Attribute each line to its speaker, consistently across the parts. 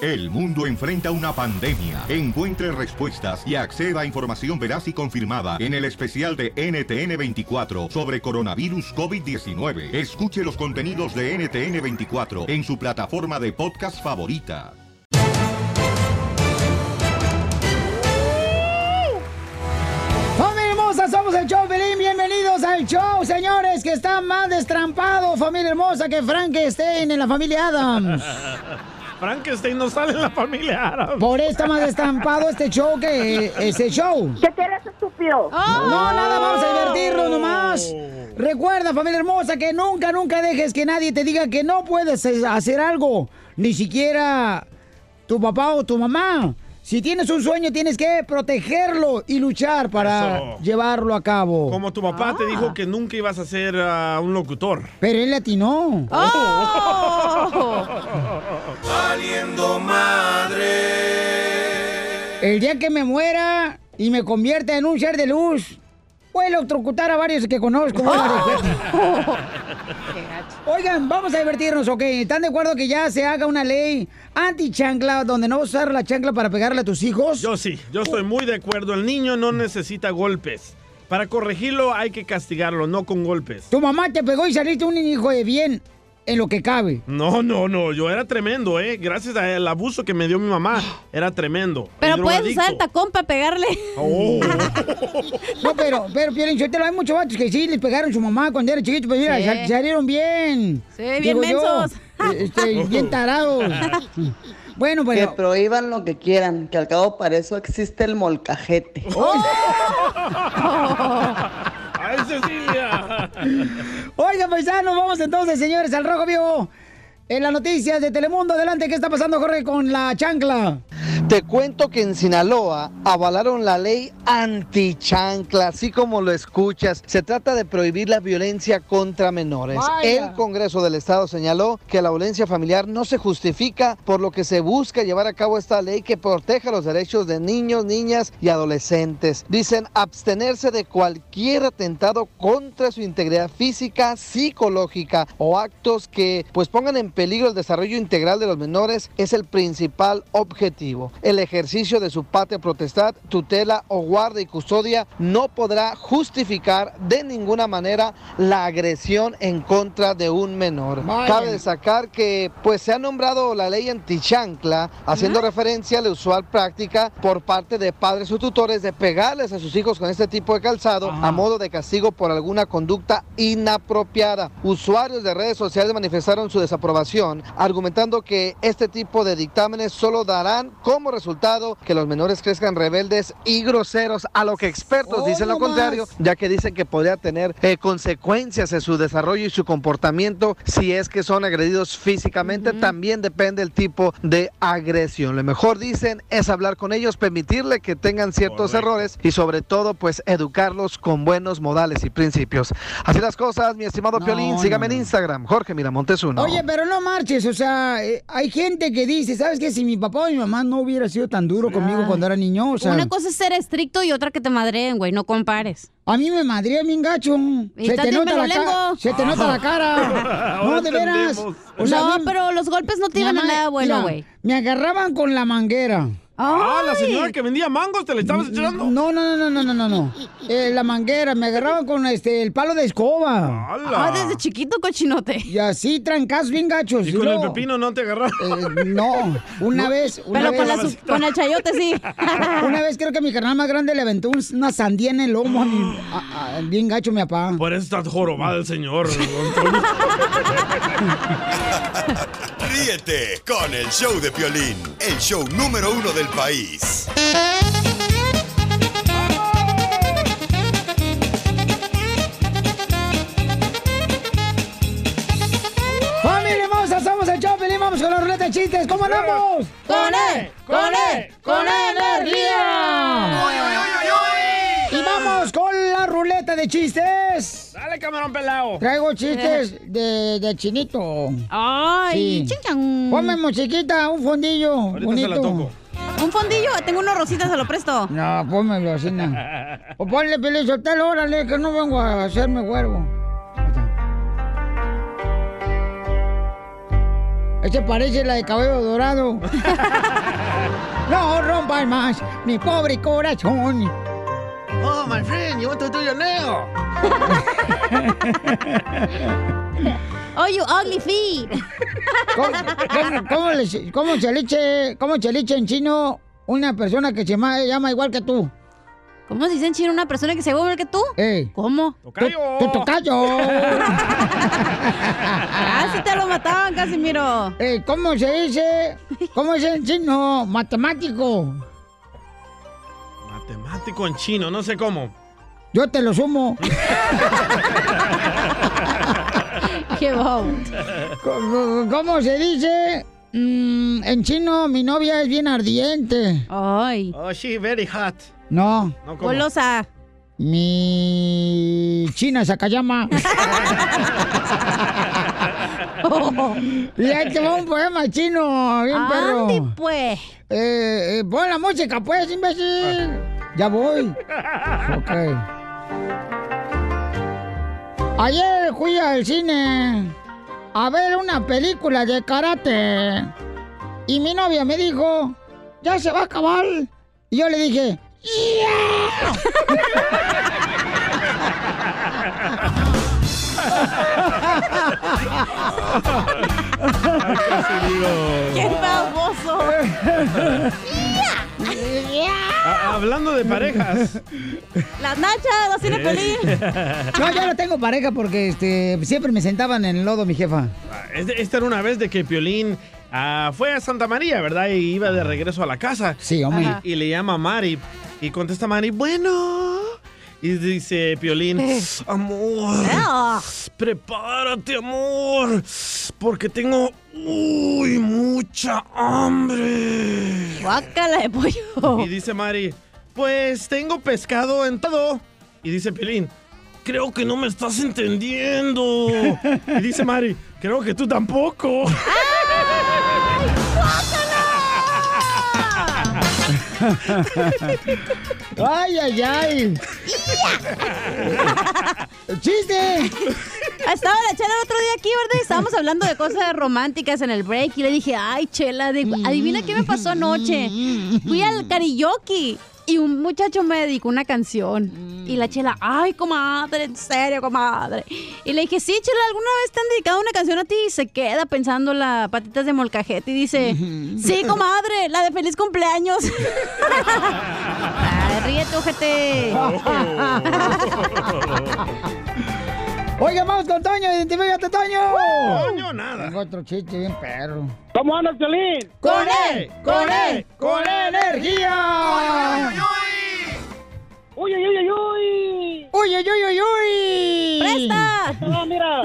Speaker 1: El mundo enfrenta una pandemia. Encuentre respuestas y acceda a información veraz y confirmada en el especial de NTN24 sobre coronavirus COVID-19. Escuche los contenidos de NTN24 en su plataforma de podcast favorita.
Speaker 2: ¡Familia hermosa! Somos el show, Pelín. Bienvenidos al show, señores, que está más destrampado, familia hermosa, que Frankenstein en la familia Adams.
Speaker 3: Frankenstein no sale en la familia árabe.
Speaker 2: Por eso está más destrampado este show que eh, ese show.
Speaker 4: ¿Qué quieres, estúpido?
Speaker 3: Ah.
Speaker 2: No, nada, vamos a divertirnos nomás. Recuerda, familia hermosa, que nunca, nunca dejes que nadie te diga que no puedes eh, hacer algo. Ni siquiera tu papá o tu mamá. Si tienes un sueño, tienes que protegerlo y luchar para
Speaker 3: Eso.
Speaker 2: llevarlo a cabo.
Speaker 3: Como tu papá te
Speaker 2: Ah.
Speaker 3: dijo que nunca ibas a ser ah, un locutor.
Speaker 2: Pero él latinó.
Speaker 5: Valiendo madre.
Speaker 2: El día que me muera y me convierta en un ser de luz, voy a electrocutar a varios que conozco. Oigan, vamos a divertirnos, ¿ok? ¿Están de acuerdo que ya se haga una ley anti-chancla donde no usar la chancla para pegarle a tus hijos?
Speaker 3: Yo sí, yo estoy muy de acuerdo. El niño no necesita golpes. Para corregirlo hay que castigarlo, no con golpes.
Speaker 2: Tu mamá te pegó y saliste un hijo de bien en lo que cabe.
Speaker 3: No, no, no, yo era tremendo, ¿eh? Gracias al abuso que me dio mi mamá, era tremendo.
Speaker 6: Pero
Speaker 3: Y
Speaker 6: puedes
Speaker 3: drogadicto.
Speaker 6: usar el tacón para pegarle.
Speaker 3: Oh.
Speaker 2: No, pero, pero, Piolín, Sotelo, hay muchos vatos que sí les pegaron su mamá cuando eran chiquitos, pero mira,
Speaker 6: Sí.
Speaker 2: sal- salieron bien.
Speaker 6: Sí, bien
Speaker 2: Digo yo,
Speaker 6: mensos.
Speaker 2: este, bien tarados. Bueno,
Speaker 7: Que
Speaker 2: bueno.
Speaker 7: prohíban lo que quieran, que al cabo para eso existe el molcajete.
Speaker 2: Oh,
Speaker 3: ¡Ay, Cecilia!
Speaker 2: Oiga, paisanos, vamos entonces, señores, al Rojo Vivo. En las noticias de Telemundo, adelante, ¿qué está pasando, Jorge, con la chancla?
Speaker 8: Te cuento que en Sinaloa avalaron la ley antichancla, así como lo escuchas. Se trata de prohibir la violencia contra menores.
Speaker 2: Vaya.
Speaker 8: El Congreso del Estado señaló que la violencia familiar no se justifica, por lo que se busca llevar a cabo esta ley que proteja los derechos de niños, niñas y adolescentes. Dicen abstenerse de cualquier atentado contra su integridad física, psicológica o actos que pues pongan en peligro el desarrollo integral de los menores es el principal objetivo. El ejercicio de su patria potestad, tutela o guarda y custodia no podrá justificar de ninguna manera la agresión en contra de un menor.
Speaker 2: Vaya.
Speaker 8: Cabe destacar que pues se ha nombrado la ley antichancla, haciendo referencia a la usual práctica por parte de padres o tutores de pegarles a sus hijos con este tipo de calzado a modo de castigo por alguna conducta inapropiada. Usuarios de redes sociales manifestaron su desaprobación, argumentando que este tipo de dictámenes solo darán como resultado que los menores crezcan rebeldes y groseros, a lo que expertos
Speaker 2: Oh,
Speaker 8: dicen lo
Speaker 2: no más.
Speaker 8: contrario, ya que dicen que podría tener eh, consecuencias en su desarrollo y su comportamiento si es que son agredidos físicamente. También depende el tipo de agresión. Lo mejor dicen es hablar con ellos, permitirle que tengan ciertos
Speaker 3: Correcto.
Speaker 8: errores y sobre todo pues educarlos con buenos modales y principios. Así las cosas, mi estimado
Speaker 2: No,
Speaker 8: Piolín, sígame
Speaker 2: no,
Speaker 8: en
Speaker 2: no.
Speaker 8: Instagram, Jorge Miramontes uno.
Speaker 2: Oye, pero no marches, o sea, eh, hay gente que dice, ¿sabes qué? Si mi papá o mi mamá no hubiera sido tan duro conmigo cuando era niño, o sea,
Speaker 6: Una cosa es ser estricto y otra que te madreen, güey. No compares.
Speaker 2: a mí me madría bien gacho.
Speaker 6: Y
Speaker 2: Se te,
Speaker 6: tanto y
Speaker 2: nota
Speaker 6: me
Speaker 2: la
Speaker 6: lo
Speaker 2: cara,
Speaker 6: lengo.
Speaker 2: se te nota la cara.
Speaker 3: Ahora
Speaker 2: No, de veras.
Speaker 3: entendemos.
Speaker 2: O sea,
Speaker 6: no,
Speaker 2: a mí-
Speaker 6: pero los golpes no
Speaker 2: mi
Speaker 6: tienen
Speaker 2: mamá-
Speaker 6: nada bueno,
Speaker 2: mira,
Speaker 6: güey.
Speaker 2: Me agarraban con la manguera.
Speaker 3: ¡Ah, la
Speaker 6: Ay.
Speaker 3: señora que vendía mangos te la estabas echando!
Speaker 2: No, no, no, no, no, no, no, no. Eh, la manguera, me agarraban con este el palo de escoba.
Speaker 3: ¡Hala!
Speaker 6: Ah, desde chiquito, cochinote.
Speaker 2: Y así trancas bien gachos.
Speaker 3: Y con el
Speaker 2: luego,
Speaker 3: pepino no te agarraron.
Speaker 2: pues, eh, no, una vez, una
Speaker 6: Pero con, la
Speaker 2: vez,
Speaker 6: su- con el chayote sí.
Speaker 2: una vez creo que mi carnal más grande le aventó un- una sandía en el lomo a mi- a- a- bien gacho mi papá.
Speaker 3: Por eso estás jorobado el señor.
Speaker 5: Ríete con el show de Piolín, el show número uno del país.
Speaker 2: ¡Familia hermosa! ¡Somos el Chopin y vamos con la ruleta de chistes! ¿Cómo andamos?
Speaker 6: ¡Con E! ¡Con E! ¡Con E
Speaker 2: energía! Y vamos con la ruleta de chistes.
Speaker 3: ¡Dale, camarón pelado!
Speaker 2: Traigo chistes de, de chinito.
Speaker 6: ¡Ay!
Speaker 2: Sí.
Speaker 6: chin, chan.
Speaker 2: Ponme musiquita, un fondillo.
Speaker 3: Ahorita
Speaker 2: bonito.
Speaker 3: se la toco.
Speaker 6: Un fondillo. Tengo unos rositas, se lo presto.
Speaker 2: No, pónmelo así. no. O ponle pelillo tal, órale, que no vengo a hacerme huevo. Ahí está. Ese parece la de cabello dorado. no rompan más mi pobre corazón.
Speaker 3: Oh, my friend, you want to do your nail?
Speaker 6: Oh, you ugly feet.
Speaker 2: ¿Cómo, cómo- cómo les- cómo se liche, cómo se liche en chino una persona que se llama, llama igual que tú?
Speaker 6: ¿Cómo se dice en chino una persona que se ve igual que tú?
Speaker 2: Ey.
Speaker 6: ¿Cómo?
Speaker 3: ¡Tocayo!
Speaker 2: ¡Tu tocayo!
Speaker 6: Casi Ah, te lo mataban, casi miro.
Speaker 2: Ey, ¿Cómo se dice? ¿Cómo se dice en chino? Matemático.
Speaker 3: Matemático en chino, no sé cómo.
Speaker 2: Yo te lo sumo.
Speaker 6: Qué bobo.
Speaker 2: ¿Cómo cómo se dice? Mm, en chino, mi novia es bien ardiente.
Speaker 6: Ay.
Speaker 3: Oh, she very hot.
Speaker 2: No,
Speaker 3: No, ¿cómo?
Speaker 6: Golosa.
Speaker 2: mi china Sakayama. Y ahí te va un poema chino, bien perro.
Speaker 6: Andy, pues.
Speaker 2: Eh, eh, pon la música, pues, imbécil. Ya voy. Ok. Ayer fui al cine a ver una película de karate. Y mi novia me dijo, ya se va a acabar. Y yo le dije,
Speaker 6: Qué baboso.
Speaker 3: Ah, hablando de parejas.
Speaker 6: Las nachas, los tiene pelín.
Speaker 2: no, yo no tengo pareja porque este, siempre me sentaban en el lodo, mi jefa.
Speaker 3: Ah, este- Esta era una vez de que Piolín ah, fue a Santa María, ¿verdad? Y iba de regreso a la casa.
Speaker 2: Sí, hombre.
Speaker 6: Ajá.
Speaker 3: Y le llama a Mari. Y contesta Mari, bueno. Y dice Piolín, amor,
Speaker 6: Eh. Ah.
Speaker 3: prepárate, amor. Porque tengo, uy, mucha hambre.
Speaker 6: Guácala de pollo.
Speaker 3: Y dice Mari, pues tengo pescado en todo. Y dice Piolín, creo que no me estás entendiendo. y dice Mari, creo que tú tampoco.
Speaker 2: Ay, ay, ay. ¡Chiste!
Speaker 6: Estaba la chela el otro día aquí, ¿verdad? Y Estábamos hablando de cosas románticas en el break y le dije, ay, chela, de- adivina qué me pasó anoche. Fui al karaoke y un muchacho me dedicó una canción. Y la chela, ay, comadre, en serio, comadre. Y le dije, sí, chela, ¿alguna vez te han dedicado una canción a ti? Y se queda pensando la patitas de molcajete y dice, sí, comadre, la de feliz cumpleaños. ay, ríete, ojete.
Speaker 2: Oiga, vamos con Toño, identifícate, Toño.
Speaker 3: Coño, nada.
Speaker 2: Tengo otro chiste bien perro.
Speaker 9: ¿Cómo anda, Piolín?
Speaker 2: ¡Con él! ¡Con él! ¡Con E, energía!
Speaker 9: ¡Uy, uy, uy, uy, uy!
Speaker 2: ¡Uy, uy, uy, uy, uy!
Speaker 6: Presta.
Speaker 9: Ah, mira,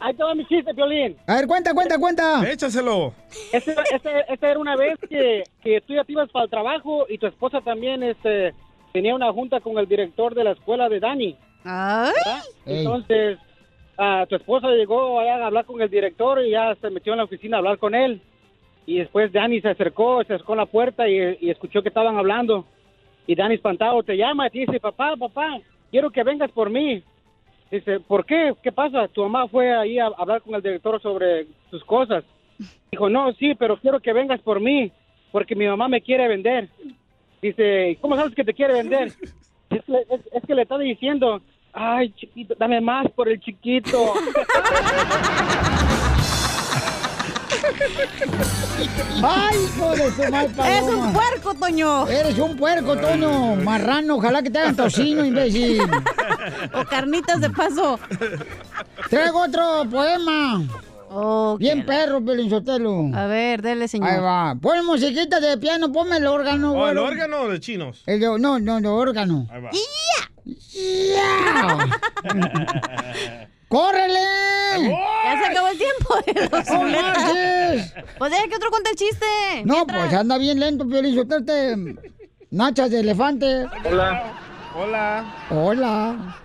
Speaker 9: ahí te va mi chiste, Piolín.
Speaker 2: A ver, cuenta, cuenta, cuenta.
Speaker 3: Échaselo.
Speaker 9: Este, este- este era una vez que, que tú ya te ibas para el trabajo y tu esposa también este, tenía una junta con el director de la escuela de Dani.
Speaker 6: Ay.
Speaker 9: ¿verdad?
Speaker 2: Ey.
Speaker 9: Entonces, ah, tu esposa llegó allá a hablar con el director y ya se metió en la oficina a hablar con él. Y después Dani se acercó, se acercó a la puerta y, y escuchó que estaban hablando. Y Dani espantado te llama y te dice, papá, papá, quiero que vengas por mí. Dice, ¿por qué? ¿Qué pasa? Tu mamá fue ahí a hablar con el director sobre sus cosas. Dijo, no, sí, pero quiero que vengas por mí, porque mi mamá me quiere vender. Dice, ¿cómo sabes que te quiere vender? Es que, es- es que le está diciendo, ay, chiquito, dame más por el chiquito.
Speaker 2: ¡Ay, hijo de su mal
Speaker 6: Es un
Speaker 2: paloma!
Speaker 6: puerco, Toño.
Speaker 2: Eres un puerco, Toño. Marrano, ojalá que te hagan tocino, imbécil.
Speaker 6: O carnitas de paso.
Speaker 2: Traigo otro poema.
Speaker 6: Oh,
Speaker 2: Bien
Speaker 6: que la-
Speaker 2: perro, Pelinzotelo.
Speaker 6: A ver, dele,
Speaker 2: Ahí
Speaker 6: señor.
Speaker 2: va. Pon musiquita de piano, ponme el órgano,
Speaker 3: O Oh, el
Speaker 2: güero.
Speaker 3: órgano de chinos.
Speaker 2: El de- no, no, el órgano.
Speaker 3: Ahí va.
Speaker 2: ¡Ya! ¡Córrele!
Speaker 6: Ya se acabó el tiempo de los
Speaker 2: ¡No
Speaker 6: boletos.
Speaker 2: marches!
Speaker 6: Pues deja que otro cuente el chiste.
Speaker 2: No,
Speaker 6: Mientras-
Speaker 2: pues anda bien lento, Piolín. Suéltate nachas de elefante.
Speaker 9: Hola,
Speaker 3: Hola.
Speaker 2: Hola.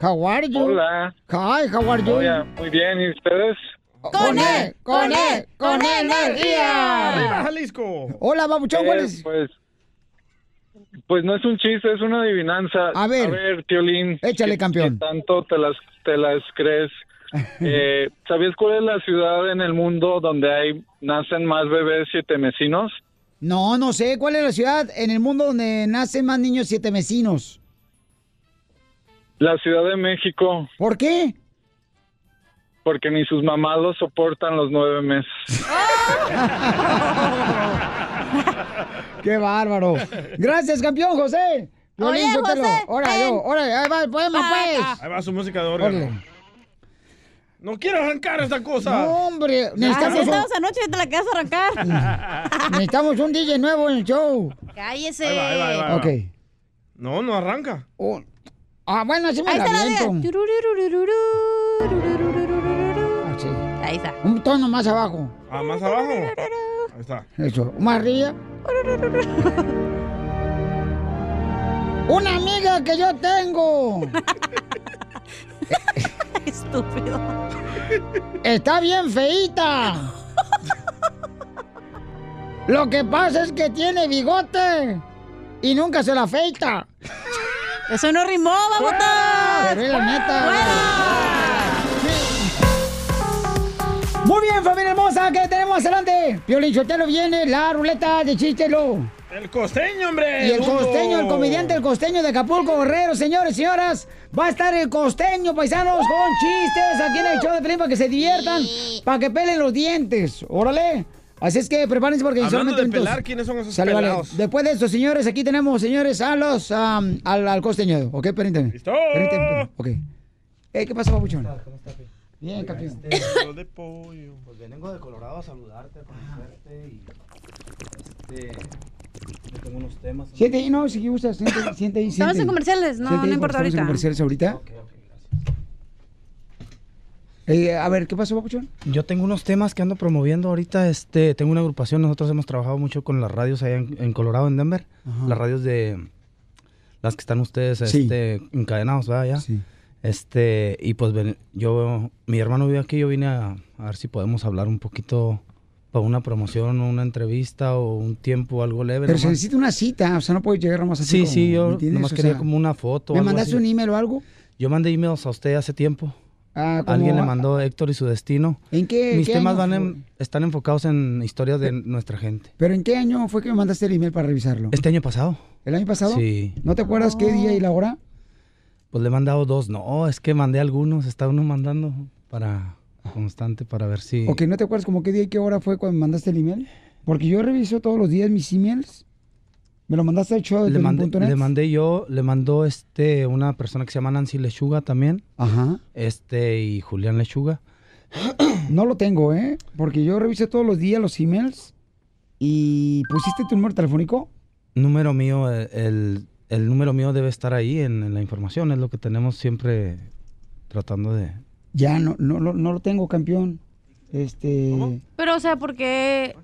Speaker 2: How are you?
Speaker 9: hola.
Speaker 2: Hi, how are you?
Speaker 9: Hola, muy bien, ¿y ustedes?
Speaker 6: Con él, con él, con él, energía.
Speaker 3: Arriba, Jalisco.
Speaker 2: Hola, babuchón, ¿cuál
Speaker 9: Eh,
Speaker 2: es?
Speaker 9: Pues, pues no es un chiste, es una adivinanza.
Speaker 2: A ver.
Speaker 9: A ver, Piolín.
Speaker 2: Échale,
Speaker 9: ¿qué-
Speaker 2: campeón.
Speaker 9: qué tanto te las, te las crees?
Speaker 10: Eh, ¿Sabías cuál es la ciudad en el mundo donde hay nacen más bebés siete mesinos?
Speaker 2: No, no sé. ¿Cuál es la ciudad en el mundo donde nacen más niños siete vecinos?
Speaker 10: La Ciudad de México.
Speaker 2: ¿Por qué?
Speaker 10: Porque ni sus mamás lo soportan los nueve meses.
Speaker 2: ¡Qué bárbaro! Gracias, campeón José.
Speaker 3: Oye,
Speaker 2: Piolín, suéltalo.
Speaker 3: José,
Speaker 2: Órale,
Speaker 3: ven.
Speaker 2: órale, ahí va el poema, pues.
Speaker 3: Ahí va su música de órgano.
Speaker 2: Órale.
Speaker 3: No quiero arrancar esta cosa.
Speaker 2: No, hombre,
Speaker 6: Necesitamos...
Speaker 2: necesitamos,
Speaker 6: estabas anoche y te la quedas arrancar.
Speaker 2: necesitamos un DJ nuevo en el show.
Speaker 6: Cállese.
Speaker 3: Ahí va, ahí va, ahí va.
Speaker 2: Ok.
Speaker 3: No, no arranca.
Speaker 2: Un- ah, bueno, así me
Speaker 6: Ahí
Speaker 2: la
Speaker 6: está la de-
Speaker 2: aviento. Así.
Speaker 6: Ahí está.
Speaker 2: Un tono más abajo.
Speaker 3: Ah, más abajo. Ahí está.
Speaker 2: Eso, más arriba. Una amiga que yo tengo
Speaker 6: Estúpido.
Speaker 2: está bien feíta. Lo que pasa es que tiene bigote y nunca se la afeita.
Speaker 6: Eso no rimó, vamos
Speaker 2: Pero es la neta. Muy bien, familia hermosa, ¿qué tenemos adelante? Piolín Sotelo viene, la ruleta de chistelo.
Speaker 3: El costeño, hombre.
Speaker 2: Y el
Speaker 3: Hugo.
Speaker 2: costeño, el comediante, el costeño de Acapulco Guerrero, señores y señoras. Va a estar el costeño, paisanos, con chistes aquí en el show de Pelín para que se diviertan, para que pelen los dientes. Órale. Así es que prepárense porque
Speaker 3: Hablando de
Speaker 2: minutos-
Speaker 3: pelar, ¿quiénes son esos
Speaker 2: Sale, vale.
Speaker 3: pelados?
Speaker 2: Después de esto, señores, aquí tenemos, señores, a los, am, al, al costeño. ¿Ok? Permíteme.
Speaker 3: ¡Listo!
Speaker 2: Permíteme, permíteme. Ok. Eh, ¿Qué pasa, papuchón? Bien, campeón.
Speaker 3: Lo este, de pollo.
Speaker 11: Pues vengo de Colorado a saludarte, a conocerte y este, yo tengo unos temas.
Speaker 2: Siente ahí, no, si gusta, siente, siente ahí.
Speaker 6: Estamos
Speaker 2: siente
Speaker 6: en
Speaker 2: ahí.
Speaker 6: comerciales, no,
Speaker 2: Siente ahí,
Speaker 6: no importa
Speaker 2: porque estamos en
Speaker 6: ahorita.
Speaker 2: comerciales ahorita. Eh, a ver, ¿qué pasó, papuchón?
Speaker 11: Yo tengo unos temas que ando promoviendo ahorita. Este, tengo una agrupación. Nosotros hemos trabajado mucho con las radios allá en, en Colorado, en Denver.
Speaker 2: Ajá.
Speaker 11: Las radios de las que están ustedes,
Speaker 2: Sí.
Speaker 11: este, encadenados, ¿verdad? Allá.
Speaker 2: Sí.
Speaker 11: Este, y pues ven- yo, mi hermano vive aquí, yo vine a, a ver si podemos hablar un poquito para una promoción o una entrevista o un tiempo, algo leve.
Speaker 2: Pero se
Speaker 11: nomás.
Speaker 2: necesita una cita, o sea, no puedes llegar más así.
Speaker 11: Sí,
Speaker 2: como,
Speaker 11: sí,
Speaker 2: ¿me
Speaker 11: yo
Speaker 2: entiendes?
Speaker 11: nomás
Speaker 2: O
Speaker 11: quería
Speaker 2: sea,
Speaker 11: como una foto. o
Speaker 2: ¿Me
Speaker 11: algo
Speaker 2: mandaste
Speaker 11: así.
Speaker 2: un email o algo?
Speaker 11: Yo mandé emails a usted hace tiempo.
Speaker 2: Ah, como-
Speaker 11: Alguien le mandó Héctor y su destino.
Speaker 2: ¿En qué,
Speaker 11: Mis
Speaker 2: qué
Speaker 11: temas
Speaker 2: año
Speaker 11: van
Speaker 2: fue?
Speaker 11: en- están enfocados en historias de nuestra gente.
Speaker 2: ¿Pero en qué año fue que me mandaste el email para revisarlo?
Speaker 11: Este año pasado,
Speaker 2: ¿El año pasado?
Speaker 11: Sí.
Speaker 2: ¿No te acuerdas qué día y la hora?
Speaker 11: pues le he mandado dos. No, es que mandé algunos. Está uno mandando para constante para ver si.
Speaker 2: ¿O que no te acuerdas como qué día y qué hora fue cuando me mandaste el email? Porque yo reviso todos los días mis emails. Me lo mandaste al show de
Speaker 11: Le mandé,
Speaker 2: Piolín.net.
Speaker 11: le mandé yo, le mandó este una persona que se llama Nancy Lechuga también,
Speaker 2: Ajá.
Speaker 11: este y Julián Lechuga.
Speaker 2: No lo tengo, ¿eh? Porque yo reviso todos los días los emails. ¿Y pusiste tu número telefónico?
Speaker 11: Número mío, eh, el, el número mío debe estar ahí en, en la información, es lo que tenemos siempre tratando de.
Speaker 2: Ya, no, no, no, no lo tengo, campeón. Este...
Speaker 6: Pero, o sea, porque.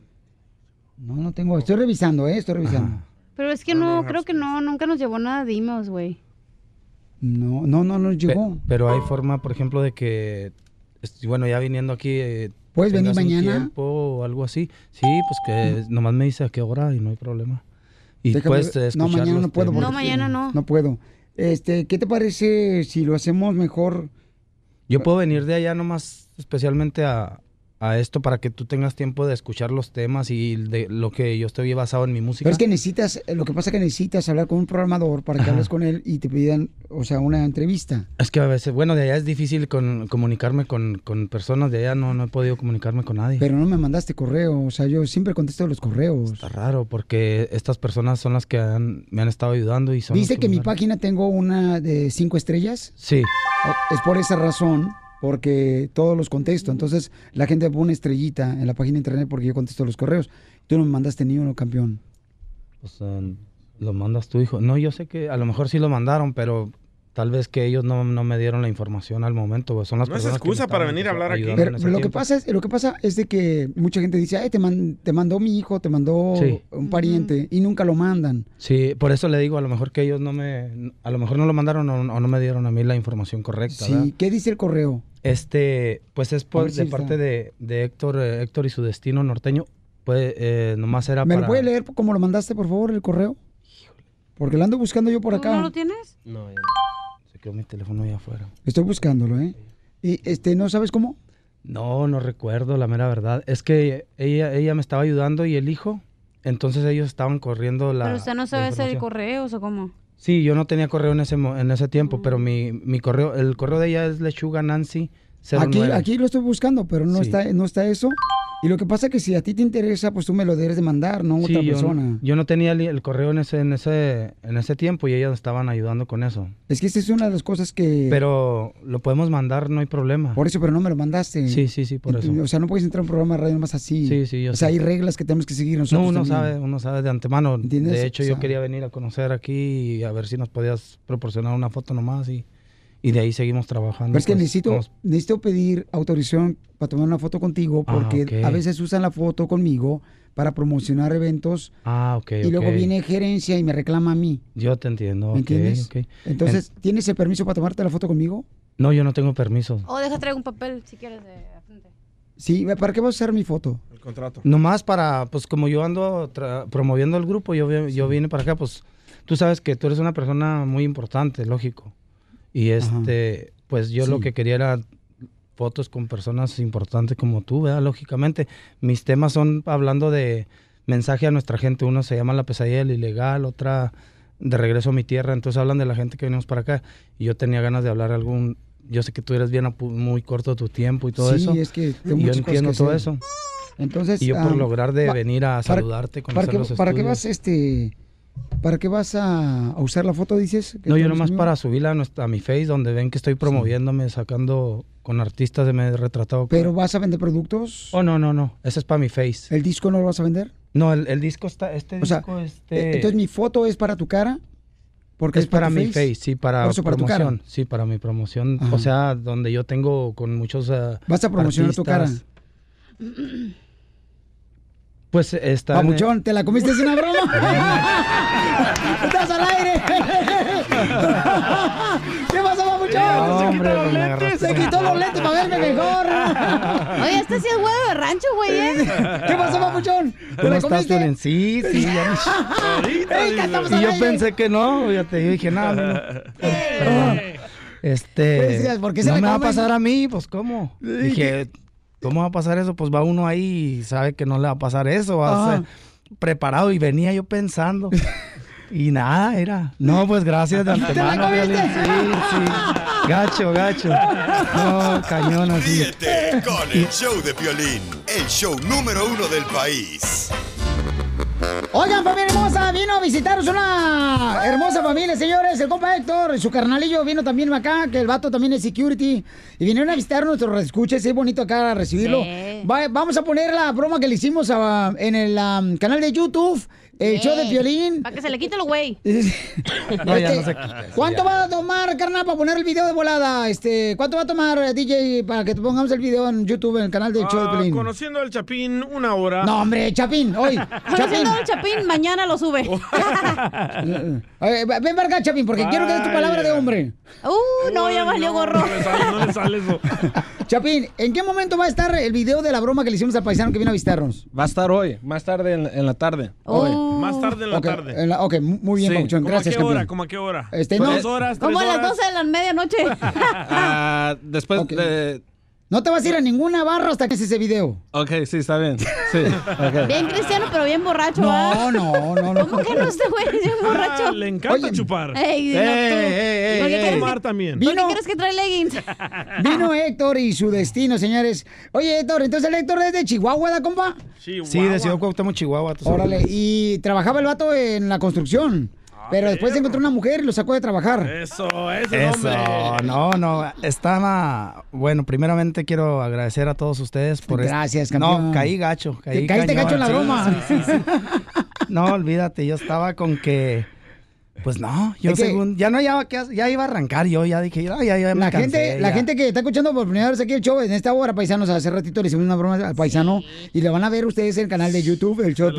Speaker 2: No, no tengo. Estoy revisando, ¿eh? Estoy revisando.
Speaker 11: Ajá.
Speaker 6: Pero es que no, creo que no, nunca nos llevó nada de emails, güey.
Speaker 2: No, no, no, no
Speaker 11: Pe-
Speaker 2: llegó.
Speaker 11: pero hay forma, por ejemplo, de que, est- bueno, ya viniendo aquí... eh,
Speaker 2: ¿Puedes venir
Speaker 11: tengas un
Speaker 2: mañana? Mm.
Speaker 11: tiempo o algo así. Sí, pues que nomás me dice a qué hora y no hay problema. Y
Speaker 2: Déjame
Speaker 11: puedes
Speaker 2: ver.
Speaker 11: eh,
Speaker 2: No,
Speaker 11: escuchar
Speaker 2: mañana
Speaker 11: los
Speaker 2: no puedo.
Speaker 11: temas.
Speaker 6: No, mañana no.
Speaker 2: No puedo. Este, ¿qué te parece si lo hacemos mejor?
Speaker 11: Yo puedo venir de allá nomás especialmente a, a esto para que tú tengas tiempo de escuchar los temas y de lo que yo estoy basado en mi música.
Speaker 2: Pero es que necesitas, eh, lo que pasa es que necesitas hablar con un programador para que
Speaker 11: Ajá.
Speaker 2: hables con él y te pidan, o sea, una entrevista.
Speaker 11: Es que a veces, bueno, de allá es difícil con- comunicarme con, con personas de allá, no, no he podido comunicarme con nadie.
Speaker 2: Pero no me mandaste correo, o sea, yo siempre contesto los correos.
Speaker 11: Está raro porque estas personas son las que han- me han estado ayudando y son... las
Speaker 2: ¿Viste que mi
Speaker 11: mandaron.
Speaker 2: página tengo una de cinco estrellas?
Speaker 11: Sí.
Speaker 2: O- Es por esa razón, porque todos los contesto. Entonces, la gente pone una estrellita en la página de internet porque yo contesto los correos. Tú no me mandaste ni uno, campeón.
Speaker 11: O sea, lo mandas tu hijo. No, yo sé que a lo mejor sí lo mandaron, pero tal vez que ellos no, no me dieron la información al momento. güey. Son las
Speaker 3: No es
Speaker 11: personas que me
Speaker 3: excusa para
Speaker 11: estaban
Speaker 3: venir a hablar aquí.
Speaker 11: ayudando en
Speaker 2: Pero
Speaker 11: ese
Speaker 2: lo que,
Speaker 11: tiempo.
Speaker 2: pasa es, lo que pasa es de que mucha gente dice, Ay, te, man- te mandó mi hijo, te mandó
Speaker 11: Sí.
Speaker 2: un pariente, y nunca lo mandan.
Speaker 11: Sí, por eso le digo, a lo mejor que ellos no me... A lo mejor no lo mandaron o, o no me dieron a mí la información correcta, ¿verdad?
Speaker 2: Sí, ¿qué dice el correo?
Speaker 11: Este, pues es por,
Speaker 2: ver si
Speaker 11: de
Speaker 2: está.
Speaker 11: parte de, de Héctor, eh, Héctor y su destino norteño. Pues eh, nomás era
Speaker 2: ¿Me lo
Speaker 11: para...
Speaker 2: puede leer como lo mandaste, por favor, el correo? Porque lo ando buscando yo por
Speaker 6: ¿Tú
Speaker 2: acá.
Speaker 6: ¿No lo tienes?
Speaker 11: No, ya no. se quedó mi teléfono allá afuera.
Speaker 2: Estoy buscándolo, ¿eh? ¿Y este, no sabes cómo?
Speaker 11: No, no recuerdo, la mera verdad. Es que ella, ella me estaba ayudando y el hijo, entonces ellos estaban corriendo la...
Speaker 6: Pero usted no
Speaker 11: la
Speaker 6: sabe hacer
Speaker 11: información.
Speaker 6: correos o cómo.
Speaker 11: Sí, yo no tenía correo en ese, mo- en ese tiempo,
Speaker 6: Mm.
Speaker 11: pero mi, mi correo, el correo de ella es lechuga Nancy.
Speaker 2: Aquí, aquí lo estoy buscando, pero no,
Speaker 11: Sí.
Speaker 2: está, no está eso. Y lo que pasa es que si a ti te interesa, pues tú me lo debes de mandar, no a otra
Speaker 11: yo,
Speaker 2: persona.
Speaker 11: no- yo no tenía el, el correo en ese, en ese, en ese tiempo y ellas estaban ayudando con eso.
Speaker 2: Es que esta es una de las cosas que...
Speaker 11: Pero lo podemos mandar, no hay problema.
Speaker 2: Por eso, pero no me lo mandaste.
Speaker 11: Sí, sí, sí, por eso.
Speaker 2: O sea, no puedes entrar a un programa de radio más así.
Speaker 11: Sí, sí, yo
Speaker 2: O sea,
Speaker 11: sé.
Speaker 2: hay reglas que tenemos que seguir nosotros
Speaker 11: No, uno
Speaker 2: también.
Speaker 11: sabe, uno sabe de antemano.
Speaker 2: ¿Entiendes?
Speaker 11: De hecho,
Speaker 2: O
Speaker 11: yo
Speaker 2: sea-
Speaker 11: quería venir a conocer aquí y a ver si nos podías proporcionar una foto nomás y, y de ahí seguimos trabajando.
Speaker 2: Pero es que
Speaker 11: pues,
Speaker 2: necesito,
Speaker 11: como-
Speaker 2: necesito pedir autorización para tomar una foto contigo
Speaker 11: Ah,
Speaker 2: porque
Speaker 11: ok.
Speaker 2: a veces usan la foto conmigo para promocionar eventos
Speaker 11: Ah, ok,
Speaker 2: y luego
Speaker 11: ok.
Speaker 2: viene gerencia y me reclama a mí.
Speaker 11: Yo te entiendo,
Speaker 2: ¿Me
Speaker 11: ok,
Speaker 2: entiendes?
Speaker 11: ok. En-
Speaker 2: Entonces, ¿tienes el permiso para tomarte la foto conmigo?
Speaker 11: no, yo no tengo permiso.
Speaker 6: O deja traer un papel si quieres. de-
Speaker 2: Sí, ¿para qué vas a usar mi foto?
Speaker 11: El contrato. Nomás para, pues como yo ando tra- promoviendo el grupo, yo, vi- yo vine para acá, pues tú sabes que tú eres una persona muy importante, lógico. Y este, pues yo lo
Speaker 9: Sí.
Speaker 11: que quería era fotos con personas importantes como tú, ¿verdad? Lógicamente, mis temas son hablando de mensaje a nuestra gente. Uno se llama La pesadilla del ilegal, otra de regreso a mi tierra. Entonces hablan de la gente que venimos para acá. Y yo tenía ganas de hablar algún... Yo sé que tú eres bien apu- muy corto tu tiempo y todo
Speaker 2: Sí,
Speaker 11: eso.
Speaker 2: es que tengo
Speaker 11: Y yo
Speaker 2: muchas cosas que
Speaker 11: entiendo todo
Speaker 2: hacer.
Speaker 11: eso.
Speaker 2: Entonces,
Speaker 11: Y yo por
Speaker 2: ah,
Speaker 11: lograr de
Speaker 2: pa-
Speaker 11: venir a
Speaker 2: para-
Speaker 11: saludarte,
Speaker 2: ¿Para,
Speaker 11: conocer
Speaker 2: qué,
Speaker 11: los
Speaker 2: para qué
Speaker 11: estudios.
Speaker 2: vas este para qué vas a, a usar la foto dices? que
Speaker 11: No, yo
Speaker 2: tomas
Speaker 11: nomás
Speaker 2: conmigo?
Speaker 11: para subirla a, nuestra- a mi face donde ven que estoy promoviéndome, sacando con artistas de me he retratado.
Speaker 2: Pero vas a vender productos?
Speaker 11: Oh, no, no, no. Ese es para mi face.
Speaker 2: ¿El disco no lo vas a vender?
Speaker 11: No, el, el disco está, este
Speaker 2: O sea,
Speaker 11: disco,
Speaker 2: eh,
Speaker 11: este...
Speaker 2: entonces mi foto es para tu cara. Porque
Speaker 11: es para
Speaker 2: tu
Speaker 11: mi face, sí, para
Speaker 2: Por eso, para tu cara.
Speaker 11: promoción. Sí, para mi promoción.
Speaker 2: Ajá.
Speaker 11: O sea, donde yo tengo con muchos. eh,
Speaker 2: Vas a promocionar tu cara.
Speaker 11: artistas. Pues está. en-
Speaker 2: Papuchón, te la comiste sin una broma. Estás al aire. ¿Qué pasó,
Speaker 6: No,
Speaker 2: papuchón?
Speaker 6: hombre, me
Speaker 2: Se
Speaker 6: agarraste.
Speaker 2: quitó los lentes para verme mejor.
Speaker 6: Oye, este sí es huevo de rancho, güey. ¿eh?
Speaker 2: ¿Qué pasó, papuchón? ¿Te
Speaker 11: ¿Cómo
Speaker 2: la
Speaker 11: estás,
Speaker 2: comiste?
Speaker 11: Piolín? Sí, sí, ya
Speaker 2: Ahorita estamos
Speaker 11: Y
Speaker 2: al
Speaker 11: yo
Speaker 2: aire.
Speaker 11: pensé que no, fíjate, yo dije, nada, no, Perdón. Este,
Speaker 2: Pues, ¿por qué se
Speaker 11: no
Speaker 2: la
Speaker 11: me va a
Speaker 2: comen?
Speaker 11: pasar a mí, pues, ¿cómo?
Speaker 2: Ay,
Speaker 11: Dije, ¿cómo va a pasar eso? Pues va uno ahí y sabe que no le va a pasar eso, va a
Speaker 2: Ajá.
Speaker 11: ser preparado y venía yo pensando. Y nada, era. No, pues gracias de
Speaker 9: ¿Te la
Speaker 11: antemano.
Speaker 9: comiste?
Speaker 11: Piolín. Sí, sí. Gacho, gacho. No, cañón así.
Speaker 5: Ríete con el show de Piolín, el show número uno del país.
Speaker 2: Oigan, familia hermosa, vino a visitaros una hermosa familia, señores. El compa Héctor, su carnalillo vino también acá, que el vato también es security. Y vinieron a visitar nuestros escuches, es bonito acá a recibirlo.
Speaker 9: Sí.
Speaker 2: Va- vamos a poner la broma que le hicimos a- en el am, canal de YouTube, el show de violín.
Speaker 6: Para que se le quite el güey.
Speaker 11: No, ya
Speaker 2: Este,
Speaker 11: no se quita eso,
Speaker 2: ¿Cuánto
Speaker 11: ya.
Speaker 2: va a tomar, carnal, para poner el video de volada? Este, ¿Cuánto va a tomar, eh, DJ, para que te pongamos el video en YouTube, en el canal del show de
Speaker 3: Ah,
Speaker 2: violín?
Speaker 3: conociendo al Chapín, una hora.
Speaker 2: No, hombre, Chapín, hoy. Chapín.
Speaker 6: Conociendo al Chapín, mañana lo sube.
Speaker 2: Eh, ven para acá, Chapín, porque quiero que des tu palabra de hombre.
Speaker 11: Oh.
Speaker 6: Uh, no, ya valió gorro.
Speaker 3: No le sale eso.
Speaker 2: Chapín, ¿en qué momento va a estar el video de la broma que le hicimos al paisano que vino a visitarnos?
Speaker 9: Va a estar hoy, más tarde en, en la tarde.
Speaker 6: Oh,
Speaker 3: Más tarde en la
Speaker 2: Ok,
Speaker 3: tarde.
Speaker 2: en la- ok, muy bien,
Speaker 9: Sí.
Speaker 2: Papuchón,
Speaker 9: ¿Cómo a
Speaker 2: Gracias,
Speaker 9: qué hora?
Speaker 2: Chapín.
Speaker 3: ¿Cómo a qué hora?
Speaker 2: Este, no.
Speaker 9: Dos horas,
Speaker 6: Como a las 12 de la medianoche.
Speaker 9: Ah, después de...
Speaker 2: No te vas a ir a ninguna barra hasta que haces ese video.
Speaker 9: Ok, sí, está bien. Sí, ok.
Speaker 6: Uh, Bien cristiano, pero bien borracho.
Speaker 2: No, no, no, no.
Speaker 6: ¿Por qué ¿ah? no este güey es bien borracho?
Speaker 3: Ah, le encanta chupar.
Speaker 6: Ey, no, tú. ¿Por qué quieres
Speaker 3: Tomar
Speaker 6: que-
Speaker 3: también.
Speaker 6: ¿Por qué
Speaker 2: Vino-
Speaker 6: quieres que trae leggings?
Speaker 2: Vino Héctor y su destino, señores. Oye, Héctor, entonces el Héctor es de Chihuahua, ¿da, compa?
Speaker 11: Sí, de Ciudad Cuauhtémoc, Chihuahua. tú sabes.
Speaker 2: Órale, y trabajaba el vato en la construcción.
Speaker 3: Ah,
Speaker 2: Pero después encontró una mujer y lo sacó de trabajar.
Speaker 3: Eso,
Speaker 11: Eso, no, no, estaba, bueno, primeramente quiero agradecer a todos ustedes por... es-
Speaker 2: Gracias, campeón.
Speaker 11: No, caí gacho, caí
Speaker 2: Te caíste
Speaker 11: cañón,
Speaker 2: gacho en la
Speaker 11: sí,
Speaker 2: broma.
Speaker 11: sí, sí, sí. No, olvídate, yo estaba con que, pues no, yo
Speaker 2: Es que-
Speaker 11: según, ya no hallaba qué hacer, ya iba a arrancar yo, ya dije, "Ah, ya, ya me
Speaker 2: La
Speaker 11: cansé,
Speaker 2: gente, la
Speaker 11: ya".
Speaker 2: gente que está escuchando por primera vez aquí el show, en esta hora, paisanos, hace ratito le hicimos una broma al paisano y la van a ver ustedes en el canal de YouTube, el show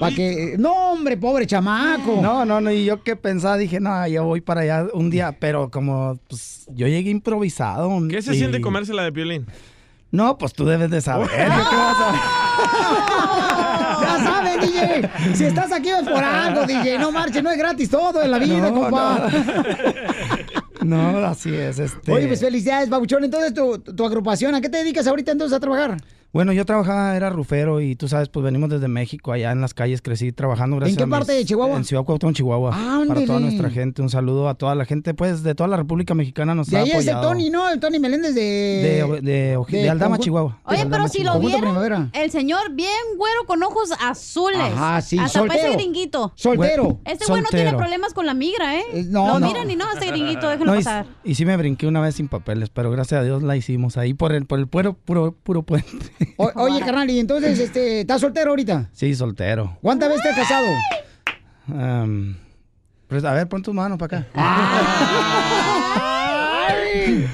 Speaker 2: Para que. No, hombre, pobre chamaco.
Speaker 11: No, no, no, y yo que pensaba, dije, no, yo voy para allá un día, pero como, pues, yo llegué improvisado.
Speaker 3: ¿Qué se
Speaker 11: y-
Speaker 3: siente comerse la de violín?
Speaker 11: No, pues tú debes de saber. ¿qué vas a-
Speaker 2: Ya saben, DJ. Si estás aquí es por algo, DJ. No marche, no es gratis todo en la vida,
Speaker 11: No,
Speaker 2: compa.
Speaker 11: No, así es. Este...
Speaker 2: Oye, pues felicidades, Babuchón. Entonces, tu, tu agrupación, ¿a qué te dedicas ahorita entonces a trabajar?
Speaker 11: Bueno, yo trabajaba, era rufero y tú sabes, pues venimos desde México, allá en las calles crecí trabajando. Gracias
Speaker 2: qué
Speaker 11: a mis-
Speaker 2: parte de Chihuahua?
Speaker 11: En Ciudad Cuauhtémoc, Chihuahua. para toda
Speaker 2: ándele.
Speaker 11: nuestra gente, un saludo a toda la gente, pues, de toda la República Mexicana nos
Speaker 2: De
Speaker 11: ha
Speaker 2: ahí es el
Speaker 11: apoyado.
Speaker 2: Tony, ¿no? El Tony Meléndez de...
Speaker 11: De Oji- de Oji- de Aldama,
Speaker 2: Conjun-
Speaker 11: Chihuahua.
Speaker 6: Oye, pero si lo
Speaker 2: Conjunto
Speaker 6: vieron,
Speaker 2: Primavera.
Speaker 6: el señor bien güero con ojos azules.
Speaker 2: Ajá, sí,
Speaker 6: Hasta parece
Speaker 2: soltero.
Speaker 6: gringuito.
Speaker 11: Soltero.
Speaker 6: Este güey no tiene
Speaker 11: Soltero.
Speaker 6: problemas con la migra, ¿eh?
Speaker 11: no,
Speaker 6: Lo
Speaker 11: no.
Speaker 6: miran y no, este gringuito, déjalo
Speaker 11: No, y,
Speaker 6: pasar.
Speaker 11: y sí me brinqué una vez sin papeles, pero gracias a Dios la hicimos ahí por el, por el puro, puro, puro puente.
Speaker 2: O- oye, carnal, y entonces, este, ¿estás soltero ahorita?
Speaker 11: Sí, soltero.
Speaker 2: ¿Cuántas veces te has casado?
Speaker 11: Am, pues, a ver, pon tus manos para acá.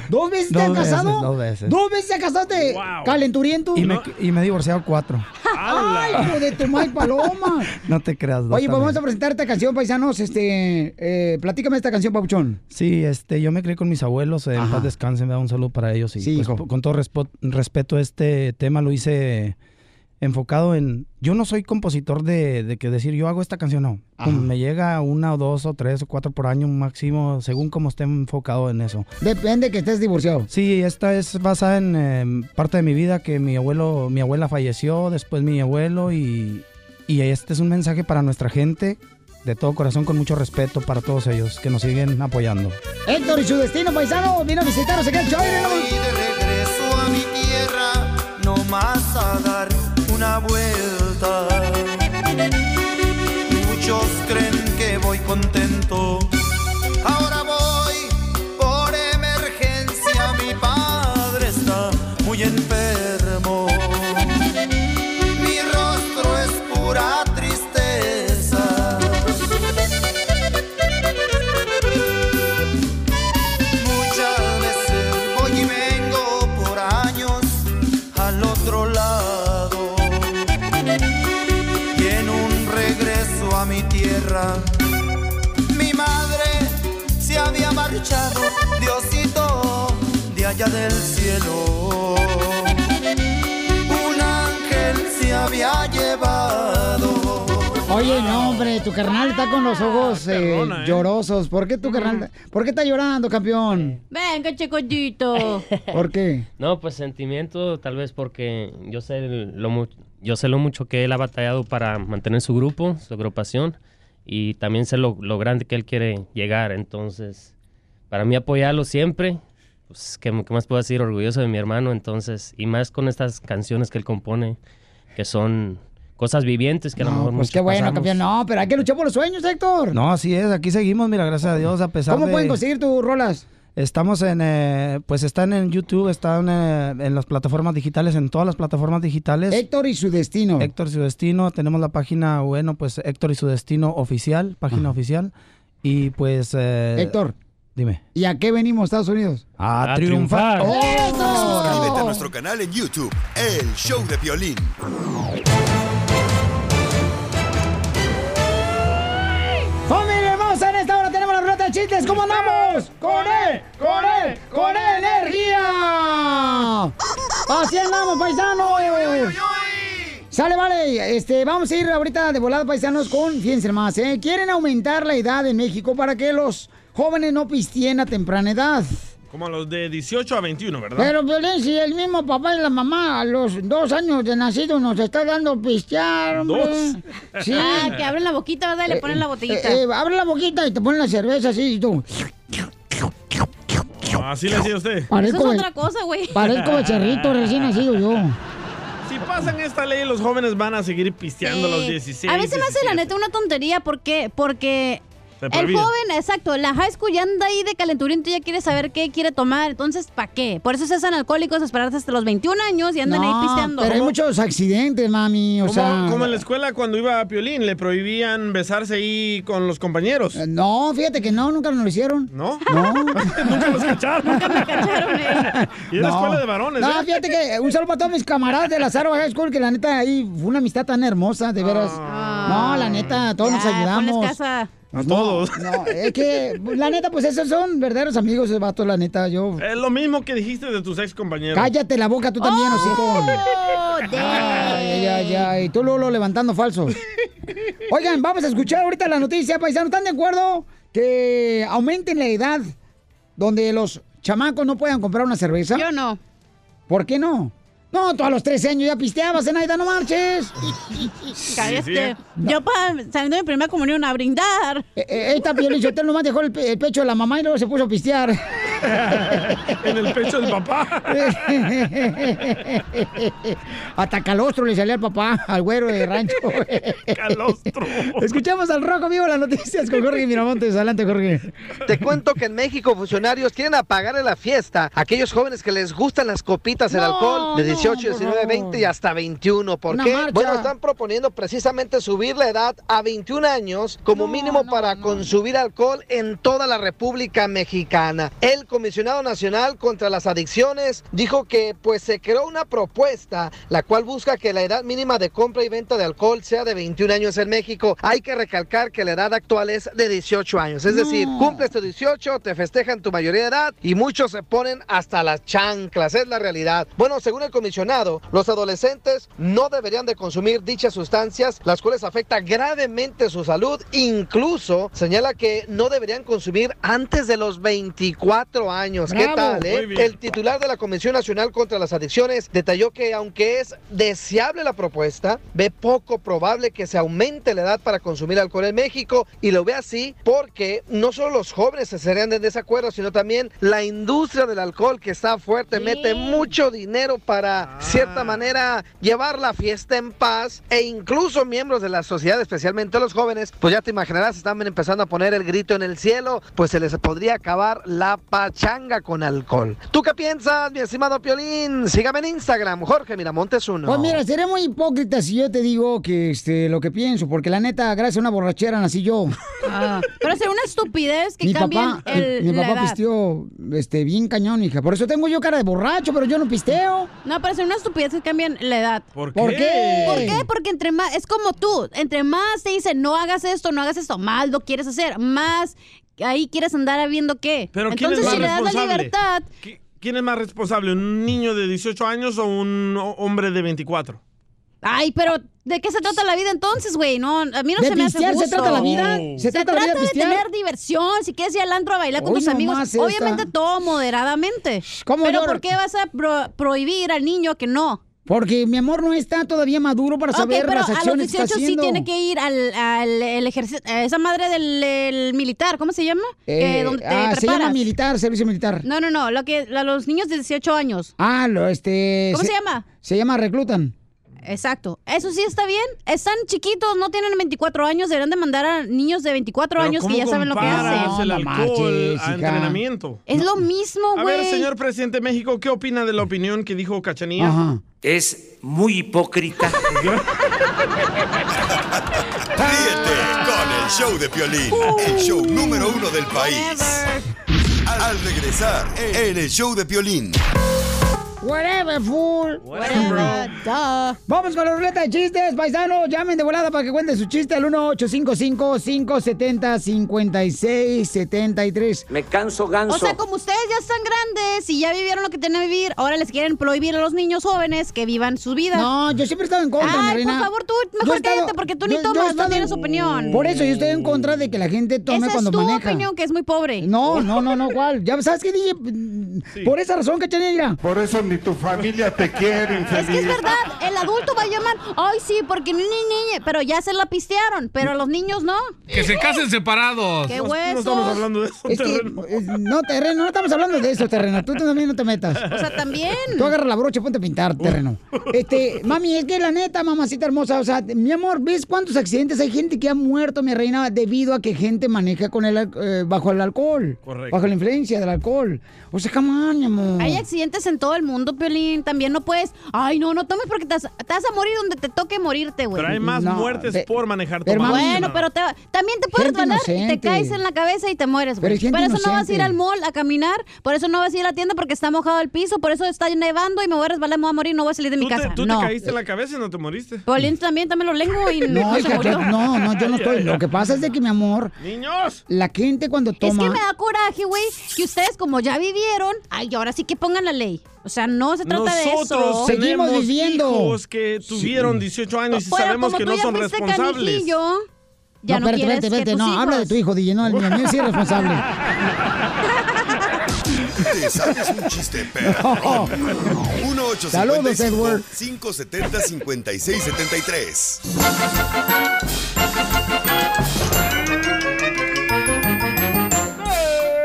Speaker 2: ¿Dos veces te has
Speaker 11: Dos veces,
Speaker 2: casado?
Speaker 11: dos veces.
Speaker 2: ¿Dos veces te casaste? ¿Calenturiento?
Speaker 11: Y me, y me he divorciado cuatro.
Speaker 2: ¡Ay, hijo de tu mal paloma!
Speaker 11: No te creas, dos
Speaker 2: Oye, pues
Speaker 11: también.
Speaker 2: vamos a presentar esta canción, paisanos. Este, eh, platícame esta canción, Papuchón.
Speaker 11: Sí, este, yo me crié con mis abuelos, en paz descansen, me da un saludo para ellos. Y
Speaker 2: Sí,
Speaker 11: pues,
Speaker 2: hijo.
Speaker 11: con todo respo- respeto, este tema lo hice enfocado en. Yo no soy compositor de, de que decir yo hago esta canción, no.
Speaker 2: Ajá.
Speaker 11: Me llega una o dos o tres o cuatro por año máximo, según como esté enfocado en eso.
Speaker 2: Depende que estés divorciado.
Speaker 11: Sí, esta es basada en eh, parte de mi vida que mi abuelo, mi abuela falleció, después mi abuelo y, y este es un mensaje para nuestra gente de todo corazón con mucho respeto para todos ellos que nos siguen apoyando.
Speaker 2: Héctor y su destino, paisano, vino a visitarnos aquí al show.
Speaker 12: regreso a mi tierra, no más a dar una vuelta. Muchos creen que voy contento, ahora voy por emergencia. Mi padre está muy enfermo, mi rostro es pura tristeza. Muchas veces voy y vengo por años al otro lado. Y en un regreso a mi tierra, mi madre se había marchado, Diosito, de allá del cielo. Un ángel se había llevado.
Speaker 2: Oye, no, hombre, tu carnal está con los ojos eh, llorosos. ¿Por qué tu carnal? ¿Por qué está llorando, campeón?
Speaker 6: Venga, chicollito.
Speaker 2: ¿Por qué?
Speaker 13: No, pues sentimiento, tal vez porque yo sé el- lo mu- yo sé lo mucho que él ha batallado para mantener su grupo, su agrupación, y también sé lo, lo grande que él quiere llegar. Entonces, para mí apoyarlo siempre, pues, ¿qué, qué más puedo decir? Orgulloso de mi hermano, entonces, y más con estas canciones que él compone, que son cosas vivientes que a lo mejor
Speaker 2: Pues
Speaker 13: muchos
Speaker 2: qué bueno,
Speaker 13: pasamos.
Speaker 2: campeón. No, pero hay que luchar por los sueños, Héctor.
Speaker 11: No, así es, aquí seguimos, mira, gracias a Dios, a pesar
Speaker 2: ¿Cómo
Speaker 11: de-
Speaker 2: pueden conseguir tus rolas?
Speaker 11: Estamos en, eh, pues están en YouTube, están eh, en las plataformas digitales, en todas las plataformas digitales.
Speaker 2: Héctor y su destino.
Speaker 11: Héctor y su destino, tenemos la página, bueno, pues Héctor y su destino oficial, página oficial. Y pues... eh,
Speaker 2: Héctor.
Speaker 11: Dime.
Speaker 2: ¿Y a qué venimos, Estados Unidos?
Speaker 11: A,
Speaker 5: triunfar. Suscríbete a
Speaker 2: ¡Eso!
Speaker 5: nuestro canal en YouTube, El Show de Violín.
Speaker 2: ¡Familia hermosa! En esta hora tenemos la ruleta de chistes. ¿Cómo andamos? ¡Con él! ¡Con él! ¡Con energía! ¡Así andamos, paisano! Sale, vale. Este, vamos a ir ahorita de volada, paisanos, con... Fíjense más, ¿eh? Quieren aumentar la edad en México para que los jóvenes no pistien a temprana edad.
Speaker 3: Como los de 18 a 21, ¿verdad?
Speaker 2: Pero, Violín, si el mismo papá y la mamá a los dos años de nacido nos está dando pistear, hombre.
Speaker 6: Dos.
Speaker 2: Sí.
Speaker 6: Ah, que abren la boquita, ¿verdad? Y le ponen la botellita.
Speaker 2: Eh, eh, abre la boquita y te ponen la cerveza así y tú.
Speaker 3: No, así le decía usted.
Speaker 2: Parezco
Speaker 6: Eso es
Speaker 2: be-
Speaker 6: otra cosa, güey.
Speaker 2: Parezco becerrito recién nacido yo.
Speaker 3: Si pasan esta ley, los jóvenes van a seguir pisteando a los 16.
Speaker 6: a veces me hace la neta una tontería, ¿por qué? Porque
Speaker 3: Te
Speaker 6: el
Speaker 3: prohíbe.
Speaker 6: joven, exacto, la high school ya anda ahí de calenturiento, ya quiere saber qué quiere tomar, entonces, ¿para qué? Por eso se hacen alcohólicos, esperarse hasta los 21 años y andan
Speaker 2: No,
Speaker 6: ahí pisteando.
Speaker 2: Pero hay muchos accidentes, mami. O
Speaker 3: Como,
Speaker 2: sea.
Speaker 3: como en la escuela cuando iba a Piolín, le prohibían besarse ahí con los compañeros.
Speaker 2: Eh, No, fíjate que no, nunca nos lo hicieron.
Speaker 3: ¿No?
Speaker 2: No.
Speaker 3: Nunca los cacharon. Nunca me cacharon, Y era escuela de varones,
Speaker 2: No,
Speaker 3: ¿eh?
Speaker 2: fíjate que un saludo para todos mis camaradas de la Zaro High School, que la neta ahí fue una amistad tan hermosa, de veras. No, la neta, todos nos ayudamos.
Speaker 6: casa.
Speaker 3: A todos.
Speaker 2: No, es que, la neta, pues esos son verdaderos amigos, esos vatos, la neta, yo.
Speaker 3: Es lo mismo que dijiste de tus ex compañeros.
Speaker 2: Cállate la boca, tú también, hocico.
Speaker 6: Oh,
Speaker 2: Ay, ay, ay. Tú, Lolo, levantando falsos. Oigan, vamos a escuchar ahorita la noticia, paisano. ¿Están de acuerdo que aumenten la edad donde los chamacos no puedan comprar una cerveza? Yo
Speaker 6: no.
Speaker 2: ¿Por qué no? No, tú a los 13 años ya pisteabas, Zenaida, no marches.
Speaker 6: Cállate. Este, Yo para saliendo de mi primera comunión a brindar.
Speaker 2: Eh, esta piel yo nomás dejó el, pe- el pecho de la mamá y luego se puso a pistear.
Speaker 3: en el pecho del papá.
Speaker 2: Hasta calostro le salía al papá, al güero de rancho.
Speaker 3: calostro.
Speaker 2: Escuchamos al Rojo Vivo las noticias con Jorge Miramontes. Adelante, Jorge.
Speaker 8: Te cuento que en México funcionarios quieren apagarle la fiesta a aquellos jóvenes que les gustan las copitas, el
Speaker 11: No,
Speaker 8: alcohol, Oh, de
Speaker 11: no,
Speaker 8: 18,
Speaker 11: por
Speaker 8: 19, 20 y hasta 21. ¿Por
Speaker 11: Una
Speaker 8: qué?
Speaker 11: marcha.
Speaker 8: Bueno, están proponiendo precisamente subir la edad a 21 años como mínimo para consumir alcohol en toda la República Mexicana. El comisionado nacional contra las adicciones dijo que pues se creó una propuesta la cual busca que la edad mínima de compra y venta de alcohol sea de 21 años en México. Hay que recalcar que la edad actual es de 18 años, es decir,
Speaker 11: No.
Speaker 8: cumples tu 18, te festejan tu mayoría de edad y muchos se ponen hasta las chanclas, es la realidad. Bueno, según el comisionado, los adolescentes no deberían de consumir dichas sustancias, las cuales afectan gravemente su salud, incluso señala que no deberían consumir antes de los 24 años. ¿Qué
Speaker 11: Bravo.
Speaker 8: tal? eh?
Speaker 11: Muy bien.
Speaker 8: El el titular de la Comisión Nacional contra las Adicciones detalló que aunque es deseable la propuesta, ve poco probable que se aumente la edad para consumir alcohol en México y lo ve así porque no solo los jóvenes se serían en desacuerdo, sino también la industria del alcohol que está fuerte, mete mucho dinero para, cierta manera, llevar la fiesta en paz e incluso miembros de la sociedad, especialmente los jóvenes, pues ya te imaginarás, están empezando a poner el grito en el cielo, pues se les podría acabar la pachanga con alcohol. ¿Tú qué piensas, mi estimado Piolín? Sígame en Instagram, Jorge Miramontes uno.
Speaker 2: Pues mira, seré muy hipócrita si yo te digo que este, lo que pienso, porque la neta, gracias a una borrachera nací yo.
Speaker 6: Ah, pero sería una estupidez que
Speaker 2: mi
Speaker 6: cambien
Speaker 2: papá,
Speaker 6: el,
Speaker 2: mi, mi
Speaker 6: la
Speaker 2: papá
Speaker 6: edad.
Speaker 2: pisteó este, bien cañón, hija. Por eso tengo yo cara de borracho, pero yo no pisteo.
Speaker 6: No, pero sería una estupidez que cambien la edad.
Speaker 2: ¿Por ¿Por qué? qué?
Speaker 6: ¿Por qué? Porque entre más, es como tú, entre más te dicen no hagas esto, no hagas esto, más lo quieres hacer, más ahí quieres andar viendo qué.
Speaker 3: Pero ¿quién
Speaker 6: Entonces
Speaker 3: es más
Speaker 6: si le das la
Speaker 3: responsable?
Speaker 6: libertad,
Speaker 3: ¿Quién es más responsable, un niño de 18 años o un ho- hombre de 24?
Speaker 6: ay, pero ¿de qué se trata la vida entonces, güey? No, a mí no
Speaker 3: ¿De
Speaker 6: se me hace
Speaker 3: pistear se
Speaker 6: justo.
Speaker 3: trata la vida? ¿Se
Speaker 6: Se,
Speaker 2: trata
Speaker 6: trata,
Speaker 2: la vida de
Speaker 6: de
Speaker 2: pistear?
Speaker 6: tener diversión, si quieres ir al antro a bailar con
Speaker 2: Hoy
Speaker 6: tus amigos,
Speaker 2: nomás esta.
Speaker 6: obviamente todo moderadamente. pero
Speaker 2: llora?
Speaker 6: ¿por qué vas a pro- prohibir al niño que no?
Speaker 2: Porque mi amor no está todavía maduro para
Speaker 6: Ok,
Speaker 2: saber
Speaker 6: pero
Speaker 2: las
Speaker 6: a los
Speaker 2: acciones que
Speaker 6: 18
Speaker 2: está
Speaker 6: sí
Speaker 2: haciendo.
Speaker 6: tiene que ir al, al- el ejerci- a esa madre del el militar, ¿cómo se llama? Que
Speaker 2: Eh,
Speaker 6: donde te
Speaker 2: ah, se llama
Speaker 6: preparas.
Speaker 2: militar, servicio militar.
Speaker 6: No, no, no, lo que a los niños de 18 años.
Speaker 2: Ah, lo, este...
Speaker 6: ¿Cómo se llama?
Speaker 2: Se llama reclutan.
Speaker 6: Exacto. Eso sí está bien. Están chiquitos, no tienen 24 años, deberían de mandar a niños de 24
Speaker 3: Pero
Speaker 6: años que
Speaker 3: ¿cómo
Speaker 6: ya saben lo que
Speaker 3: comparas
Speaker 6: hacen.
Speaker 3: el
Speaker 2: no
Speaker 3: alcohol
Speaker 2: marches,
Speaker 3: a
Speaker 2: hija.
Speaker 3: entrenamiento?
Speaker 6: Es lo mismo,
Speaker 3: A
Speaker 6: güey.
Speaker 3: ver, señor presidente de México, ¿qué opina de la opinión que dijo Cachanilla?
Speaker 2: Ajá.
Speaker 14: Es muy hipócrita.
Speaker 5: Ríete con el show de Piolín, el show número uno del país. Al- Al regresar en el show de Piolín,
Speaker 2: Whatever, fool.
Speaker 5: Whatever, bro.
Speaker 2: Duh. Vamos con la ruleta de chistes, paisanos. Llamen de volada para que cuenten su chiste al 1-855-570-5673.
Speaker 14: Me canso ganso.
Speaker 6: O sea, como ustedes ya están grandes y ya vivieron lo que tenían que vivir, ahora les quieren prohibir a los niños jóvenes que vivan su vida.
Speaker 2: No, yo siempre he estado en contra, mi
Speaker 6: Ay,
Speaker 2: reina.
Speaker 6: por favor, tú
Speaker 2: Yo he
Speaker 6: mejor
Speaker 2: estado-
Speaker 6: cállate porque tú
Speaker 2: yo-
Speaker 6: ni
Speaker 2: yo he
Speaker 6: tomas, no
Speaker 2: estado
Speaker 6: tienes
Speaker 2: en-
Speaker 6: opinión.
Speaker 2: Por eso yo estoy en contra de que la gente tome
Speaker 6: Esa
Speaker 2: cuando
Speaker 6: es tu
Speaker 2: maneja.
Speaker 6: opinión, que es muy pobre.
Speaker 2: No, no, no, no, ¿cuál? Ya sabes qué dije. Por esa razón, Cachanilla.
Speaker 12: Por eso ni tu familia te quiere,
Speaker 6: Es
Speaker 12: infeliz.
Speaker 6: que es verdad, el adulto va a llamar, ay sí, porque ni niña, pero ya se la pistearon, pero a los niños no.
Speaker 15: Que se casen separados.
Speaker 6: Qué No- no huesos. estamos hablando
Speaker 3: de eso,
Speaker 2: Es que, es- no, terreno, no estamos hablando de eso, terreno. Tú también no te metas.
Speaker 6: O sea, también.
Speaker 2: Tú agarra la brocha y ponte a pintar, terreno. Este, mami, es que la neta, mamacita hermosa, o sea, mi amor, ¿ves cuántos accidentes? Hay gente que ha muerto, mi reina, debido a que gente maneja con el, al- eh, bajo el alcohol.
Speaker 6: Correcto.
Speaker 2: Bajo la influencia del alcohol. O sea, come on, mi amor.
Speaker 6: Hay accidentes en todo el mundo, Piolín. También no puedes. Ay, no, no tomes porque te vas, te vas a morir donde te toque morirte, güey.
Speaker 3: Pero hay más
Speaker 6: No,
Speaker 3: muertes
Speaker 6: pe-
Speaker 3: por manejar
Speaker 6: pero
Speaker 3: tomado.
Speaker 6: bueno, pero te- también te puedes
Speaker 3: Gente
Speaker 6: resbalar y te
Speaker 3: inocente.
Speaker 6: caes en la cabeza y te mueres,
Speaker 3: Pero
Speaker 6: güey.
Speaker 3: es gente
Speaker 6: Por eso no vas a ir
Speaker 3: inocente.
Speaker 6: al mall a caminar, por eso no vas a ir a la tienda porque está mojado el piso, por eso está nevando y me voy a resbalar, me voy a morir, no voy a salir de mi
Speaker 3: Tú,
Speaker 6: casa.
Speaker 3: te, tú
Speaker 6: no.
Speaker 3: te caíste en la cabeza y no te moriste.
Speaker 6: Piolín también, también lo lengo y
Speaker 2: No,
Speaker 6: se
Speaker 2: hija,
Speaker 6: murió.
Speaker 2: yo- no, no, yo no estoy. Lo que pasa es de que, mi amor,
Speaker 3: ¡Niños!
Speaker 2: la gente cuando toma.
Speaker 6: Es que me da coraje, güey, que ustedes como ya vivieron, ay, ahora sí que pongan la ley. O sea, no se trata de eso.
Speaker 3: Nosotros tenemos hijos que tuvieron 18 años y
Speaker 6: Pero
Speaker 3: sabemos
Speaker 6: como
Speaker 3: que
Speaker 6: tú
Speaker 3: no
Speaker 6: ya
Speaker 3: son
Speaker 6: fuiste
Speaker 3: responsables.
Speaker 6: canijillo, ya no,
Speaker 2: espérate,
Speaker 6: quieres
Speaker 2: espérate,
Speaker 6: que
Speaker 2: espérate.
Speaker 6: tus
Speaker 2: No, habla de
Speaker 6: hijos-
Speaker 2: tu hijo, DJ. No, el mío sí es responsable.
Speaker 5: ¿Te sabes un chiste perro? 1 570 5673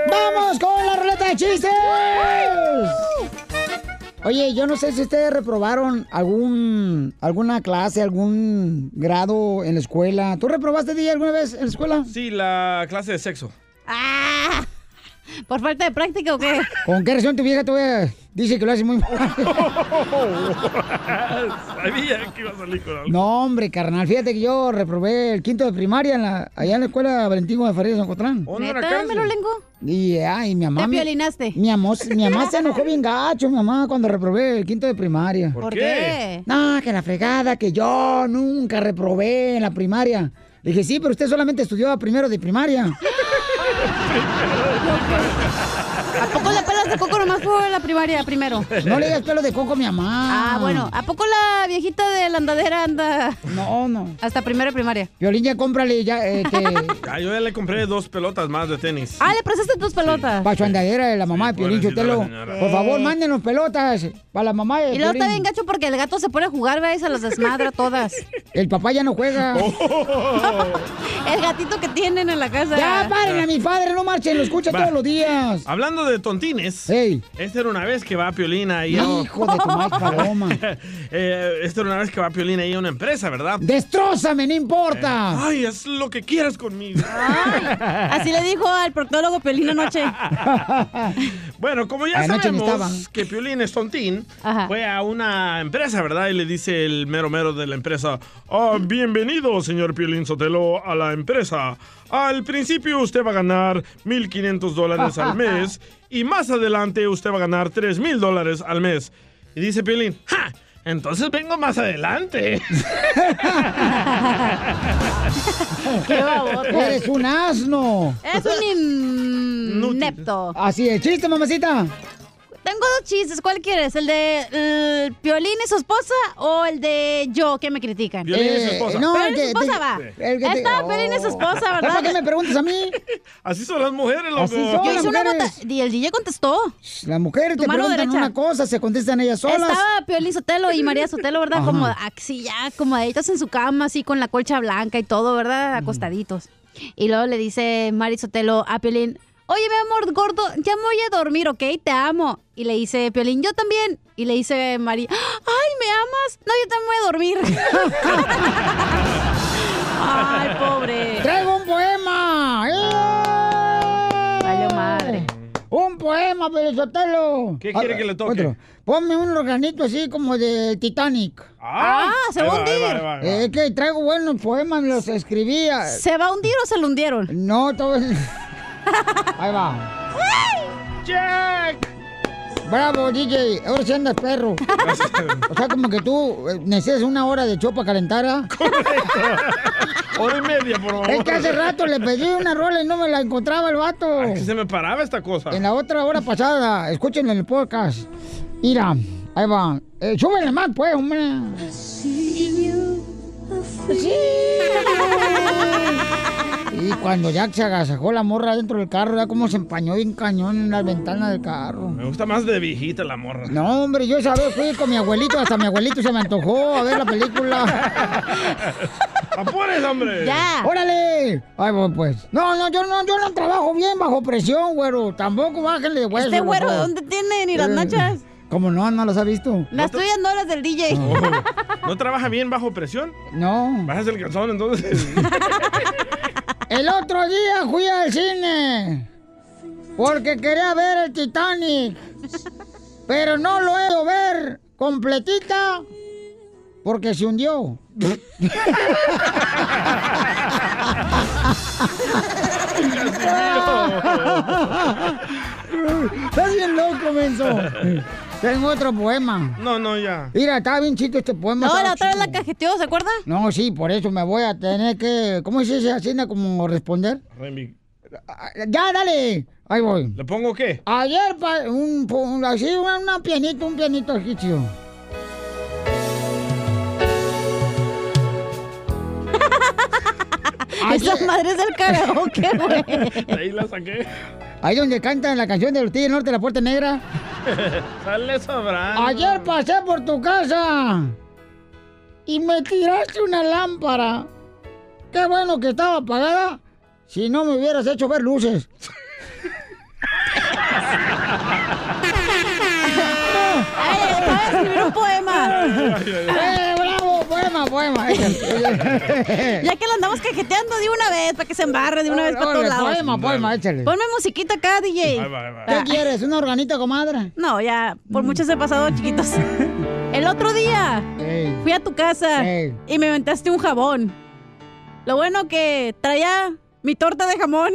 Speaker 2: ¡Vamos con la ruleta de chistes! Oye, yo no sé si ustedes reprobaron algún alguna clase, algún grado en la escuela. ¿Tú reprobaste DJ alguna vez en la escuela?
Speaker 3: Sí, la clase de sexo.
Speaker 6: ¿Por falta de práctica o qué?
Speaker 2: ¿Con qué razón tu vieja todavía dice que lo hace muy mal?
Speaker 3: Sabía que iba a salir con algo.
Speaker 2: No, hombre, carnal, fíjate que yo reprobé el quinto de primaria en la- allá en la escuela Valentín de Farías de Cotrán.
Speaker 6: ¿Neta me lo lengo?
Speaker 2: Y ay, mi mamá.
Speaker 6: Te
Speaker 2: me-
Speaker 6: violinaste.
Speaker 2: Mi, mamá, mi mamá se enojó bien gacho, mi mamá, cuando reprobé el quinto de primaria.
Speaker 6: ¿Por ¿Por qué? qué?
Speaker 2: No, que la fregada, que yo nunca reprobé en la primaria. Le dije, sí, pero usted solamente estudió a primero de primaria.
Speaker 6: ¿A poco la pelas de coco nomás fue la primaria primero?
Speaker 2: No le digas pelo de coco a mi mamá.
Speaker 6: Ah, bueno. ¿A poco la viejita de la andadera anda?
Speaker 2: No, no.
Speaker 6: Hasta primera primaria.
Speaker 2: Violín, ya cómprale ya, eh, que...
Speaker 3: Ah, yo ya le compré dos pelotas más de tenis.
Speaker 6: Ah, le prestaste tus pelotas.
Speaker 2: Para su andadera de la mamá de Piolín
Speaker 3: pobrecita
Speaker 2: Chotelo.
Speaker 3: la señora.
Speaker 2: Por favor,
Speaker 6: Sí.
Speaker 2: mándenos pelotas para la mamá de
Speaker 6: Y luego está
Speaker 2: Piolín.
Speaker 6: bien gacho porque el gato se pone a jugar, ¿verdad? Y se las desmadra todas.
Speaker 2: El papá ya no juega.
Speaker 3: Oh.
Speaker 6: el gatito que tienen en la casa.
Speaker 2: Ya, paren a mi padre, no marchen, lo escucha
Speaker 3: Va.
Speaker 2: todos los días.
Speaker 3: Hablando de tontines, esta era una vez que va Piolina y
Speaker 2: Hijo de tu madre, paloma.
Speaker 3: Eh, esta era una vez que va Piolina y a una empresa, ¿verdad? Eh,
Speaker 2: Destrózame, no importa.
Speaker 3: Ay, es lo que quieras conmigo.
Speaker 6: Así le dijo al proctólogo Piolín anoche.
Speaker 3: Bueno, como ya
Speaker 6: Anoche no
Speaker 3: sabemos
Speaker 6: estaba.
Speaker 3: que Piolín es tontín, fue a una empresa, ¿verdad? Y le dice el mero mero de la empresa, "Ah, bienvenido, señor Piolín Sotelo, a la empresa. Al principio usted va a ganar 1.500 dólares al mes y más adelante usted va a ganar 3.000 dólares al mes. Y dice Piolín, ¡ja! Entonces vengo más adelante.
Speaker 6: Qué baboso.
Speaker 2: Eres un asno.
Speaker 6: Es un inepto.
Speaker 2: Así es, chiste, mamacita.
Speaker 6: Tengo dos chistes, ¿cuál quieres? ¿El de eh, Piolín y su esposa o el de yo que me critican?
Speaker 3: Piolín y su Eh, esposa. no, el
Speaker 6: Piolín y su
Speaker 3: que-
Speaker 6: esposa
Speaker 3: te-
Speaker 6: va.
Speaker 3: el que te-
Speaker 6: Está Piolín y su esposa, ¿verdad?
Speaker 2: Oh. ¿Para qué me preguntas a mí?
Speaker 3: Así son las mujeres, loco.
Speaker 2: Así son
Speaker 6: Yo
Speaker 2: las
Speaker 6: hice una nota
Speaker 2: mujeres.
Speaker 6: y el DJ contestó.
Speaker 2: Las mujeres
Speaker 6: Tu
Speaker 2: te
Speaker 6: mano
Speaker 2: preguntan
Speaker 6: derecha.
Speaker 2: una cosa, se contestan ellas solas.
Speaker 6: Estaba Piolín Sotelo y María Sotelo, ¿verdad?
Speaker 2: Ajá.
Speaker 6: Como así ya, acomodaditos en su cama, así con la colcha blanca y todo, ¿verdad?
Speaker 2: Mm.
Speaker 6: Acostaditos. Y luego le dice María Sotelo a Piolín, oye, mi amor gordo, ya me voy a dormir, ¿ok? Te amo. Y le dice Piolín, yo también. Y le dice María, ay, ¿me amas? No, yo también voy a dormir. ay, pobre.
Speaker 2: Traigo un poema. Vale
Speaker 6: Ah. madre.
Speaker 2: Un poema, Pelizotelo.
Speaker 3: ¿Qué quiere que le toque?
Speaker 2: Ponme un organito así como de Titanic.
Speaker 3: Ah, Ah, se va a ahí va, hundir. ahí va, ahí va.
Speaker 2: Es que traigo buenos poemas, los escribía.
Speaker 6: ¿Se va a hundir o se lo hundieron?
Speaker 2: No, todo es- Ahí va.
Speaker 3: ¡Jack!
Speaker 2: Bravo, DJ. Ahora sí andas perro. O sea, como que tú eh, necesitas una hora de chopa calentar. ¿ah?
Speaker 3: Hora y media, por favor.
Speaker 2: Es que hace rato le pedí una rola y no me la encontraba el vato.
Speaker 3: Que se me paraba esta cosa.
Speaker 2: En la otra hora pasada, escuchen el podcast. Mira, ahí va. Eh, súbele más, pues, hombre. Sí. Y cuando Jack se agasajó la morra dentro del carro, ya como se empañó bien cañón en la ventana del carro.
Speaker 3: Me gusta más de viejita la morra.
Speaker 2: No, hombre, yo esa vez fui con mi abuelito, hasta mi abuelito se me antojó a ver la película.
Speaker 3: ¡Apures, hombre!
Speaker 2: ¡Órale! Ay, bueno, pues. No, no, yo no, yo no trabajo bien bajo presión, güero. Tampoco bájenle de hueso.
Speaker 6: Este güero,
Speaker 2: por favor.
Speaker 6: ¿dónde tiene ni las
Speaker 2: Eh,
Speaker 6: nachas?
Speaker 2: ¿Cómo no? ¿No las ha visto?
Speaker 6: Las tuyas no las del DJ.
Speaker 3: ¿No trabaja bien bajo presión?
Speaker 2: No.
Speaker 3: ¿Bajas el calzón entonces?
Speaker 2: El otro día fui al cine porque quería ver el Titanic, pero no lo he ido a ver completita porque se hundió. Estás bien loco, menso. Tengo otro poema.
Speaker 3: No, no, ya.
Speaker 2: Mira, está bien chico este poema.
Speaker 6: No,
Speaker 2: estaba
Speaker 6: la otra vez
Speaker 2: chido.
Speaker 6: la cajeteó, ¿se acuerda?
Speaker 2: No, sí, por eso me voy a tener que... ¿Cómo se dice así? ¿no? ¿Como responder?
Speaker 3: Remy,
Speaker 2: Ya, dale. Ahí voy.
Speaker 3: ¿Le pongo qué?
Speaker 2: Ayer, pa- un, po- un- así, una, una pianito, un pianito egipcio.
Speaker 6: Esa madre es del karaoke, güey.
Speaker 3: De ahí la saqué.
Speaker 2: Ahí donde cantan la canción de Ortiz del Norte, La Puerta Negra.
Speaker 3: Sale sobrando.
Speaker 2: Ayer pasé por tu casa y me tiraste una lámpara. Qué bueno que estaba apagada. Si no me hubieras hecho ver luces.
Speaker 6: Ay, escribir un poema.
Speaker 2: ¡Eh, bravo! Poema, poema.
Speaker 6: Ya que lo andamos cajeteando de una vez para que se embarre de una vez para
Speaker 2: Órale,
Speaker 6: todos lados.
Speaker 2: poema, poema, échale.
Speaker 6: Ponme musiquita acá, DJ.
Speaker 2: Ahí va, ahí va. ¿Qué quieres? ¿Una organita, comadre?
Speaker 6: No, ya, por muchas he pasado, chiquitos. El otro día fui a tu casa y me aventaste un jabón. Lo bueno que traía mi torta de jamón.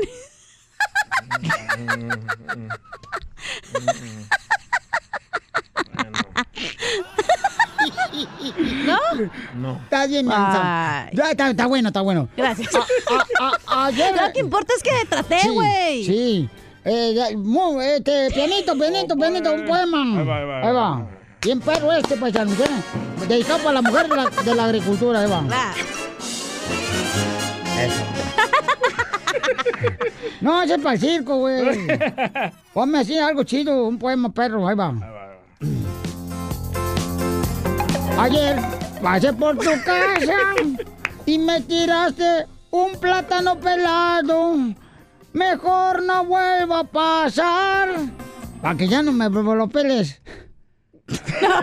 Speaker 2: ¿No?
Speaker 3: No.
Speaker 2: Está bien, mensa. Ya, Está, está bueno, está bueno.
Speaker 6: Gracias.
Speaker 2: ah, Lo que
Speaker 6: importa es que traté,
Speaker 2: güey. Sí. Eh, ya, mu- este, pianito, pianito, pianito, un poema. Ahí va, ahí va. Bien perro este, paisano. ¿sí? Dedicado para la mujer de la, de la agricultura, ahí va. No, ese es para el circo, güey. Ponme así algo chido, un poema perro, ahí va. Ayer pasé por tu casa y me tiraste un plátano pelado. Mejor no vuelva a pasar. Para que ya no me lo peles.
Speaker 6: ¡Pepito!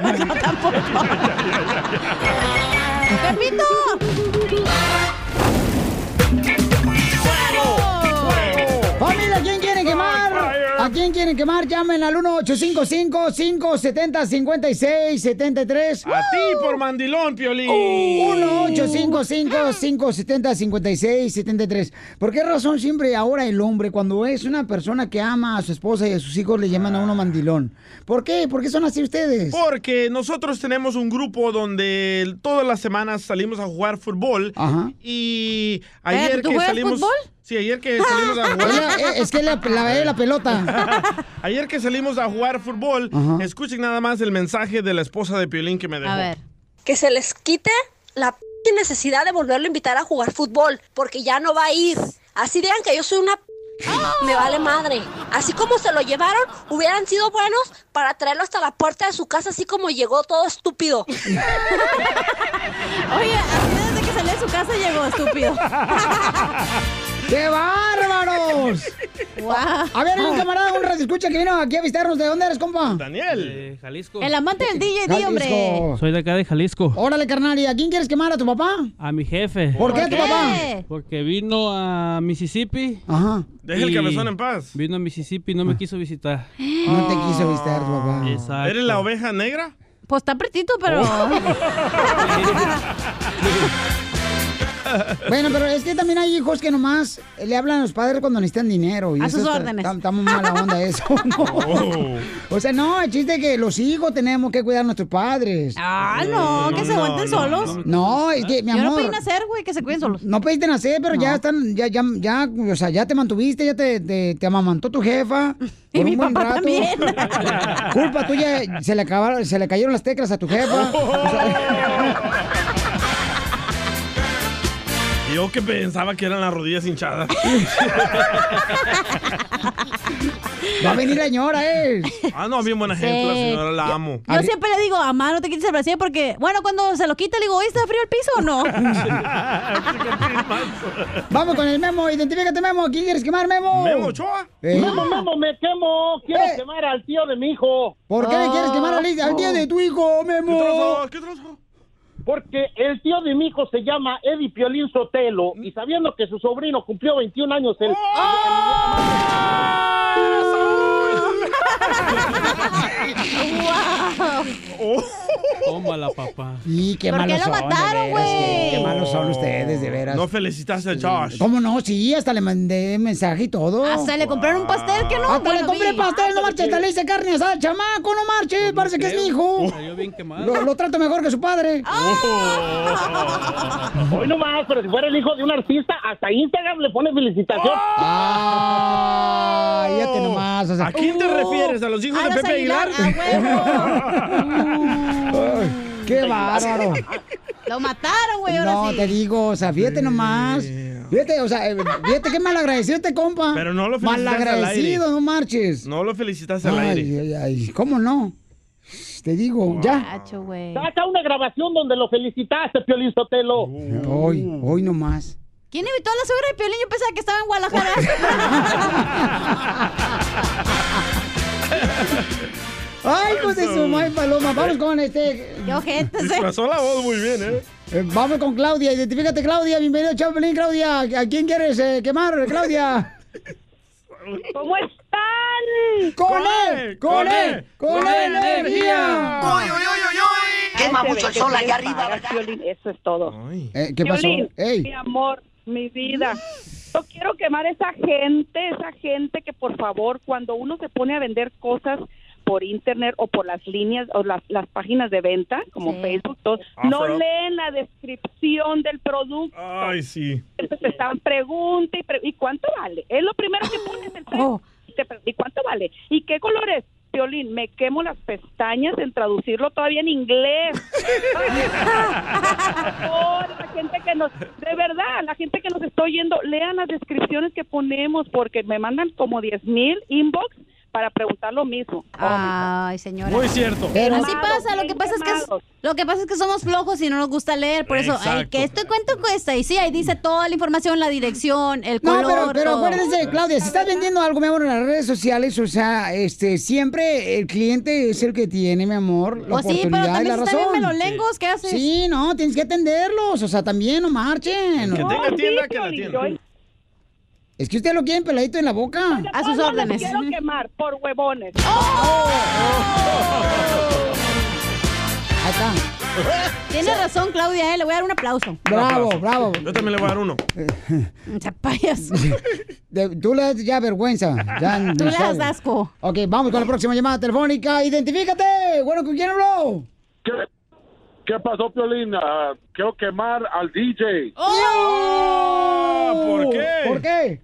Speaker 2: Familia, ¿quién quiere quemar? ¿A quién quieren quemar? Llamen al 1-855-570-5673.
Speaker 3: A ti por mandilón, Piolín.
Speaker 2: 1-855-570-5673. ¿Por qué razón siempre ahora el hombre, cuando es una persona que ama a su esposa y a sus hijos, le llaman a uno mandilón? ¿Por qué? ¿Por qué son así ustedes?
Speaker 3: Porque nosotros tenemos un grupo donde todas las semanas salimos a jugar fútbol. Y ayer
Speaker 2: Eh, ¿tú
Speaker 3: que
Speaker 2: juegas
Speaker 3: salimos.
Speaker 2: fútbol?
Speaker 3: Sí, ayer que salimos a
Speaker 2: Es,
Speaker 3: jugar.
Speaker 2: la- es que la, la, la pelota.
Speaker 3: Ayer que salimos a jugar fútbol, escuchen nada más el mensaje de la esposa de Piolín que me dejó.
Speaker 16: Que se les quite la p- necesidad de volverlo a invitar a jugar fútbol, porque ya no va a ir. Así digan que yo soy una p- me vale madre. Así como se lo llevaron, hubieran sido buenos para traerlo hasta la puerta de su casa, así como llegó todo estúpido.
Speaker 6: Oye, así desde que salió de su casa llegó, estúpido.
Speaker 2: ¡Qué bárbaros! A ver, hay un camarada, un radio escucha que vino aquí a visitarnos. ¿De dónde eres, compa?
Speaker 3: Daniel.
Speaker 17: Jalisco.
Speaker 2: El amante del DJ,
Speaker 17: di,
Speaker 2: hombre.
Speaker 17: Soy de acá de Jalisco.
Speaker 2: Órale, carnal, ¿y a quién quieres quemar? ¿A tu papá?
Speaker 17: A mi jefe.
Speaker 2: ¿Por qué a tu ¿Por qué?
Speaker 17: Porque vino a Mississippi.
Speaker 2: Ajá. Ah.
Speaker 3: Deja el
Speaker 17: y
Speaker 3: cabezón en paz.
Speaker 17: Vino a Mississippi y no me quiso visitar.
Speaker 2: No te quiso visitar, papá.
Speaker 17: Exacto.
Speaker 3: ¿Eres la oveja negra?
Speaker 6: Pues está pretito, pero.
Speaker 2: Oh. Bueno, pero es que también hay hijos que nomás le hablan a los padres cuando necesitan dinero. Y
Speaker 6: A
Speaker 2: eso
Speaker 6: sus
Speaker 2: está-
Speaker 6: órdenes. Oh.
Speaker 2: está- está muy mala onda eso. ¿no? O sea, no, el chiste es que los hijos tenemos que cuidar a nuestros padres.
Speaker 6: Ah, no, que se aguanten solos.
Speaker 2: No, es que, mi
Speaker 6: Yo no
Speaker 2: amor.
Speaker 6: pedí nacer, güey, que se cuiden solos.
Speaker 2: No pediste nacer, pero ya están, ya, ya, ya, o sea, ya te mantuviste, ya te, te, te amamantó tu jefa.
Speaker 6: Y
Speaker 2: por
Speaker 6: mi
Speaker 2: un buen
Speaker 6: papá también.
Speaker 2: Culpa tuya, se le acabaron, se le cayeron las teclas a tu jefa. O sea,
Speaker 3: Yo que pensaba que eran las rodillas hinchadas.
Speaker 2: va a venir la señora, eh.
Speaker 3: Ah, no, bien buena
Speaker 6: Sí.
Speaker 3: gente, la señora, la amo.
Speaker 6: Yo siempre le digo, mamá, no te quites el brasier porque, bueno, cuando se lo quita, le digo, "Oye, ¿está frío el piso o no?
Speaker 2: Vamos con el Memo, identifícate Memo, ¿quién quieres quemar Memo?
Speaker 18: Memo
Speaker 3: Ochoa.
Speaker 18: Memo, Memo, me quemo. Quiero
Speaker 2: Ah. Eh.
Speaker 18: quemar al tío de mi hijo. Ah.
Speaker 2: ¿Por qué le quieres quemar al, al día de tu hijo, Memo?
Speaker 3: ¿Qué trozo?
Speaker 18: Porque el tío de mi hijo se llama Eddie Piolín Sotelo y sabiendo que su sobrino cumplió 21 años el... ¡Ah!
Speaker 17: Tómala, papá.
Speaker 2: Y qué malos son, de veras, qué- Qué malos son ustedes, de veras.
Speaker 3: No felicitaste a Josh.
Speaker 2: ¿Cómo no? Sí, hasta le mandé mensaje y todo.
Speaker 6: Hasta le compraron un pastel, que no?
Speaker 2: Hasta
Speaker 6: Bueno, Ah,
Speaker 2: le compré
Speaker 6: vi.
Speaker 2: pastel, no marches, hasta le hice carne asada, al chamaco, no marches, parece que es mi hijo.
Speaker 17: Salió bien quemado.
Speaker 2: Lo, lo trato mejor que su padre.
Speaker 18: Oh, Hoy nomás, pero si fuera el hijo de un artista, hasta Instagram le pone felicitación.
Speaker 12: ¡Oh!
Speaker 2: Ah, ya te nomás. o sea- Uh.
Speaker 18: ¿A quién te refieres? ¿A los hijos A de los Pepe Aguilar?
Speaker 2: Ay, ¡Qué bárbaro!
Speaker 6: Lo mataron, güey, ahora
Speaker 2: No,
Speaker 6: sí.
Speaker 2: te digo, o sea, fíjate nomás. Fíjate, o sea, eh, fíjate qué malagradecido este compa.
Speaker 3: Pero no lo felicitaste al aire.
Speaker 2: Malagradecido, no marches.
Speaker 3: No lo felicitaste al aire.
Speaker 2: Ay, ay, ay, ¿cómo no? Te digo, ya.
Speaker 19: Saca una grabación donde lo felicitaste, Piolín Sotelo.
Speaker 2: Uh. Hoy, hoy nomás.
Speaker 6: ¿Quién invitó a la suegra de Piolín? Yo pensaba que estaba en Guadalajara.
Speaker 2: Ay, pues de su madre, paloma. Vamos con este.
Speaker 6: Qué ojetes, eh.
Speaker 3: Disfrazó la voz muy bien, ¿eh?
Speaker 2: Eh, Vamos con Claudia, identifícate Claudia, bienvenido a Chapelín, Claudia. ¿A quién quieres eh, quemar, Claudia?
Speaker 20: ¿Cómo están?
Speaker 2: ¡Con él! ¡Con él! ¡Con él, energía!
Speaker 20: ¡Oy, oy, oy, oy, oy!
Speaker 2: Quema
Speaker 20: Ay, se
Speaker 2: mucho el
Speaker 20: ve Este que
Speaker 2: sol
Speaker 20: tú
Speaker 2: allá
Speaker 20: eres
Speaker 2: arriba,
Speaker 20: vaga,
Speaker 2: ¿verdad?
Speaker 20: Piolín, Eso es todo.
Speaker 2: Eh, ¿Qué pasó?
Speaker 20: Piolín,
Speaker 2: Ey.
Speaker 20: Mi amor, mi vida. Yo quiero quemar esa gente, esa gente que por favor, cuando uno se pone a vender cosas por internet o por las líneas o las, las páginas de venta como
Speaker 3: Sí.
Speaker 20: Facebook, todo,
Speaker 3: Ah,
Speaker 20: no
Speaker 3: pero-
Speaker 20: leen la descripción del producto.
Speaker 3: Ay, sí.
Speaker 20: Entonces te están pregunta y, pre- ¿y cuánto vale? Es lo primero que pones el precio. Y te pre- ¿Y cuánto vale? ¿Y qué color es? Violín, me quemo las pestañas en traducirlo todavía en inglés. Ay, por favor, la gente que nos, de verdad, la gente que nos está oyendo, lean las descripciones que ponemos porque me mandan como 10 mil inbox para preguntar lo mismo.
Speaker 6: Ay, señora.
Speaker 20: Muy cierto.
Speaker 6: Así
Speaker 20: Quemados,
Speaker 6: pasa, lo que pasa es que es- lo que pasa es que somos flojos y no nos gusta leer, por eso, ay,
Speaker 2: Exacto.
Speaker 6: que esto cuánto cuesta y sí, ahí dice toda la información, la dirección, el
Speaker 2: No,
Speaker 6: color.
Speaker 2: pero, pero
Speaker 6: todo.
Speaker 2: acuérdense, Claudia, si estás vendiendo algo, mi amor, en las redes sociales, o sea, este, siempre el cliente es el que tiene, mi amor, la
Speaker 6: Pues sí, pero
Speaker 2: oportunidad y
Speaker 6: también
Speaker 2: la
Speaker 6: si están
Speaker 2: razón.
Speaker 6: bien melolengos, ¿qué haces?
Speaker 2: Sí, no, tienes que atenderlos, o sea, también no marchen.
Speaker 6: que tenga
Speaker 20: No, tienda, sí, que la Piolín, tienda. yo-
Speaker 2: Es que ustedes lo quieren peladito en la boca.
Speaker 20: A sus órdenes. Oh. quiero quemar por huevones.
Speaker 2: Ahí está.
Speaker 6: Tiene razón, Claudia, eh, le voy a dar un aplauso.
Speaker 2: Bravo, bravo.
Speaker 3: Yo también le voy a dar uno.
Speaker 6: Chapayas.
Speaker 2: De- tú le das ya vergüenza. ya
Speaker 6: Tú
Speaker 2: no
Speaker 6: le
Speaker 2: sabe.
Speaker 6: das asco.
Speaker 2: Ok, vamos con la próxima llamada telefónica. Identifícate. Bueno, ¿con quién habló?
Speaker 21: ¿Qué pasó, Piolín? Ah, quiero quemar al
Speaker 2: ¿Por
Speaker 21: DJ. qué?
Speaker 2: ¡Oh! ¿Por qué?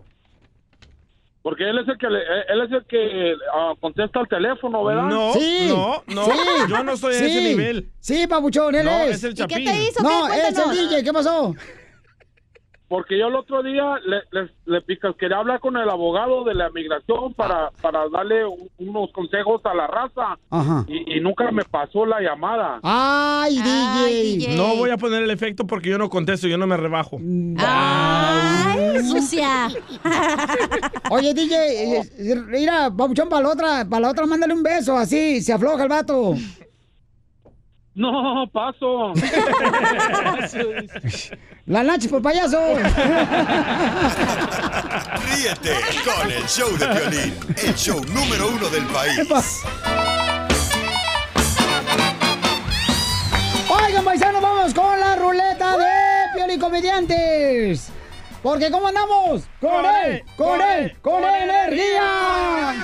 Speaker 21: Porque él es el que, le- eh, él es el que ah, contesta el teléfono, ¿verdad?
Speaker 2: Sí, sí, sí, Sí, papuchón, él
Speaker 21: No,
Speaker 2: es.
Speaker 21: es el ¿Y qué te Chapín. hizo?
Speaker 2: No,
Speaker 21: ¿Qué?
Speaker 2: es el
Speaker 21: Cuéntanos.
Speaker 2: DJ. ¿Qué pasó?
Speaker 21: Porque yo el otro día le, le, le pica- quería hablar con el abogado de la migración para, para darle un- unos consejos a la raza.
Speaker 2: Ajá.
Speaker 21: Y, y nunca me pasó la llamada.
Speaker 2: Ay, DJ.
Speaker 3: No voy a poner el efecto porque yo no contesto, yo no me rebajo.
Speaker 2: Ah,
Speaker 6: Ay, sucia.
Speaker 2: Oye, DJ, eh, eh, mira, papuchón, para la otra, para la otra, mándale un beso, así, se afloja el vato.
Speaker 21: No, paso.
Speaker 2: La noche por payaso.
Speaker 5: Ríete con el show de Piolín, el show número uno del país.
Speaker 2: Oigan, paisanos, vamos con la ruleta de Pioli Comediantes. Porque ¿cómo andamos? Con él, con él, con energía.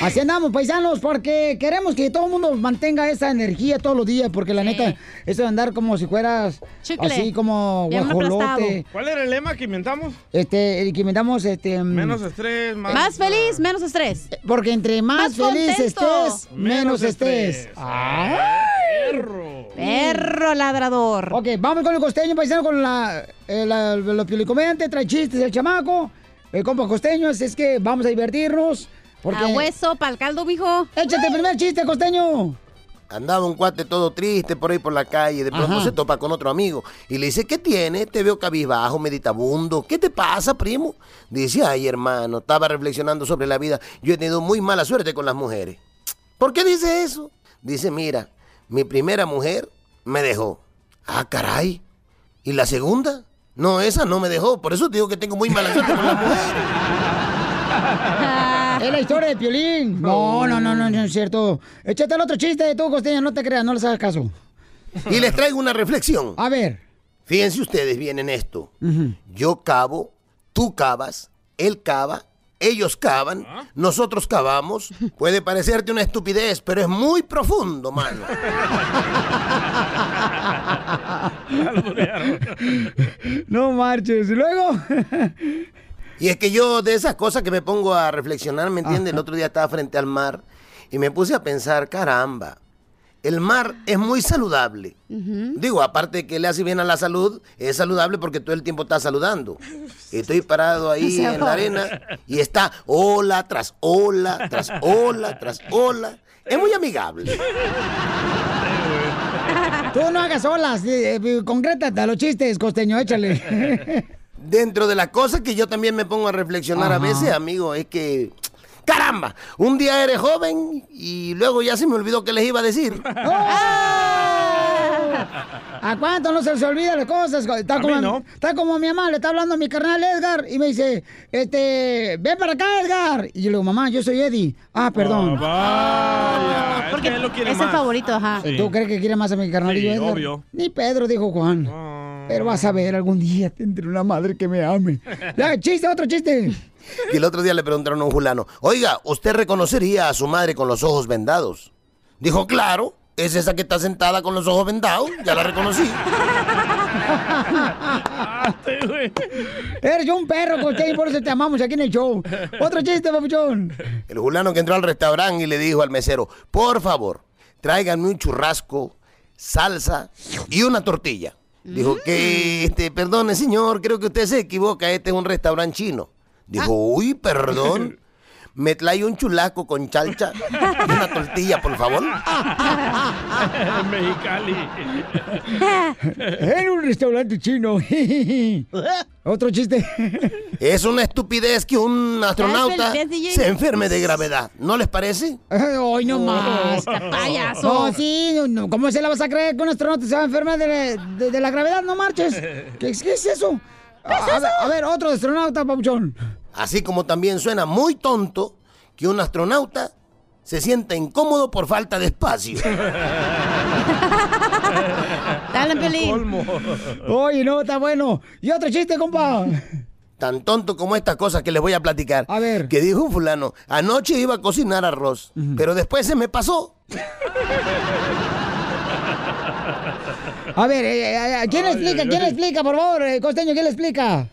Speaker 2: Así andamos, paisanos, porque queremos que todo el mundo mantenga esa energía todos los días, porque la neta, eso de andar como si fueras
Speaker 3: Chicle.
Speaker 2: así como
Speaker 3: Bien
Speaker 2: guajolote.
Speaker 3: aplastado. ¿Cuál era el lema que inventamos?
Speaker 2: Este, el que inventamos, este... mm,
Speaker 3: Menos estrés, más...
Speaker 2: feliz, menos estrés. Porque entre
Speaker 6: Más
Speaker 2: más, feliz
Speaker 6: contento.
Speaker 2: estés, menos estés. ¡Ay! Perro.
Speaker 6: Perro
Speaker 2: ladrador. Ok, vamos con el costeño, paisano, con la, eh, la- los piolicomeantes, trae chistes el chamaco, el compa costeño, así es que vamos a divertirnos. Porque...
Speaker 6: A hueso, pa'l caldo, mijo.
Speaker 2: Échate el primer chiste, costeño.
Speaker 14: Andaba un cuate todo triste por ahí por la calle, de pronto
Speaker 2: Ajá.
Speaker 14: se topa con otro amigo y le dice, ¿qué tiene? Te veo cabizbajo, meditabundo, ¿qué te pasa, primo? Dice, ay hermano, estaba reflexionando sobre la vida, yo he tenido muy mala suerte con las mujeres. ¿Por qué dice eso? Dice, mira, mi primera mujer me dejó. Ah, caray. ¿Y la segunda? No, esa no me dejó, por eso te digo que tengo muy mala suerte con las mujeres.
Speaker 2: es la historia de Piolín. No, no, no, no, no es cierto. Échate el otro chiste, tú, costeño, no te creas, no le hagas caso.
Speaker 14: Y les traigo una reflexión.
Speaker 2: A ver.
Speaker 14: Fíjense ustedes bien en esto. Yo cavo, tú cavas, él cava, ellos cavan, nosotros cavamos. Puede parecerte una estupidez, pero es muy profundo, mano.
Speaker 2: No marches. Y luego.
Speaker 14: Y es que yo de esas cosas que me pongo a reflexionar, ¿me entiendes? El otro día estaba frente al mar y me puse a pensar, caramba, el mar es muy saludable. Digo, aparte de que le hace bien a la salud, es saludable porque todo el tiempo está saludando. Estoy parado ahí No se en la va. arena y está ola tras ola, tras ola, tras ola. Es muy amigable.
Speaker 2: Tú no hagas olas, eh, eh, concrétate a los chistes, costeño, échale.
Speaker 14: Dentro de las cosas que yo también me pongo a reflexionar a
Speaker 2: Ajá.
Speaker 14: veces, amigo, es que. ¡Caramba! Un día eres joven y luego ya se me olvidó qué les iba a decir.
Speaker 2: ¿A cuánto no se les olvida las cosas? Está
Speaker 14: A
Speaker 2: como,
Speaker 14: mí no.
Speaker 2: está como mi mamá, le está hablando a mi carnal Edgar y me dice, este, ven para acá, Edgar. Y yo le digo, mamá, yo soy Eddie. Ah, perdón.
Speaker 6: Ah, Porque es el favorito, ajá.
Speaker 2: ¿Tú crees que quiere más a mi carnalillo
Speaker 6: Sí,
Speaker 2: Edgar?
Speaker 6: obvio.
Speaker 2: Ni Pedro, dijo Juan. Pero vas a ver, algún día tendré una madre que me ame. Ya, chiste, otro chiste.
Speaker 14: Y el otro día le preguntaron a un fulano, oiga, ¿usted reconocería a su madre con los ojos vendados? Dijo, claro, es esa que está sentada con los ojos vendados, ya la reconocí.
Speaker 2: Eres un perro, costeño, por eso te amamos aquí en el show. Otro chiste, papuchón.
Speaker 14: El fulano que entró al restaurante y le dijo al mesero, por favor, tráiganme un churrasco, salsa y una tortilla. Dijo, que, este, perdone señor, creo que usted se equivoca, este es un restaurante chino. Dijo, uy, perdón, me trae un chulaco con chalcha y una tortilla, por favor.
Speaker 3: Mexicali.
Speaker 2: Era un restaurante chino. Otro chiste.
Speaker 14: Es una estupidez que un astronauta
Speaker 2: Cállate, DJ.
Speaker 14: se enferme de gravedad. ¿No les parece?
Speaker 2: Ay, no más.
Speaker 14: payaso.
Speaker 2: No, Oh, sí, no, no, ¿cómo se la vas a creer que un astronauta se va a enfermar de, de- de la gravedad? No marches. ¿Qué, qué es eso? A, a ver, a ver, otro astronauta, papuchón.
Speaker 14: Así como también suena muy tonto que un astronauta se sienta incómodo por falta de espacio.
Speaker 2: Dale, Pelín. Ah. Oye, no, está bueno. Y otro chiste, compa.
Speaker 14: Tan tonto como estas cosas que les voy a platicar. A ver. Que dijo un fulano, anoche iba a cocinar arroz, pero después se me pasó.
Speaker 2: A ver, eh, eh, eh, ¿quién le explica? ¿Quién le explica, por favor? eh, Costeño, ¿quién le explica?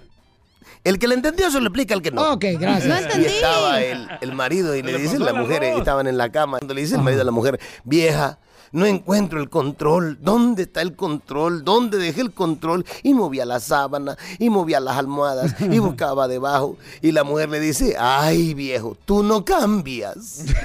Speaker 14: El que le entendió se lo explica al que no.
Speaker 2: Ok, gracias. No entendí.
Speaker 14: Y estaba el, el marido y le dicen las mujeres, estaban en la cama, cuando le dice el marido a la mujer, vieja, no encuentro el control, ¿dónde está el control? ¿Dónde dejé el control? Y movía la sábana, y movía las almohadas, y buscaba debajo. Y la mujer le dice, ay viejo, tú no cambias.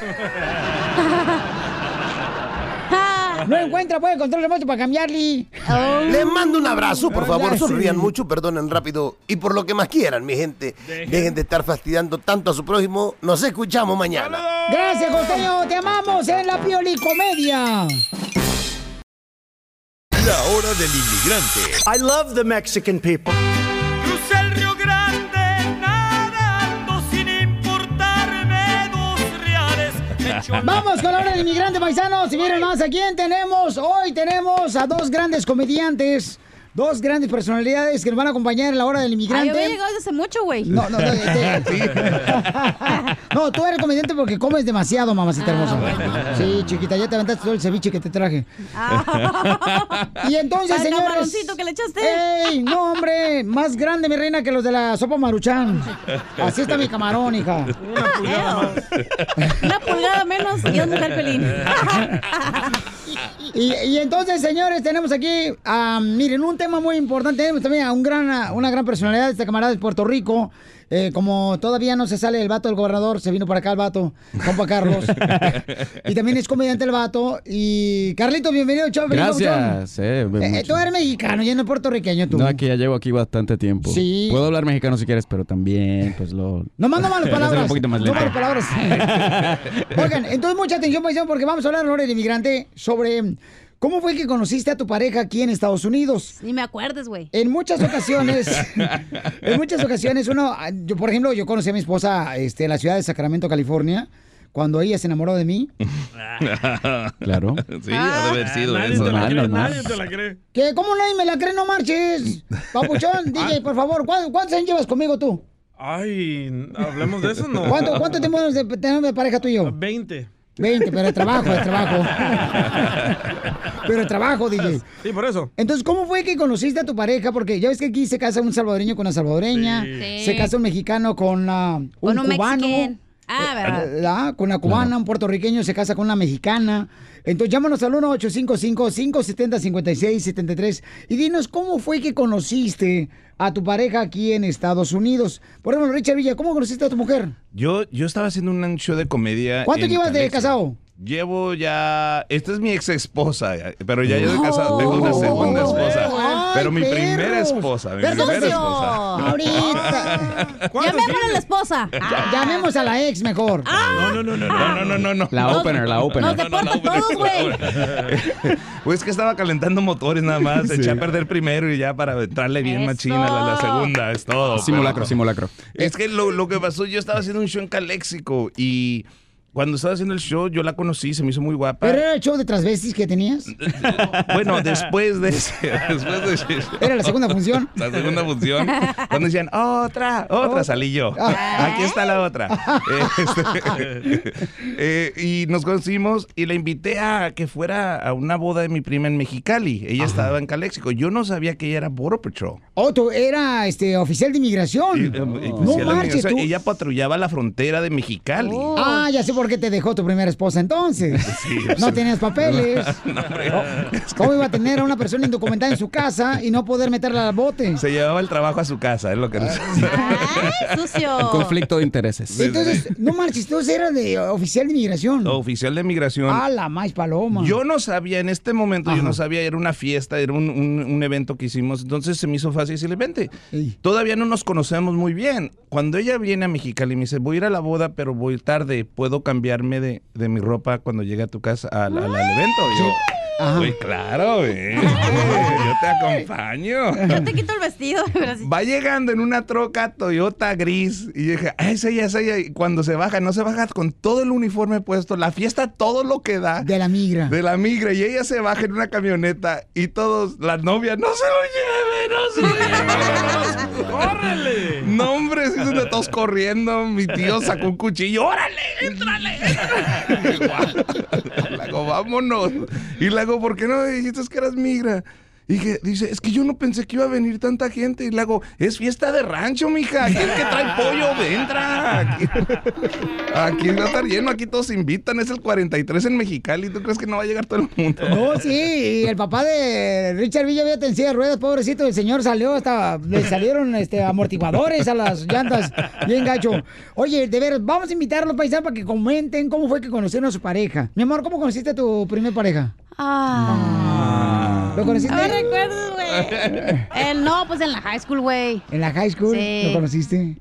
Speaker 2: No encuentra, puede control remoto para cambiarle.
Speaker 6: Oh.
Speaker 14: Les mando un abrazo, por favor,
Speaker 2: Ya, sí.
Speaker 14: sonrían mucho, perdonen rápido y por lo que más quieran, mi gente, dejen de estar fastidiando tanto a su prójimo. Nos escuchamos mañana.
Speaker 2: Gracias, Costeño. Te amamos en la piolicomedia.
Speaker 5: La hora del inmigrante.
Speaker 1: I love the Mexican people.
Speaker 12: Crucé el Río Grande nadando sin importarme dos reales.
Speaker 2: Vamos con la hora del inmigrante paisano. Si vieron más, ¿a quién tenemos? Hoy tenemos a dos grandes comediantes, dos grandes personalidades que nos van a acompañar en la hora del
Speaker 6: Ay, Ah, yo
Speaker 2: inmigrante.
Speaker 6: había llegado desde hace mucho, güey.
Speaker 2: No, no, no, No, tú eres comediante porque comes demasiado, mamacita hermosa.
Speaker 6: Ah, bueno.
Speaker 2: Sí, chiquita, ya te aventaste todo el ceviche que te traje. Y entonces,
Speaker 6: Al
Speaker 2: señores...
Speaker 6: Ah. camaroncito que le echaste.
Speaker 2: ¡Ey! No, hombre, más grande mi reina que los de la sopa maruchan. Así está mi camarón, hija.
Speaker 6: Una pulgada menos y un mujer pelín.
Speaker 8: Eh,
Speaker 2: Y, y entonces, señores, tenemos aquí, ah, miren, un tema muy importante. Tenemos también a un gran, a una gran personalidad de este camarada de Puerto Rico. Eh, como todavía no se sale el vato del gobernador, se vino para acá el vato, compa Carlos. y también es comediante el vato. Y Carlitos, bienvenido, chao. bienvenido,
Speaker 22: Gracias. eh,
Speaker 2: muchón. Eh,
Speaker 22: mucho.
Speaker 2: eh, tú eres mexicano, ya no puertorriqueño tú.
Speaker 22: No, aquí ya llevo aquí bastante tiempo.
Speaker 2: Sí.
Speaker 22: Puedo hablar mexicano si quieres, pero también, pues lo.
Speaker 2: No mando malas
Speaker 22: Voy a hacerlo
Speaker 2: palabras.
Speaker 22: Un poquito más
Speaker 2: no
Speaker 22: lento.
Speaker 2: malas palabras. Oigan, entonces mucha atención, paisano, porque vamos a hablar ahora del inmigrante sobre mm, cómo fue que conociste a tu pareja aquí en Estados Unidos.
Speaker 6: Ni me acuerdes, güey.
Speaker 2: En muchas ocasiones, en muchas ocasiones uno, ah, yo por ejemplo, yo conocí a mi esposa este, en la ciudad de Sacramento, California, cuando ella se enamoró de mí.
Speaker 22: claro.
Speaker 23: Sí, ha de haber sido
Speaker 22: Nadie
Speaker 23: eso.
Speaker 22: te la cree,
Speaker 23: Normal, normal.
Speaker 22: nadie
Speaker 2: te la cree. Que cómo nadie me la cree, no marches. Papuchón, DJ, por favor, ¿cuán- ¿cuántos años llevas conmigo tú?
Speaker 3: Ay, hablemos de eso, ¿no?
Speaker 2: ¿Cuánto, cuánto tiempo tenemos de, tenemos de pareja tú y yo?
Speaker 3: 20.
Speaker 2: 20, pero de trabajo, de trabajo. Pero de trabajo, DJ.
Speaker 3: Sí, por eso.
Speaker 2: Entonces, ¿cómo fue que conociste a tu pareja? Porque ya ves que aquí se casa un salvadoreño con una salvadoreña,
Speaker 6: Sí. Sí.
Speaker 2: se casa un mexicano con ah, un,
Speaker 6: Con un
Speaker 2: cubano.
Speaker 6: mexican. Ah,
Speaker 2: Eh,
Speaker 6: verdad.
Speaker 2: ¿verdad? Con una cubana,
Speaker 6: Claro.
Speaker 2: un puertorriqueño se casa con una mexicana. Entonces llámanos al 1-855-570-5673 y dinos cómo fue que conociste a tu pareja aquí en Estados Unidos. Por ejemplo, Richard Villa, ¿cómo conociste a tu mujer?
Speaker 24: Yo, yo estaba haciendo un show de comedia.
Speaker 2: ¿Cuánto
Speaker 24: Ah, en
Speaker 2: llevas de
Speaker 24: Calexico.
Speaker 2: casado?
Speaker 24: Llevo ya. Esta es mi ex esposa, pero ya yo de
Speaker 2: No.
Speaker 24: casado. Tengo una segunda esposa.
Speaker 6: Ay,
Speaker 24: Pero mi
Speaker 6: perros.
Speaker 24: primera esposa. Mi
Speaker 6: Perdón,
Speaker 24: primera
Speaker 6: señor.
Speaker 24: esposa.
Speaker 6: Llamémosle a la esposa.
Speaker 2: Llamemos a la ex mejor.
Speaker 24: Ah. No, no, no, no, no, no, no.
Speaker 22: La opener, la opener.
Speaker 6: Todos, güey.
Speaker 24: Pues es que estaba calentando motores nada más.
Speaker 22: Sí.
Speaker 24: Eché a perder primero y ya para entrarle bien
Speaker 22: Eso.
Speaker 24: machina a la, la segunda. Es todo.
Speaker 22: Ah, Simulacro,
Speaker 24: pero-
Speaker 22: simulacro.
Speaker 24: Es que lo, lo que pasó, yo estaba haciendo un show en Caléxico y cuando estaba haciendo el show, yo la conocí, se me hizo muy guapa.
Speaker 2: ¿Pero era el show de transvestis que tenías?
Speaker 24: Bueno, después de ese, después de ese show.
Speaker 2: Era la segunda función.
Speaker 24: La segunda función. Cuando decían, otra, otra, salí yo.
Speaker 2: Ah.
Speaker 24: Aquí está la otra. Este, eh, y nos conocimos y la invité a que fuera a una boda de mi prima en Mexicali. Ella estaba en Caléxico. Yo no sabía que ella era Border Patrol.
Speaker 2: Oh, tú era este, oficial de inmigración.
Speaker 24: Eh,
Speaker 2: no
Speaker 24: Decía pues, la
Speaker 2: marches
Speaker 24: migración,
Speaker 2: tú.
Speaker 24: Ella patrullaba la frontera de Mexicali.
Speaker 2: Ah, ya sé por qué te dejó tu primera esposa entonces. no tenías papeles.
Speaker 24: No, hombre.
Speaker 2: ¿Cómo iba a tener a una persona indocumentada en su casa y no poder meterla al bote?
Speaker 24: Se llevaba el trabajo a su casa, es lo
Speaker 2: Ah.
Speaker 24: que nos
Speaker 2: Sucio.
Speaker 24: Un conflicto de intereses.
Speaker 2: Entonces, no marches, tú eras de oficial de inmigración.
Speaker 24: oficial de migración.
Speaker 2: A la más paloma.
Speaker 24: Yo no sabía, en este momento yo no sabía, era una fiesta, era un, un- un evento que hicimos, entonces se me hizo fácil decirle, vente, todavía no nos conocemos muy bien. Cuando ella viene a Mexicali me dice, voy a ir a la boda, pero voy tarde, ¿puedo cambiarme de, de mi ropa cuando llegue a tu casa al, al- al evento? Y yo, "Güey, claro, eh, yo te acompaño.
Speaker 6: Yo te quito el vestido. pero así-
Speaker 24: Va llegando en una troca Toyota gris y yo dije, "Ah, es ella, es ella. Y cuando se baja, no se baja con todo el uniforme puesto, la fiesta todo lo que da.
Speaker 2: De la migra.
Speaker 24: De la migra. Y ella se baja en una camioneta y todos, la novia, no se lo lleve, no se lo lleve. ¡Órale! No, hombre, se hizo de todos corriendo. Mi tío sacó un cuchillo, ¡órale! Lago, vámonos. Y Lago, ¿por qué no me dijiste que eras migra? Y que dice, es que yo no pensé que iba a venir tanta gente. Y Lago, es fiesta de rancho, mija. Aquí el que trae pollo, entra. Aquí, aquí va a estar lleno, aquí todos se invitan. Es el 43 en Mexicali. ¿Tú crees que no va a llegar todo el mundo?
Speaker 2: No, sí, y el papá de Richard Villa había en silla de ruedas, pobrecito, el señor salió hasta, le salieron este, amortiguadores a las llantas, bien gacho. Oye, de veras, vamos a invitarlos, paisanos, para que comenten cómo fue que conocieron a su pareja. Mi amor, ¿cómo conociste a tu primer pareja?
Speaker 6: Ah.
Speaker 2: ¿Lo conociste?
Speaker 6: No recuerdo, güey. El no, pues en la high school, güey.
Speaker 2: ¿En la high school
Speaker 6: Sí.
Speaker 2: lo conociste?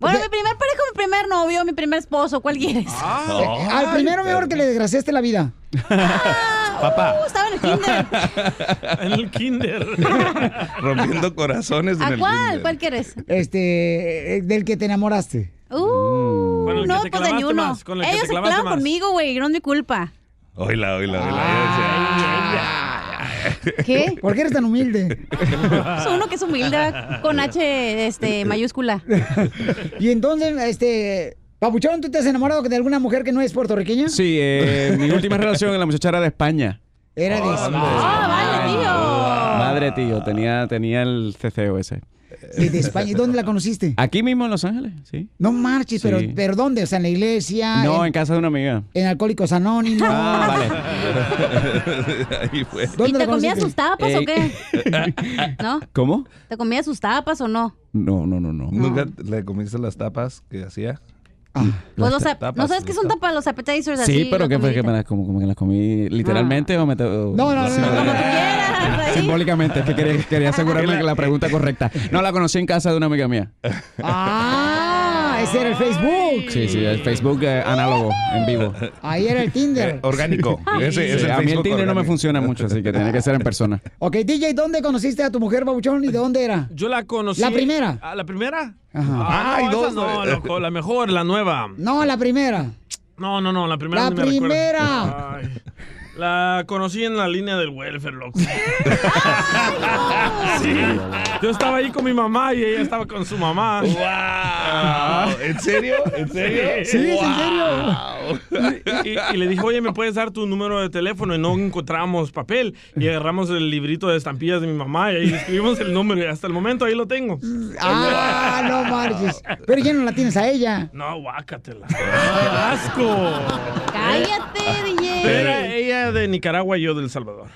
Speaker 6: Bueno, mi primer pareja, mi primer novio, mi primer esposo, ¿cuál quieres?
Speaker 24: Ah.
Speaker 2: Eh, Al primero mejor que le desgraciaste la vida.
Speaker 24: Papá.
Speaker 6: Uh, estaba en el kinder.
Speaker 24: en el kinder. Rompiendo corazones en
Speaker 6: ¿A
Speaker 24: el
Speaker 6: cuál?
Speaker 24: kinder.
Speaker 6: ¿Cuál quieres?
Speaker 2: Este, eh, del que te enamoraste.
Speaker 6: Uh,
Speaker 24: Mm. Con el que
Speaker 6: no,
Speaker 24: te
Speaker 6: pues de
Speaker 24: clavaste
Speaker 6: ni uno.
Speaker 24: más, con el que te
Speaker 6: Ellos se
Speaker 24: clavaste
Speaker 6: clavan
Speaker 24: más.
Speaker 6: conmigo, güey, no es mi culpa.
Speaker 24: Oíla, oíla, oíla.
Speaker 6: Ah. ¿Qué?
Speaker 2: ¿Por qué eres tan humilde?
Speaker 24: Ah.
Speaker 6: Es uno que es humilde, con H este, mayúscula.
Speaker 2: Y entonces, este, Papuchón, ¿tú te has enamorado de alguna mujer que no es puertorriqueña?
Speaker 22: Sí, eh, mi última relación, la muchacha era de España.
Speaker 2: Era
Speaker 22: Oh,
Speaker 2: de España. Ah.
Speaker 6: Ah,
Speaker 22: Madre tío, tenía, tenía el CCO ese.
Speaker 2: De, de España. ¿Y dónde la conociste?
Speaker 22: Aquí mismo en Los Ángeles, sí.
Speaker 2: No eh. marches, pero,
Speaker 22: Sí.
Speaker 2: pero ¿dónde? O sea, en la iglesia.
Speaker 22: No, en
Speaker 2: en,
Speaker 22: casa de una amiga.
Speaker 2: en Alcohólicos Anónimos.
Speaker 22: Ah, vale.
Speaker 24: Ahí fue.
Speaker 6: ¿Y te comías sus tapas o
Speaker 22: Eh,
Speaker 6: qué? ¿No?
Speaker 24: ¿Cómo?
Speaker 6: ¿Te comías sus tapas o no?
Speaker 24: No, no, no, no. ¿Nunca le comiste las tapas que hacía?
Speaker 6: Pues
Speaker 22: Las
Speaker 6: los ap-
Speaker 22: tapas,
Speaker 6: ¿No sabes qué son tapas los appetizers pues, así?
Speaker 22: Sí, pero
Speaker 6: la
Speaker 22: que fue que
Speaker 6: comidita?
Speaker 22: me las, como, como que las comí literalmente o me No,
Speaker 2: no, no, no,
Speaker 22: Simbólicamente, es que quería, quería asegurarme que la pregunta correcta. No, la conocí en casa de una amiga mía.
Speaker 2: Ah, ese era el Facebook.
Speaker 22: Sí, sí, el Facebook eh, análogo, en vivo.
Speaker 2: Ahí era el Tinder.
Speaker 22: Eh, Sí, a mí el Tinder no me funciona mucho, así que tiene que ser en persona.
Speaker 2: Ok, DJ, ¿dónde conociste a tu mujer, Papuchón? ¿Y de dónde era?
Speaker 3: Yo la conocí.
Speaker 2: ¿La primera?
Speaker 3: ¿Ah, ¿La primera?
Speaker 2: Ajá.
Speaker 3: Ah,
Speaker 2: Ay,
Speaker 3: no, esa
Speaker 2: dos,
Speaker 3: no,
Speaker 2: eh.
Speaker 3: loco, la mejor, la nueva.
Speaker 2: No, la primera.
Speaker 3: No, no, no, la primera
Speaker 2: La
Speaker 3: ni me recuerdo.
Speaker 2: primera.
Speaker 3: Ay. La conocí en la línea del welfare, loco. Sí. Yo estaba ahí con mi mamá y ella estaba con su mamá. Ah. ¡Wow!
Speaker 24: ¿En serio? ¿En serio?
Speaker 2: Sí, es en
Speaker 3: Y, y- y le dijo, oye, ¿me puedes dar tu número de teléfono? Y no encontramos papel. Y agarramos el librito de estampillas de mi mamá y ahí escribimos el número. Y hasta el momento ahí lo tengo.
Speaker 2: Ah, no marches. Pero ya no la tienes a ella.
Speaker 3: No, guácatela. ¡Asco!
Speaker 6: Cállate,
Speaker 24: Eh,
Speaker 3: Era
Speaker 6: DJ.
Speaker 3: ella de Nicaragua y yo del Salvador.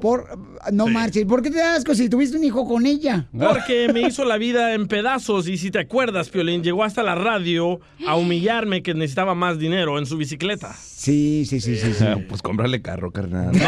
Speaker 2: Por, no marches. ¿Por qué te das asco si tuviste un hijo con ella?
Speaker 24: Ah.
Speaker 3: Porque me hizo la vida en pedazos y si te acuerdas, Piolín llegó hasta la radio a humillarme que necesitaba más dinero en su bicicleta.
Speaker 2: Sí, sí, sí, sí.
Speaker 24: Pues cómprale carro, carnal.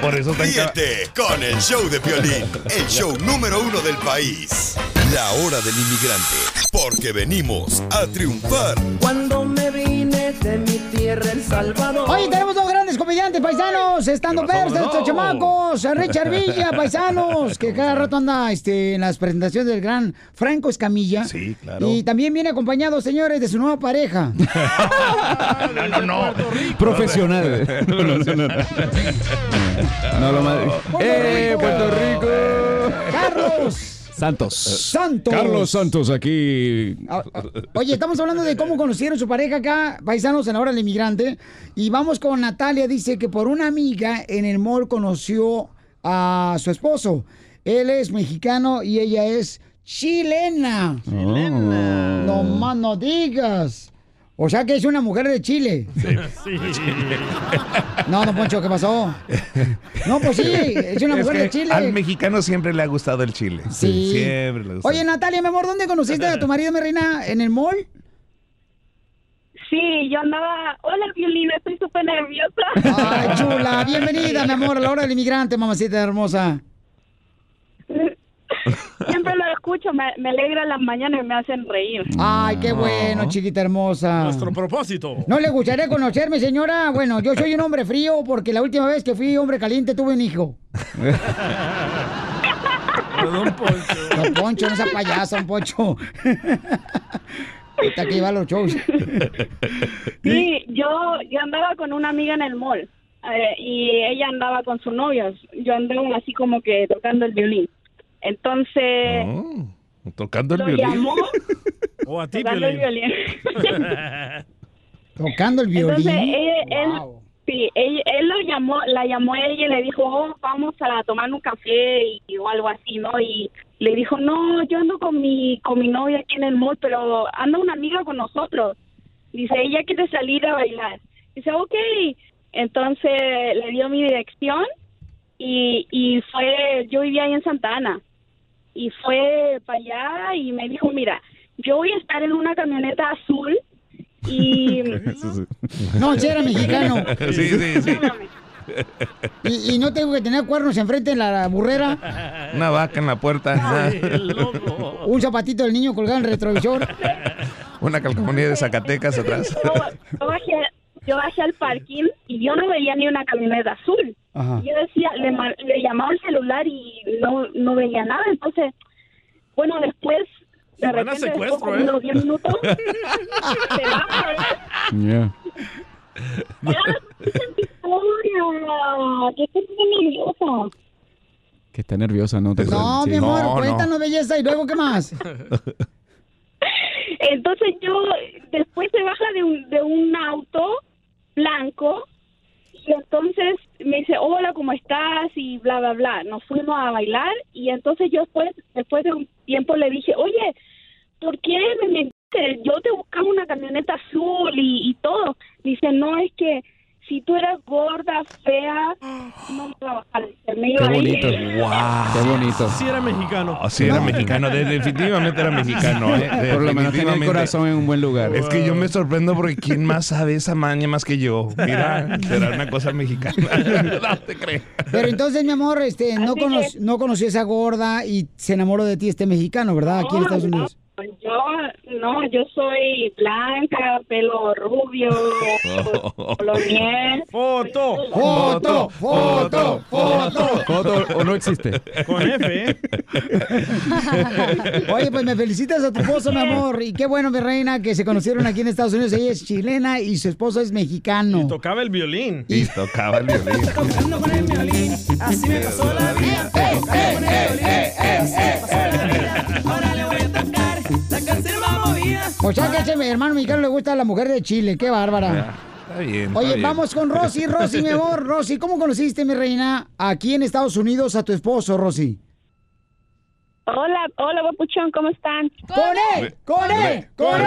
Speaker 24: Por eso tan ca-
Speaker 5: Ríete con el show de Piolín, el show número uno del país. La hora del inmigrante, porque venimos a triunfar.
Speaker 2: Cuando me vine de mi tierra El Salvador. Oye, tenemos dos grandes comediantes paisanos, estando
Speaker 10: pasó,
Speaker 2: Pers de
Speaker 10: bro?
Speaker 2: estos chamacos, a Richard Villa, paisanos, que cada rato anda este, en las presentaciones del gran Franco Escamilla. Sí,
Speaker 24: claro.
Speaker 2: Y también viene acompañado, señores, de su nueva pareja.
Speaker 24: No, no, no.
Speaker 22: Profesional. No, no, no, no. No, lo más. ¡Eh, Puerto Rico!
Speaker 2: ¡Carlos!
Speaker 22: Santos.
Speaker 2: Santos.
Speaker 22: Carlos Santos aquí.
Speaker 2: Ah, ah, Oye, estamos hablando de cómo conocieron su pareja acá, paisanos en la hora del inmigrante. Y vamos con Natalia, dice que por una amiga en el mall conoció a su esposo. Él es mexicano y ella es chilena. Chilena. No más no digas. O sea que es una mujer de Chile. No, don Poncho, ¿qué pasó? No, pues sí, es una
Speaker 24: Es
Speaker 2: mujer de
Speaker 24: que
Speaker 2: Chile.
Speaker 24: Al mexicano siempre le ha gustado el chile.
Speaker 2: Sí.
Speaker 24: Siempre le gusta.
Speaker 2: Oye, Natalia, mi amor, ¿dónde conociste a tu marido, mi reina? ¿En el mall?
Speaker 10: Sí, yo andaba. Hola, violina, estoy súper nerviosa.
Speaker 2: Ay, chula, bienvenida, mi amor, a la hora del inmigrante, mamacita hermosa.
Speaker 10: Siempre lo escucho, me, me alegra las mañanas y me hacen reír.
Speaker 2: Ay, qué bueno, chiquita hermosa.
Speaker 3: Nuestro propósito.
Speaker 2: ¿No le gustaría conocerme, señora? Bueno, yo soy un hombre frío porque la última vez que fui hombre caliente tuve un hijo. Don Poncho, no sea payaso, don Poncho. Está que lleva los shows.
Speaker 10: Sí, yo, yo andaba con una amiga en el mall eh, y ella andaba con su novio. Yo andaba así como que tocando el violín. Entonces
Speaker 24: Tocando Oh, el
Speaker 10: lo
Speaker 24: violín.
Speaker 10: llamó
Speaker 3: O
Speaker 24: Oh,
Speaker 3: a ti,
Speaker 10: tocando el
Speaker 3: Piolín.
Speaker 10: violín.
Speaker 2: Tocando el violín.
Speaker 10: Entonces él, él- sí, él, él lo llamó, la llamó a ella y le dijo, oh, vamos a tomar un café y, o algo así, ¿no? Y le dijo, no, yo ando con mi, con mi novia aquí en el mall, pero anda una amiga con nosotros. Dice, ella quiere salir a bailar. Dice, ok. Entonces le dio mi dirección y, y fue, yo vivía ahí en Santa Ana y fue para allá y me dijo, mira, yo voy a estar en una camioneta azul y
Speaker 2: No, si era mexicano.
Speaker 24: Sí, sí, sí.
Speaker 2: Y, y no tengo que tener cuernos enfrente de la burrera,
Speaker 24: Una vaca en la puerta.
Speaker 2: un zapatito del niño colgado en el retrovisor.
Speaker 24: Una calcomanía de Zacatecas atrás.
Speaker 10: yo bajé, yo bajé al parking y yo no veía ni una camioneta azul.
Speaker 24: Ajá.
Speaker 10: Y Yo decía, le, ma- le llamaba al celular y no, no veía nada. Entonces, bueno, después, de
Speaker 3: Semana
Speaker 10: repente, después
Speaker 3: secuestro,
Speaker 10: como
Speaker 3: ¿eh?
Speaker 10: unos 10 minutos, se baja. Victoria, que estoy muy nerviosa.
Speaker 22: Que está nerviosa, ¿no? ¿Te
Speaker 2: No,
Speaker 22: acuerdas?
Speaker 2: mi
Speaker 22: Sí.
Speaker 2: amor, cuéntanos belleza y luego qué más.
Speaker 10: Entonces yo, después se baja de un, de un auto blanco y entonces me dice, hola, ¿cómo estás? Y bla, bla, bla. Nos fuimos a bailar y entonces yo después, después de un tiempo le dije, oye, ¿por qué me mentiste? Yo te buscaba una camioneta azul y, y todo. Dice, no, es que si tú eras gorda, fea, no me trabajar. Me iba
Speaker 22: Qué
Speaker 10: a ir".
Speaker 22: bonito. Qué bonito.
Speaker 3: Sí era mexicano.
Speaker 24: Así Ah, era mexicano, de- definitivamente era mexicano. ¿eh?
Speaker 22: Por lo menos tenía el
Speaker 24: Definitivamente.
Speaker 22: corazón en un buen lugar.
Speaker 24: Es que yo me sorprendo porque ¿quién más sabe esa maña más que yo? Mira, será una cosa mexicana.
Speaker 2: Pero entonces, mi amor, este, no, cono- no conoció a esa gorda y se enamoró de ti este mexicano, ¿verdad? Aquí en Estados Unidos.
Speaker 25: yo no, yo soy blanca, pelo rubio, color miel.
Speaker 3: Foto,
Speaker 10: Foto, foto, foto. Foto o no existe.
Speaker 3: Con F, ¿eh?
Speaker 2: Oye, pues me felicitas a tu esposo, mi amor. Y qué bueno, mi reina, que se conocieron aquí en Estados Unidos. Ella es chilena y su esposo es mexicano.
Speaker 3: Tocaba el violín.
Speaker 24: Y tocaba el violín.
Speaker 12: Así me pasó la vida.
Speaker 2: O sea que a ese hermano mexicano le gusta la mujer de Chile. Qué bárbara.
Speaker 24: Está bien. está
Speaker 2: Oye,
Speaker 24: bien.
Speaker 2: vamos con Rosy, Rosy, mi amor. Rosy, ¿cómo conociste, mi reina, aquí en Estados Unidos a tu esposo, Rosy?
Speaker 25: Hola, hola, papuchón, ¿cómo están?
Speaker 2: ¡Con
Speaker 24: E,
Speaker 2: él!
Speaker 3: E,
Speaker 2: ¡Con él! ¡Con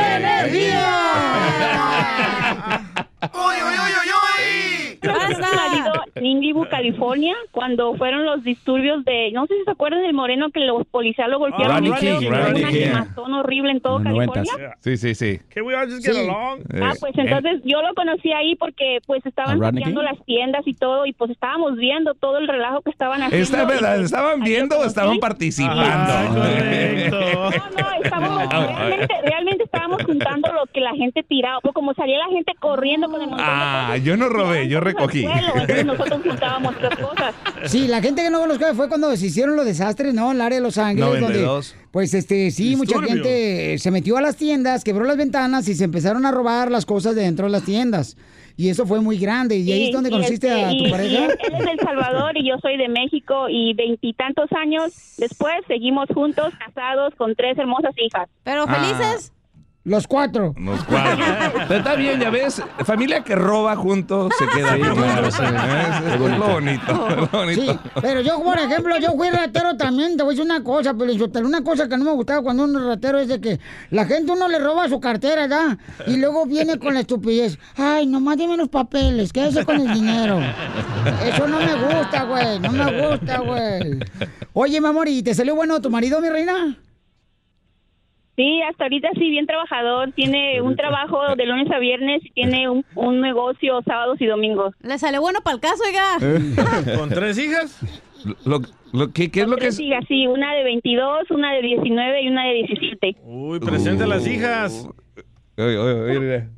Speaker 25: Marido, Inglewood, California, cuando fueron los disturbios de, no sé si se acuerdan del moreno que los policías lo golpearon,
Speaker 24: Rodney
Speaker 25: una
Speaker 24: King, Rodney King.
Speaker 25: quemazón horrible en todo California.
Speaker 24: Sí, sí, sí.
Speaker 3: Can we all just
Speaker 25: Sí.
Speaker 3: get along?
Speaker 25: Ah, pues entonces yo lo conocí ahí porque pues estaban
Speaker 24: Eh, ¿A Rodney
Speaker 25: saqueando
Speaker 24: King?
Speaker 25: las tiendas y todo y pues estábamos viendo todo el relajo que estaban haciendo.
Speaker 24: Esta es verdad, ¿estaban viendo o estaban
Speaker 25: Ah,
Speaker 24: participando? Ah,
Speaker 25: Estábamos- realmente, realmente estábamos juntando lo que la gente tiraba, pues, como salía la gente corriendo con el montón de
Speaker 24: Ah, yo no robé, yo recogí.
Speaker 25: suelo, entonces
Speaker 2: Ah.
Speaker 25: nosotros juntábamos las cosas.
Speaker 2: Sí, la gente que no conozco fue cuando se hicieron los desastres, ¿no? En el área de Los Ángeles. donde,
Speaker 24: 92.
Speaker 2: pues este, sí, mucha
Speaker 24: Disturbios.
Speaker 2: gente eh, se metió a las tiendas, quebró las ventanas y se empezaron a robar las cosas de dentro de las tiendas. Y eso fue muy grande. Y, ahí es donde conociste
Speaker 25: este,
Speaker 2: a tu
Speaker 25: y- y
Speaker 2: pareja.
Speaker 25: él, él es de El Salvador y yo soy de México y veintitantos años después seguimos juntos, casados, con tres hermosas hijas.
Speaker 6: ¿Pero
Speaker 24: Ah. felices?
Speaker 2: Los cuatro.
Speaker 24: Los cuatro. Pero está bien, ya ves, familia que roba juntos se queda
Speaker 2: Sí,
Speaker 24: primero.
Speaker 2: claro,
Speaker 24: Es,
Speaker 2: sí.
Speaker 24: es- es lo bonito, es lo bonito.
Speaker 2: Sí, pero yo, por ejemplo, yo fui ratero también, te voy a decir una cosa, pero una cosa que no me gustaba cuando uno es ratero es de que la gente uno le roba su cartera, ¿verdad? Y luego viene con la estupidez, ay, nomás dime los papeles, quédese con el dinero. Eso no me gusta, güey, no me gusta, güey. Oye, mi amor, ¿y te salió bueno tu marido, mi reina?
Speaker 25: Sí, hasta ahorita sí, bien trabajador, tiene un trabajo de lunes a viernes y tiene un, un negocio sábados y domingos.
Speaker 6: Le sale bueno para el caso, oiga.
Speaker 24: ¿Con tres hijas? ¿Eh? Lo, lo- ¿qué, qué es lo que
Speaker 25: Tres
Speaker 24: es?
Speaker 25: hijas, sí, una de 22, una de 19 y una de 17.
Speaker 3: Uy, presente a las hijas.
Speaker 24: Uh. Oye, oye, oye, mira.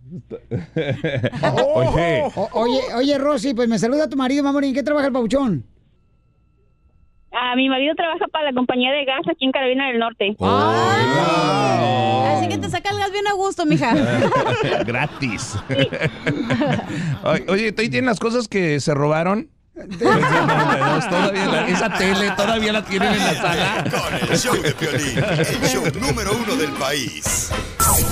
Speaker 6: Oh.
Speaker 24: Oye,
Speaker 2: O- oye, oye, Rosy, pues me saluda tu marido, mi amor, ¿y en qué trabaja el pabuchón?
Speaker 25: Ah, mi marido trabaja para la compañía de gas aquí en Carolina del Norte.
Speaker 24: Ah.
Speaker 6: Así que te Oh. saca el gas bien a gusto, mija.
Speaker 24: Gratis. Oye, Oye, ¿tú ahí tienen las cosas que se robaron? Todavía la- esa tele todavía la tienen en la sala.
Speaker 5: Con el show de Piolín, el show número uno del país.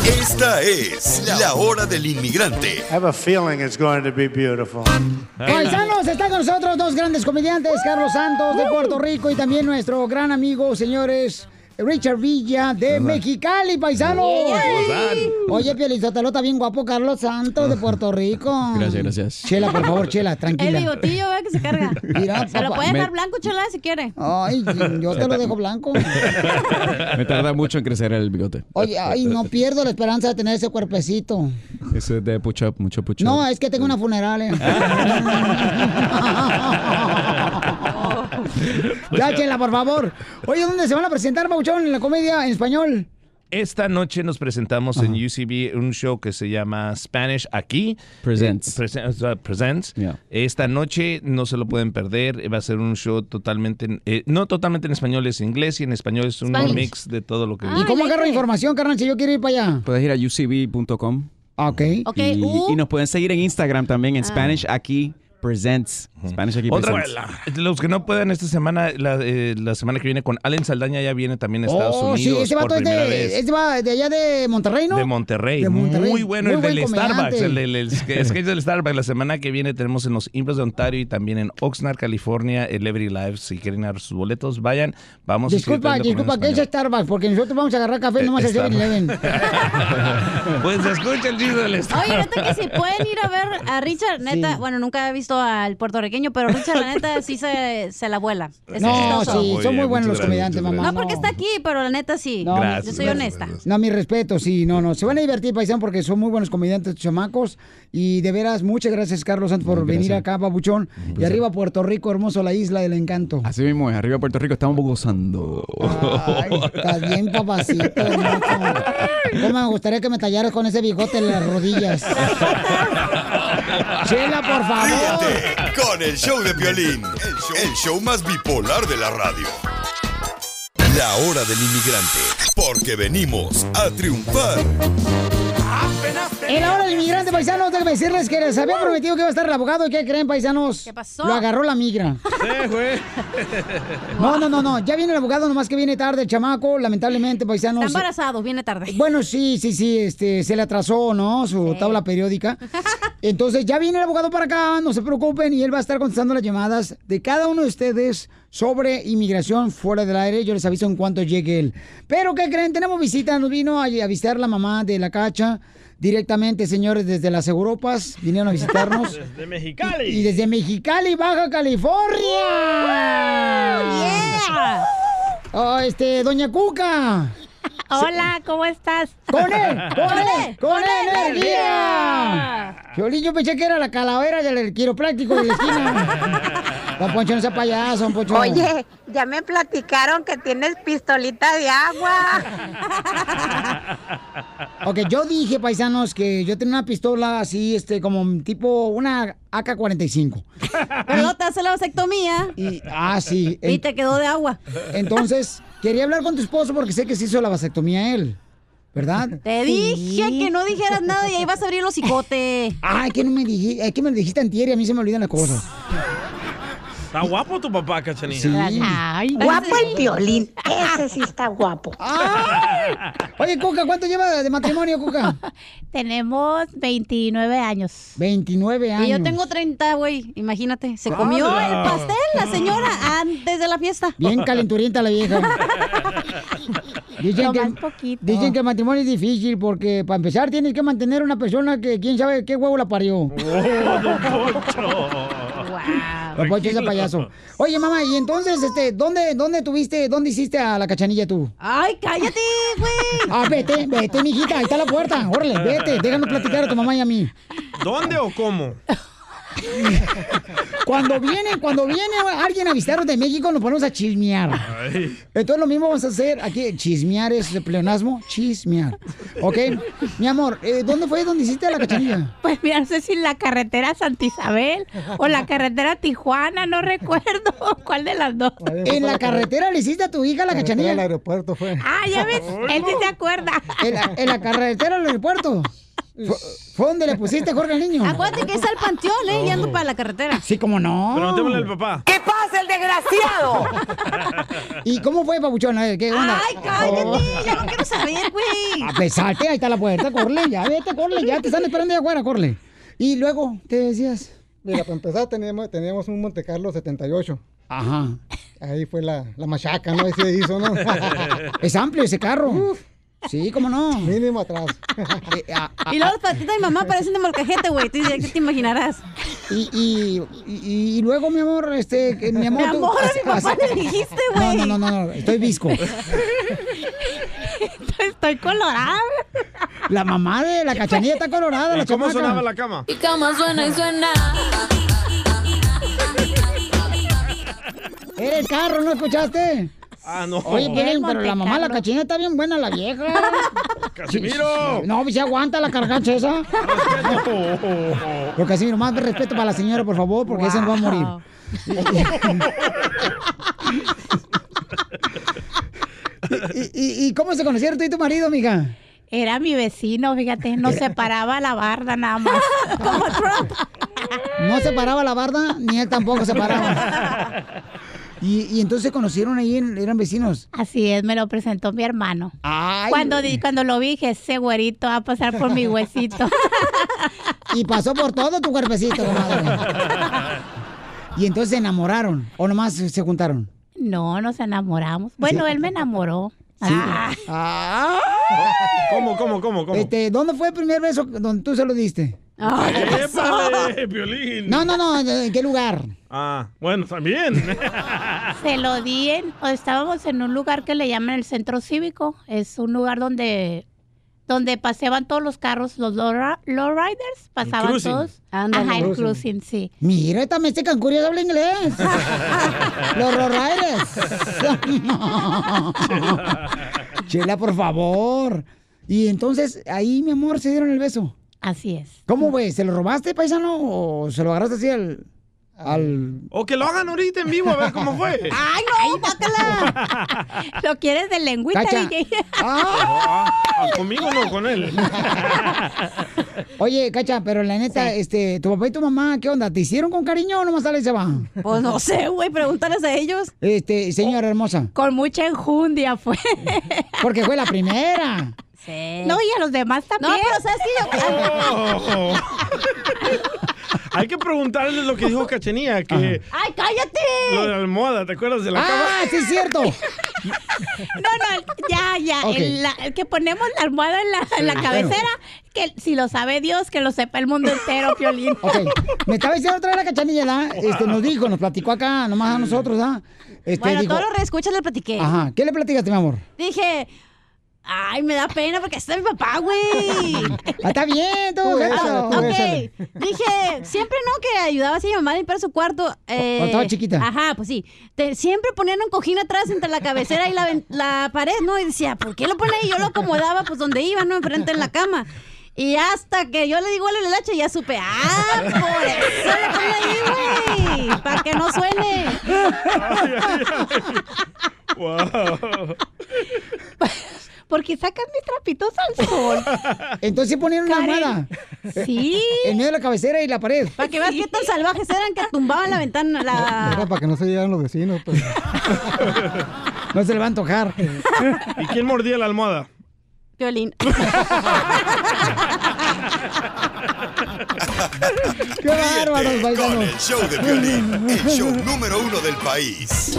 Speaker 5: Esta es la hora del inmigrante.
Speaker 26: I have a feeling it's going to be beautiful.
Speaker 2: Oh, Paisanos, están con nosotros dos grandes comediantes, Carlos Santos de Puerto Rico y también nuestro gran amigo, señores, Richard Villa de Mexicali, paisanos.
Speaker 12: Yay.
Speaker 2: Oye, Pielizotelo está bien guapo, Carlos Santos de Puerto Rico.
Speaker 22: Gracias, gracias.
Speaker 2: Chela, por favor, Chela,
Speaker 6: El
Speaker 2: tranquila.
Speaker 6: bigotillo, vea que se carga.
Speaker 2: Mira,
Speaker 6: se lo
Speaker 2: papá.
Speaker 6: puede dejar
Speaker 22: Me-
Speaker 6: blanco, chela, si quiere.
Speaker 2: Ay, yo te lo dejo blanco.
Speaker 22: Me tarda mucho en crecer el bigote.
Speaker 2: Oye, ay, no pierdo la esperanza de tener ese cuerpecito.
Speaker 22: Eso es de push up, mucho push up.
Speaker 2: No, es que tengo una eh. funeraria. ya, Chela, por favor. Oye, ¿dónde se van a presentar, Pauchón, en la comedia en español?
Speaker 24: Esta noche nos presentamos en UCB un show que se llama Spanish aquí.
Speaker 22: Presents.
Speaker 24: Eh, presen- o sea, presents. Esta noche no se lo pueden perder. Va a ser un show totalmente, en- eh, no totalmente en español, es inglés y en español es un
Speaker 2: Spanish. Ah,
Speaker 24: mix de todo lo que...
Speaker 2: ¿Y cómo
Speaker 6: pues.
Speaker 2: agarro información, carnal, si yo quiero ir para allá?
Speaker 22: Puedes ir a ucb.com.
Speaker 2: Ah, Ok.
Speaker 22: Y,
Speaker 2: U.
Speaker 22: y nos pueden seguir en Instagram también, en
Speaker 2: Ah.
Speaker 22: Spanish aquí presents. Spanish aquí
Speaker 24: Otra,
Speaker 22: presents.
Speaker 24: los que no puedan esta semana, la, eh, la semana que viene con Allen Saldaña ya viene también a Estados
Speaker 2: oh, sí,
Speaker 24: Unidos
Speaker 2: ese
Speaker 24: por
Speaker 2: vato es
Speaker 24: primera
Speaker 2: de,
Speaker 24: vez.
Speaker 2: este va de allá de Monterrey, ¿no?
Speaker 24: De Monterrey.
Speaker 2: De Monterrey.
Speaker 24: Muy bueno
Speaker 2: Muy
Speaker 24: el
Speaker 2: buen
Speaker 24: del Starbucks.
Speaker 2: comediante.
Speaker 24: El, del- el sk- sketch del Starbucks. La semana que viene tenemos en los Impres de Ontario y también en Oxnard, California, el Every Live. Si quieren dar sus boletos, vayan. Vamos a seguir
Speaker 2: Disculpa,
Speaker 24: trayendo
Speaker 2: disculpa, que
Speaker 24: comida en
Speaker 2: es Starbucks, porque nosotros vamos a agarrar café nomás a
Speaker 24: Eh, Starbucks.
Speaker 2: 7-Eleven.
Speaker 24: español. Pues escucha el chiste del
Speaker 6: Oye,
Speaker 24: Starbucks.
Speaker 6: neta que si pueden ir a ver a Richard, neta, bueno, nunca he visto al puertorriqueño, pero Richard, la neta, sí se, se la vuela. Es
Speaker 2: No,
Speaker 6: chistoso.
Speaker 2: sí,
Speaker 6: Muy
Speaker 2: son muy
Speaker 6: bien,
Speaker 2: buenos
Speaker 6: muchas
Speaker 2: los
Speaker 6: gracias,
Speaker 2: comediantes,
Speaker 6: muchas
Speaker 2: mamá.
Speaker 6: No, porque está aquí, pero la neta sí.
Speaker 2: No,
Speaker 6: Yo soy honesta.
Speaker 2: No, mi respeto, sí, no, no. Se van a divertir, paisano, porque son muy buenos comediantes, chamacos. Y de veras, muchas gracias, Carlos Santos, por venir acá, babuchón. Y arriba, Puerto Rico, hermoso, la isla del encanto.
Speaker 9: Así mismo es, arriba Puerto Rico estamos gozando.
Speaker 2: Estás bien, papacito. hermoso. ¿Cómo Pues, me gustaría que me tallaras con ese bigote en las rodillas? Chela, por favor.
Speaker 5: Ríete con el show de Piolín, el show, el show más bipolar de la radio. La hora del inmigrante, porque venimos a triunfar.
Speaker 2: En la hora del inmigrante, paisanos, déjame decirles que les había prometido que iba a estar el abogado. ¿Y qué creen, paisanos? ¿Qué
Speaker 6: pasó?
Speaker 2: Lo agarró la migra.
Speaker 3: Sí, güey.
Speaker 2: No, no, no, no. Ya viene el abogado, nomás que viene tarde el chamaco, lamentablemente, paisanos.
Speaker 6: Está embarazado, viene tarde.
Speaker 2: Bueno, sí, sí, sí, este, se le atrasó, ¿no? Su tabla periódica. Entonces, ya viene el abogado para acá, no se preocupen, y él va a estar contestando las llamadas de cada uno de ustedes sobre inmigración fuera del aire. Yo les aviso en cuanto llegue él. Pero, ¿qué creen? Tenemos visita, nos vino a, a visitar la mamá de la cacha. Directamente, señores, desde las Europas vinieron a visitarnos.
Speaker 3: De Mexicali.
Speaker 2: Y desde Mexicali, Baja California. Oh, este, Doña Cuca.
Speaker 6: Hola, ¿cómo estás? E,
Speaker 2: ¡Con él! ¡Con él! ¡Con E energía! Piolín, yo pensé que era la calavera del quiropráctico de la esquina. Don Poncho, no sea payaso, don Poncho.
Speaker 11: Oye, ya me platicaron que tienes pistolita de agua.
Speaker 2: Ok, yo dije, paisanos, que yo tenía una pistola así, este, como un tipo una AK-45.
Speaker 6: Pero no te hace la vasectomía.
Speaker 2: Y, ah, sí.
Speaker 6: Y te quedó de agua.
Speaker 2: Entonces, quería hablar con tu esposo porque sé que se hizo la vasectomía él, ¿verdad?
Speaker 6: Te dije que no dijeras nada y ahí vas a abrir los cicote.
Speaker 2: Ay, que no me dijiste, es que me lo dijiste antier y a mí se me olvidan las cosas.
Speaker 3: Está guapo tu papá, Cachanilla.
Speaker 11: guapo el violín. Ese sí está guapo.
Speaker 2: Oye, Cuca, ¿cuánto lleva de matrimonio, Cuca?
Speaker 11: Tenemos 29 años.
Speaker 2: 29
Speaker 6: Y yo tengo 30, güey. Imagínate. Se comió
Speaker 2: ¡Hala!
Speaker 6: el pastel la señora antes de la fiesta.
Speaker 2: Bien calenturienta la vieja. Dicen que, dicen que el matrimonio es difícil porque para empezar tienes que mantener una persona que quién sabe qué huevo la parió.
Speaker 3: Oh,
Speaker 2: Don Poncho es el payaso. Oye, mamá, y entonces, este, ¿dónde, dónde tuviste, dónde hiciste a la cachanilla tú?
Speaker 6: ¡Ay, cállate, güey!
Speaker 2: Ah, vete, vete, mijita, ahí está la puerta. Órale, vete, déjanos platicar a tu mamá y a mí.
Speaker 3: ¿Dónde o cómo?
Speaker 2: Cuando viene, cuando viene alguien a visitarnos de México, nos ponemos a chismear. Entonces lo mismo vamos a hacer aquí. Chismear es pleonasmo. Chismear. ¿Ok? Mi amor, eh, ¿dónde fue donde hiciste la cachanilla?
Speaker 11: Pues mira, no sé si la carretera Santa Isabel o la carretera Tijuana, no recuerdo cuál de las dos.
Speaker 2: En la carretera le hiciste a tu hija la cachanilla.
Speaker 11: Carretera al
Speaker 2: aeropuerto fue.
Speaker 11: Ah, ya ves, él sí se acuerda.
Speaker 2: En la, en la carretera al aeropuerto. Fue, fue donde le pusiste Jorge al niño.
Speaker 6: Acuérdate que es al panteón, ¿eh? Y ando para la carretera.
Speaker 2: Sí, como no.
Speaker 3: Pero no al papá.
Speaker 6: ¿Qué pasa, el desgraciado?
Speaker 2: ¿Y cómo fue, papuchón? A ver, ¿qué onda?
Speaker 6: ¡Ay, cállate! Ya no quiero saber, güey.
Speaker 2: A pesarte, ahí está la puerta, Corle, ya vete, Corle, ya te están esperando allá afuera, Corle. Y luego, te decías.
Speaker 13: Mira, para empezar teníamos, teníamos un Monte Carlo 78.
Speaker 2: Ajá.
Speaker 13: Ahí fue la, la machaca, ¿no? Ahí se hizo, ¿no?
Speaker 2: es amplio ese carro. Sí, cómo no. Eh,
Speaker 13: Mínimo atrás.
Speaker 6: Y luego las patitas de mi mamá parecen de molcajete, güey. Tú ya que te imaginarás.
Speaker 2: Y, y, y, y luego, mi amor, este, que mi amor.
Speaker 6: Mi amor, a mi papá le dijiste, güey.
Speaker 2: No, no, no, no, no, estoy visco.
Speaker 11: Estoy colorada.
Speaker 2: La mamá de la cachanilla está colorada, la
Speaker 3: ¿Cómo
Speaker 2: chamaca.
Speaker 3: sonaba la cama?
Speaker 11: Y cama suena y suena.
Speaker 2: Era el carro, ¿no escuchaste?
Speaker 3: Ah, no.
Speaker 2: Oye, Piolín, pero la mamá, la cachanilla está bien buena, la vieja.
Speaker 3: ¡Casimiro! Ah,
Speaker 2: No, pues se aguanta la cargacha esa. Porque así, nomás respeto para la señora, por favor, porque esa no va a morir. ¿Y, y- y cómo se conocieron tú y tu marido, mija?
Speaker 11: Era mi vecino, fíjate, nos separaba la barda nada más. Como Trump.
Speaker 2: No se paraba la barda, ni él tampoco se paraba. Y, y entonces se conocieron ahí, en- eran vecinos.
Speaker 11: Así es, me lo presentó mi hermano.
Speaker 2: Ay.
Speaker 11: Cuando, di- cuando lo vi, dije, ese güerito va a pasar por mi huesito.
Speaker 2: Y pasó por todo tu cuerpecito, comadre. Y entonces se enamoraron, o nomás se se juntaron.
Speaker 11: No, nos enamoramos. Bueno, él me enamoró. Ah.
Speaker 2: Ah.
Speaker 3: ¿Cómo, cómo, cómo, cómo?
Speaker 2: Este, ¿Dónde fue el primer beso donde tú se lo diste? Ah, ¿qué pasó?
Speaker 3: ¡Épale, eh, Piolín!
Speaker 2: No, no, no, ¿en qué lugar?
Speaker 3: Ah, bueno, también.
Speaker 11: Se lo di en- o estábamos en un lugar que le llaman el centro cívico. Es un lugar donde donde paseaban todos los carros, los lowra- lowriders, pasaban
Speaker 2: cruising.
Speaker 11: todos.
Speaker 2: Ándale.
Speaker 11: Ajá, el
Speaker 2: Cruising.
Speaker 11: cruising, sí.
Speaker 2: Mira, esta mexican curiosa habla inglés. Los Rorriders. Chela, por favor. Y entonces, ahí, mi amor, se dieron el beso.
Speaker 11: Así es.
Speaker 2: ¿Cómo fue? ¿Se lo robaste, paisano? ¿O se lo agarraste así al...? al...
Speaker 3: O que lo hagan ahorita en vivo, a ver cómo fue.
Speaker 2: Ah.
Speaker 11: ¡Ay, no, guácala! ¿Lo quieres de lengüita,
Speaker 3: Cacha.
Speaker 11: DJ?
Speaker 3: Ah, conmigo no, con él.
Speaker 2: Oye, Cacha, pero la neta, este, tu papá y tu mamá, ¿qué onda? ¿Te hicieron con cariño o nomás sale y se va?
Speaker 6: Pues no sé, güey, pregúntales a ellos.
Speaker 2: Este, señora hermosa.
Speaker 11: Oh, Con mucha enjundia fue.
Speaker 2: Porque fue la primera.
Speaker 11: No, y a los demás también. No, pero
Speaker 6: ¿sabes
Speaker 3: Oh. Hay que preguntarle lo que dijo Cachenía, que
Speaker 11: ¡Ay, cállate!
Speaker 3: lo de la almohada, ¿te acuerdas de la cama?
Speaker 2: ¡Ah, sí es cierto!
Speaker 11: No, no, ya, ya.
Speaker 3: Ok.
Speaker 11: El, la- el que ponemos la almohada en la, en la
Speaker 2: Sí.
Speaker 11: cabecera, que si lo sabe Dios, que lo sepa el mundo entero, Piolín.
Speaker 2: Ok, me estaba diciendo otra vez la cachanilla, ¿da? Este, nos dijo, nos platicó acá, nomás a nosotros, ¿da? Este,
Speaker 6: bueno,
Speaker 2: dijo,
Speaker 6: todos los reescuchas le platiqué.
Speaker 2: Ajá, ¿qué le platicaste, mi amor?
Speaker 6: Dije, ay, me da pena porque está mi papá, güey.
Speaker 2: Ah, está bien, tú, déjalo, tú
Speaker 6: ok.
Speaker 2: déjalo.
Speaker 6: Dije, siempre no que ayudabas a mi mamá a limpiar su cuarto. eh,
Speaker 2: cuando estaba chiquita.
Speaker 6: Ajá, pues sí. Te- siempre ponían un cojín atrás entre la cabecera y la, ven- la pared, ¿no? Y decía, ¿por qué lo pone ahí? Yo lo acomodaba, pues donde iba, ¿no? Enfrente en la cama. Y hasta que yo le digo al lelache, ya supe, ah, por eso lo pone ahí, güey, para que no suene.
Speaker 3: Wow.
Speaker 11: Porque sacan mis trapitos al sol.
Speaker 2: Entonces sí ponían una
Speaker 11: Karen.
Speaker 2: almohada.
Speaker 11: Sí.
Speaker 2: En medio de la cabecera y la pared.
Speaker 6: Para que veas qué tan salvajes eran que tumbaban la ventana, Ah, la,
Speaker 13: Era para que no se llegaran los vecinos. pues.
Speaker 2: No se le va a antojar.
Speaker 3: ¿Y quién mordía la almohada?
Speaker 6: Violín.
Speaker 2: ¡Qué bárbaros,
Speaker 5: Ríete con
Speaker 2: paisanos!
Speaker 5: el show de violín, el show número uno del país.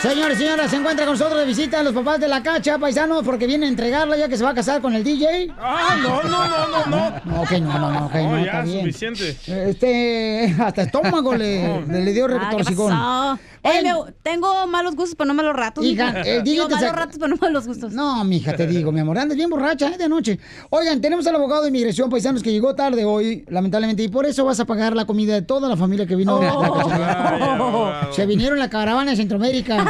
Speaker 2: Señores, señoras, se encuentra con nosotros de visita los papás de la cacha, paisanos, porque viene a entregarla ya que se va a casar con el DJ.
Speaker 3: Ah, no, no, no, no, no.
Speaker 2: Ok, no, no, no, ok, no,
Speaker 3: Oh,
Speaker 2: está
Speaker 3: ya,
Speaker 2: bien.
Speaker 3: suficiente.
Speaker 2: Este, hasta estómago le, le dio
Speaker 6: Ah, ¿qué
Speaker 2: retorcijón.
Speaker 6: pasó? Eh, me- tengo malos gustos, pero no malos ratos.
Speaker 2: Hija,
Speaker 6: mija.
Speaker 2: eh,
Speaker 6: Digo,
Speaker 2: DJ te
Speaker 6: malos
Speaker 2: saca-
Speaker 6: ratos, pero no malos gustos.
Speaker 2: No, mija, te digo, mi amor, andas bien borracha ¿eh? de noche. Oigan, tenemos al abogado de inmigración, paisanos, que llegó tarde hoy, lamentablemente, y por eso vas a pagar la comida de toda la familia que vino.
Speaker 6: Oh.
Speaker 2: Se vinieron la caravana de Centroamérica.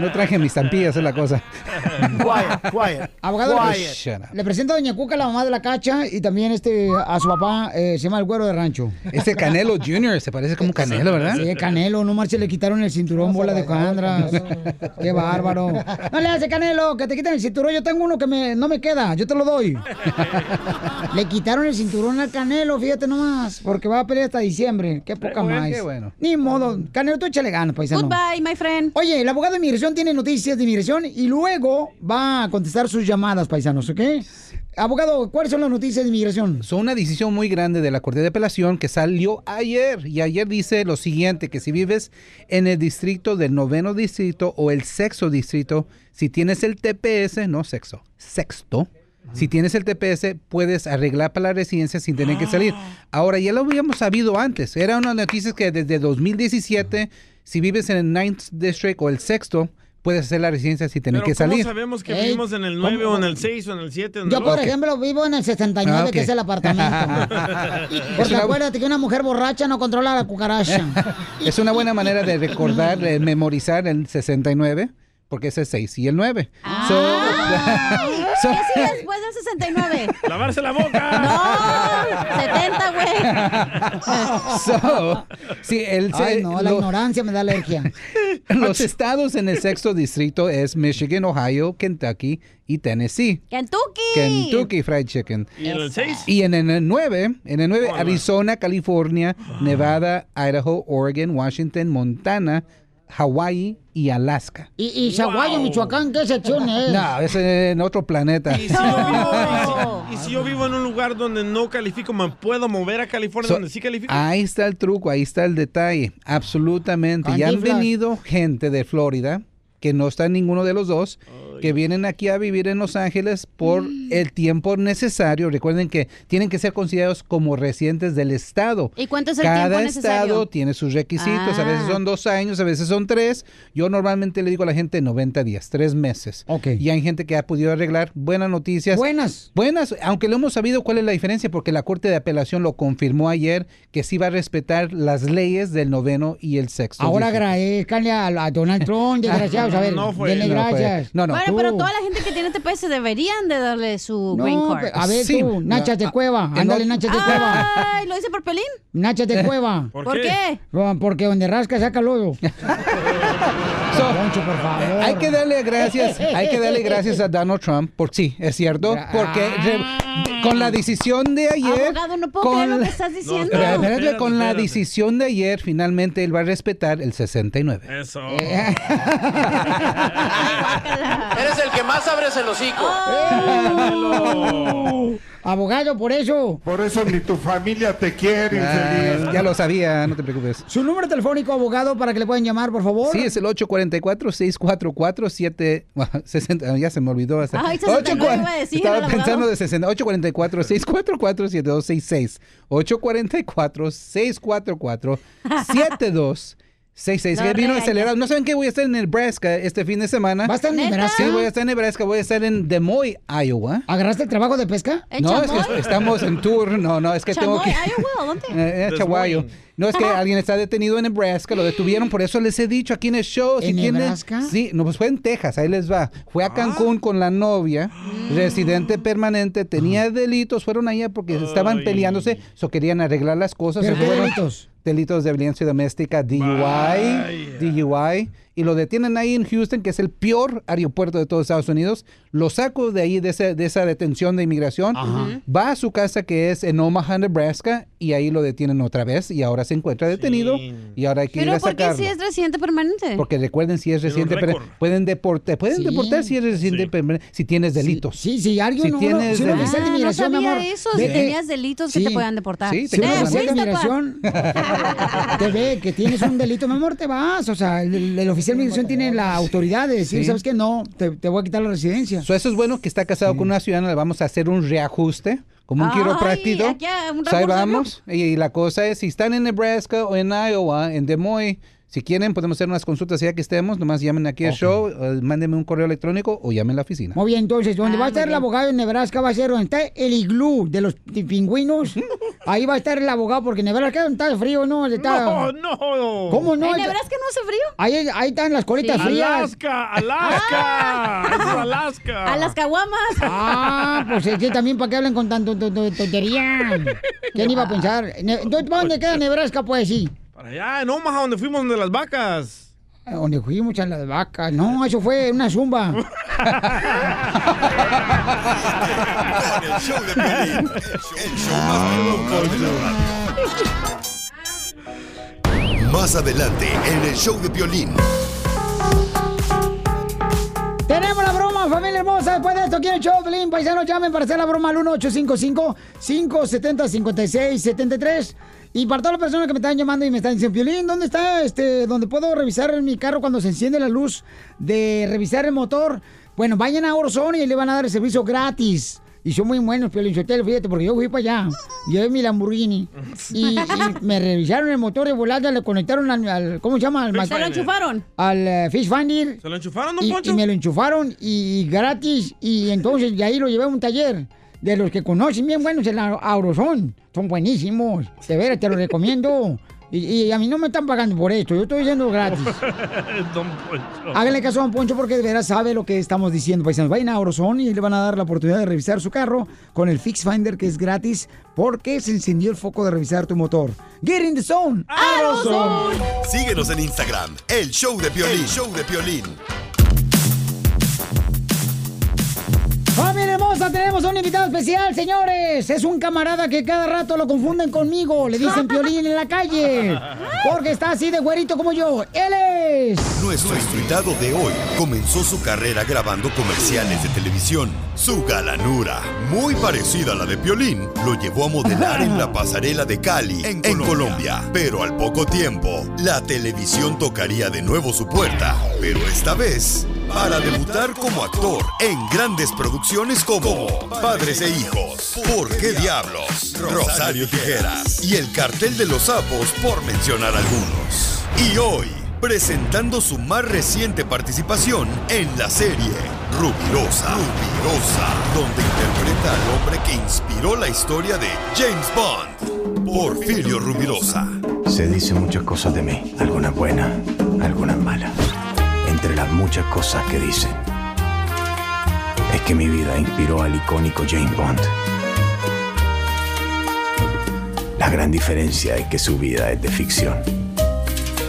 Speaker 27: No traje mis estampillas, es la cosa.
Speaker 2: Quiet, quiet. Abogado,
Speaker 27: Quiet. Shut up.
Speaker 2: le presento a Doña Cuca, la mamá de la cacha, y también este a su papá, eh, se llama el güero de rancho.
Speaker 27: Este Canelo Junior se parece como Canelo, ¿verdad?
Speaker 2: Sí, Canelo, no marche, le quitaron el cinturón, bola de cuandras. Qué bárbaro. No le hace Canelo, que te quiten el cinturón. Yo tengo uno que me, no me queda, yo te lo doy. Le quitaron el cinturón al Canelo, fíjate nomás, porque va a pelear hasta diciembre. Qué poca
Speaker 27: bueno,
Speaker 2: más.
Speaker 27: qué bueno.
Speaker 2: Ni modo. Canelo, tú échale ganas, paisano.
Speaker 6: Goodbye, my friend.
Speaker 2: Oye, el abogado de inmigración tiene noticias de inmigración y luego va a contestar sus llamadas, paisanos, ¿ok? Abogado, ¿cuáles son las noticias de inmigración?
Speaker 27: Son una decisión muy grande de la Corte de Apelación que salió ayer y ayer dice lo siguiente, que si vives en el distrito del noveno distrito o el sexto distrito, si tienes el TPS, no sexo, sexto, si tienes el TPS puedes arreglar para la residencia sin tener que
Speaker 2: Ah.
Speaker 27: salir. Ahora, ya lo habíamos sabido antes, era una noticia que desde 2017, si vives en el ninth district o el sexto, puedes hacer la residencia sin tener
Speaker 3: Pero
Speaker 27: que
Speaker 3: ¿cómo
Speaker 27: salir.
Speaker 3: sabemos que
Speaker 2: Ey,
Speaker 3: vivimos en el 9
Speaker 27: ¿cómo?
Speaker 3: o en el 6 o en el 7?
Speaker 2: Yo, por ejemplo, vivo en el 69,
Speaker 27: Ah, ok.
Speaker 2: que es el apartamento. Porque acuérdate que una mujer borracha no controla la cucaracha.
Speaker 27: Es una buena manera de recordar, de memorizar el 69, porque es el 6 y el 9.
Speaker 2: Ah.
Speaker 27: So-
Speaker 6: ¿Qué sigue después del 69?
Speaker 3: ¡Lavarse la boca!
Speaker 6: ¡No! 70, güey.
Speaker 27: so- sí, el,
Speaker 2: Ay, no, la
Speaker 27: lo-
Speaker 2: ignorancia me da alergia.
Speaker 27: los estados en el sexto distrito es Michigan, Ohio, Kentucky y Tennessee.
Speaker 6: Kentucky.
Speaker 27: Kentucky Fried Chicken.
Speaker 3: ¿Y en el 6?
Speaker 27: Y en, en el 9, en el 9,
Speaker 3: Oh, no.
Speaker 27: Arizona, California,
Speaker 3: Ah.
Speaker 27: Nevada, Idaho, Oregon, Washington, Montana, Hawaii y Alaska.
Speaker 2: Y, y Zaguayo, Michoacán, ¿qué sección es?
Speaker 27: No, es en otro planeta.
Speaker 3: Y si, yo vivo, y si- y si yo vivo en un lugar donde no califico, ¿me puedo mover a California
Speaker 27: So-
Speaker 3: donde sí califico?
Speaker 27: Ahí está el truco, ahí está el detalle. Absolutamente. Ya han
Speaker 3: Cantinflas.
Speaker 27: venido gente de Florida que no está en ninguno de los dos que vienen aquí a vivir en Los Ángeles por el tiempo necesario. Recuerden que tienen que ser considerados como residentes del estado.
Speaker 6: ¿Y cuánto es el
Speaker 27: Cada
Speaker 6: tiempo
Speaker 27: estado
Speaker 6: necesario?
Speaker 27: tiene sus requisitos. A veces
Speaker 6: Ah.
Speaker 27: son dos años, a veces son tres. Yo normalmente le digo a la gente 90 días, tres meses. Y hay gente que ha podido arreglar buenas noticias.
Speaker 2: Buenas.
Speaker 27: Buenas, aunque lo hemos sabido cuál es la diferencia, porque la Corte de Apelación lo confirmó ayer que sí va a respetar las leyes del noveno y el sexto.
Speaker 2: Ahora
Speaker 27: distrito.
Speaker 2: agradezcanle a, a Donald Trump, desgraciados. A ver,
Speaker 27: No fue
Speaker 2: denle
Speaker 27: él. No fue
Speaker 2: gracias.
Speaker 27: él. No, no,
Speaker 6: bueno, pero toda la gente que tiene TPS deberían de darle su
Speaker 2: No,
Speaker 6: green card.
Speaker 2: pe- a ver
Speaker 6: Sí.
Speaker 2: tú, Nachas de
Speaker 6: Ah,
Speaker 2: Cueva.
Speaker 6: en
Speaker 2: Ándale,
Speaker 6: otro-
Speaker 2: Nachas de Cueva.
Speaker 6: Ay, ¿lo hice por pelín?
Speaker 2: Nachas de Cueva.
Speaker 6: ¿Por ¿Por qué?
Speaker 2: Bueno, Porque donde rasca saca lodo. Poncho, por favor.
Speaker 27: Hay que darle gracias, hay que darle gracias a Donald Trump, por sí, es cierto, porque re- con la decisión de ayer,
Speaker 6: Abogado, no puedo
Speaker 27: con
Speaker 6: creer lo
Speaker 27: la-
Speaker 6: que estás diciendo.
Speaker 27: Espérate, espérate,
Speaker 6: espérate,
Speaker 27: con la
Speaker 6: espérate.
Speaker 27: decisión de ayer, finalmente él va a respetar el 69.
Speaker 3: Eso.
Speaker 16: Eres el que más abres el hocico.
Speaker 2: Oh. Abogado, por eso.
Speaker 8: Por eso ni tu familia te quiere,
Speaker 27: Ah,
Speaker 8: infeliz.
Speaker 27: ya lo sabía, no te preocupes.
Speaker 2: Su número telefónico, abogado, para que le puedan llamar, por favor.
Speaker 27: Sí, es el 844-644-7... bueno, 60, ya se me olvidó. hasta-
Speaker 6: Ay, 69 iba a decir, el
Speaker 27: Estaba
Speaker 6: abogado.
Speaker 27: pensando de 60. 844-644-7266. 844-644-7266.
Speaker 6: Lo
Speaker 27: Que vino
Speaker 6: regañó.
Speaker 27: acelerado. ¿No saben qué? Voy a estar en Nebraska este fin de semana. ¿Va a
Speaker 2: estar en ¿Neta? Nebraska?
Speaker 27: Sí, voy a estar en Nebraska. Voy a estar en Des Moines, Iowa.
Speaker 2: ¿Agarraste el trabajo de pesca?
Speaker 6: ¿En
Speaker 27: No, es
Speaker 6: Chamoy?
Speaker 27: que estamos en tour. No, no, es que tengo que...
Speaker 6: Chamoy, Iowa, ¿dónde?
Speaker 27: Eh, eh, Chaguayo. No es que alguien está detenido en Nebraska, lo detuvieron, por eso les he dicho aquí en el show.
Speaker 2: ¿En
Speaker 27: quieren-
Speaker 2: Nebraska?
Speaker 27: Sí, no, pues fue en Texas, ahí les va. Fue a Cancún con la novia, residente permanente, tenía delitos, fueron allá porque estaban peleándose, so querían arreglar las cosas.
Speaker 2: ¿Pero
Speaker 27: so
Speaker 2: qué
Speaker 27: fueron-
Speaker 2: delitos?
Speaker 27: Delitos de violencia doméstica, DUI, DUI, y lo detienen ahí en Houston, que es el peor aeropuerto de todos Estados Unidos. Lo saco de ahí, de, ese- de esa detención de inmigración,
Speaker 2: Ajá.
Speaker 27: va a su casa que es en Omaha, Nebraska, y ahí lo detienen otra vez, y ahora se encuentra detenido, y ahora hay que ir
Speaker 6: Pero
Speaker 27: a
Speaker 6: ¿por qué
Speaker 27: sacarlo.
Speaker 6: si es residente
Speaker 2: Eh.
Speaker 6: permanente?
Speaker 27: Porque recuerden si es reciente, pero
Speaker 6: récord.
Speaker 27: pueden deportar, pueden deportar si es reciente, pero si tienes delitos.
Speaker 2: Sí, sí, alguien
Speaker 27: si
Speaker 2: no-
Speaker 27: tienes
Speaker 2: si uno
Speaker 27: delitos.
Speaker 2: oficial de
Speaker 6: Ah, no
Speaker 2: inmigración, mi
Speaker 6: sabía
Speaker 2: amor, eh,
Speaker 6: eso,
Speaker 2: vete.
Speaker 6: si tenías delitos que
Speaker 2: Sí.
Speaker 6: te podían deportar.
Speaker 2: Sí, te
Speaker 6: Eh,
Speaker 2: quedas en la
Speaker 6: fuiste, pa.
Speaker 2: migración. te ve que tienes un delito, mi amor, te vas. O sea, el, el oficial de migración tiene la autoridad de decir,
Speaker 27: Sí.
Speaker 2: ¿sabes qué? No, te, te voy a quitar la residencia.
Speaker 27: So, eso es bueno que está casado con una ciudadana, le vamos a hacer un reajuste, como un
Speaker 2: Ay,
Speaker 27: quiropráctico.
Speaker 2: aquí hay un
Speaker 27: So, ahí
Speaker 2: recurso,
Speaker 27: vamos. Y, y la cosa es, si están en Nebraska o en Iowa, en Des Moines, si quieren podemos hacer unas consultas ya que estemos, nomás llamen aquí al show, eh, mándenme un correo electrónico o llamen a la oficina.
Speaker 2: Muy bien, entonces, donde
Speaker 27: Ah,
Speaker 2: va a
Speaker 27: muy
Speaker 2: estar el
Speaker 27: bien.
Speaker 2: abogado en Nebraska va a ser donde está el iglú de los ti- pingüinos. Ahí va a estar el abogado, porque en Nebraska está frío, ¿no? Está...
Speaker 3: No, no.
Speaker 2: ¿Cómo no?
Speaker 6: ¿En Nebraska no hace frío?
Speaker 2: Ahí, ahí están las colitas
Speaker 6: Sí.
Speaker 2: frías.
Speaker 3: Alaska, Alaska. Eso es Alaska.
Speaker 6: A las caguamas.
Speaker 2: Ah, pues es que también para qué hablan con tanto to- to- tontería. ¿Quién iba a pensar? Ne- Entonces, ¿para dónde queda Nebraska? Pues sí.
Speaker 3: Para allá, en Omaha, donde fuimos de las vacas.
Speaker 2: A Donde fuimos a las vacas. No, eso fue una zumba.
Speaker 5: Con el show de Piolín, el show, el show más bipolar de la radio. Más adelante en el show de Piolín.
Speaker 2: Tenemos la broma, familia hermosa. Después de esto, ¿quieren show, Pelín? Paisanos, llamen para hacer la broma al 1-855-570-5673. Y para todas las personas que me están llamando y me están diciendo, Piolín, ¿dónde está este, donde puedo revisar en mi carro cuando se enciende la luz de revisar el motor? Bueno, vayan a Orzoni y le van a dar el servicio gratis. Y son muy buenos, Piolín Sotelo, fíjate, porque yo fui para allá. Llevé mi Lamborghini. Y, y me revisaron el motor de volada, le conectaron al, al- ¿cómo se llama? Al
Speaker 3: Fish
Speaker 2: mas-
Speaker 3: ¿Se lo enchufaron?
Speaker 2: Al eh, Fish Finder.
Speaker 3: ¿Se lo enchufaron, don
Speaker 2: Y-
Speaker 3: Poncho?
Speaker 2: Y, me lo enchufaron y, y gratis. Y entonces de ahí lo llevé a un taller. De los que conocen bien buenos el Auro- Aurozón. Son buenísimos. De veras, te lo recomiendo. Y, y a mí no me están pagando por esto. Yo estoy yendo gratis.
Speaker 3: Don Poncho.
Speaker 2: Háganle caso a Don Poncho porque de veras sabe lo que estamos diciendo, paisanos. Vayan a Aurozón y le van a dar la oportunidad de revisar su carro con el Fix Finder que es gratis porque se encendió el foco de revisar tu motor. Get in the zone. Aurozone.
Speaker 5: Síguenos en Instagram, el show de Piolín. El show de Piolín.
Speaker 2: Familia hermosa, tenemos a un invitado especial, señores. Es un camarada que cada rato lo confunden conmigo. Le dicen piolín en la calle. Porque está así de güerito como yo. Él es.
Speaker 5: Nuestro invitado de hoy comenzó su carrera grabando comerciales de televisión. Su galanura, muy parecida a la de Piolín, lo llevó a modelar en la pasarela de Cali, en, Colombia. Pero al poco tiempo, la televisión tocaría de nuevo su puerta, pero esta vez Para debutar como actor en grandes producciones como Padres e Hijos, ¿Por qué Diablos? Rosario Tijeras y El Cartel de los Sapos, por mencionar algunos. Y hoy, presentando su más reciente participación en la serie Rubirosa, Rubirosa, donde interpreta al hombre que inspiró la historia de James Bond, Porfirio Rubirosa.
Speaker 18: Se dice muchas cosas de mí, algunas buenas, algunas malas. Entre las muchas cosas que dicen, es que mi vida inspiró al icónico James Bond. La gran diferencia es que su vida es de ficción.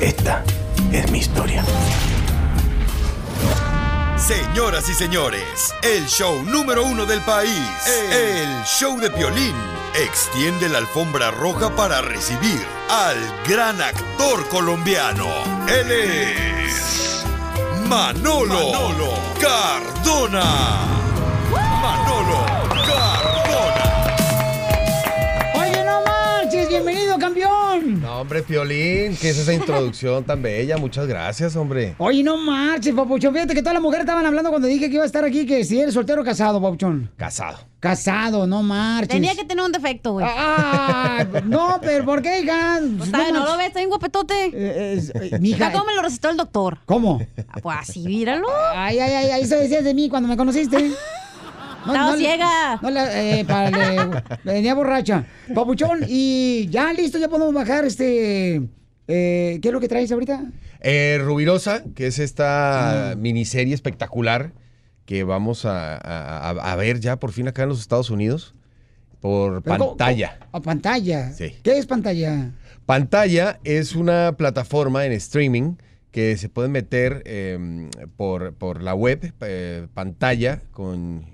Speaker 18: Esta es mi historia.
Speaker 5: Señoras y señores, el show número uno del país, el show de violín, extiende la alfombra roja para recibir al gran actor colombiano. Él es Manolo, Cardona. Manolo Cardona.
Speaker 2: Oye, no marches, bienvenido, campeón.
Speaker 17: No, hombre, Piolín, ¿qué es esa introducción tan bella? Muchas gracias, hombre.
Speaker 2: Oye, no marches, papuchón. Fíjate que todas las mujeres estaban hablando cuando dije que iba a estar aquí, que si eres soltero o casado, papuchón.
Speaker 17: Casado.
Speaker 2: Casado, no marches.
Speaker 6: Tenía que tener un defecto, güey.
Speaker 2: Ah, no, pero ¿por qué, hija? Eh,
Speaker 6: Pues, ¿sabe? no lo ves, está bien guapetote.
Speaker 2: mija.
Speaker 6: Acá como me lo recetó el doctor.
Speaker 2: ¿Cómo?
Speaker 6: Ah, Pues así, míralo.
Speaker 2: Ay, ay, ay, ay, eso decías de mí cuando me conociste.
Speaker 6: Estaba
Speaker 2: le-
Speaker 6: ciega.
Speaker 2: no le- eh, para- le- venía borracha. Papuchón, y ya listo, ya podemos bajar este... eh, ¿Qué es lo que traes ahorita?
Speaker 17: Eh, Rubirosa, que es esta
Speaker 2: Mm.
Speaker 17: miniserie espectacular que vamos a, a- a- a ver ya por fin acá en los Estados Unidos por
Speaker 2: Pero ¿cómo-
Speaker 17: pantalla.
Speaker 2: cómo- ¿A Oh, pantalla?
Speaker 17: Sí.
Speaker 2: ¿Qué es pantalla?
Speaker 17: Pantalla es una plataforma en streaming que se puede meter eh, por, por la web, eh, pantalla con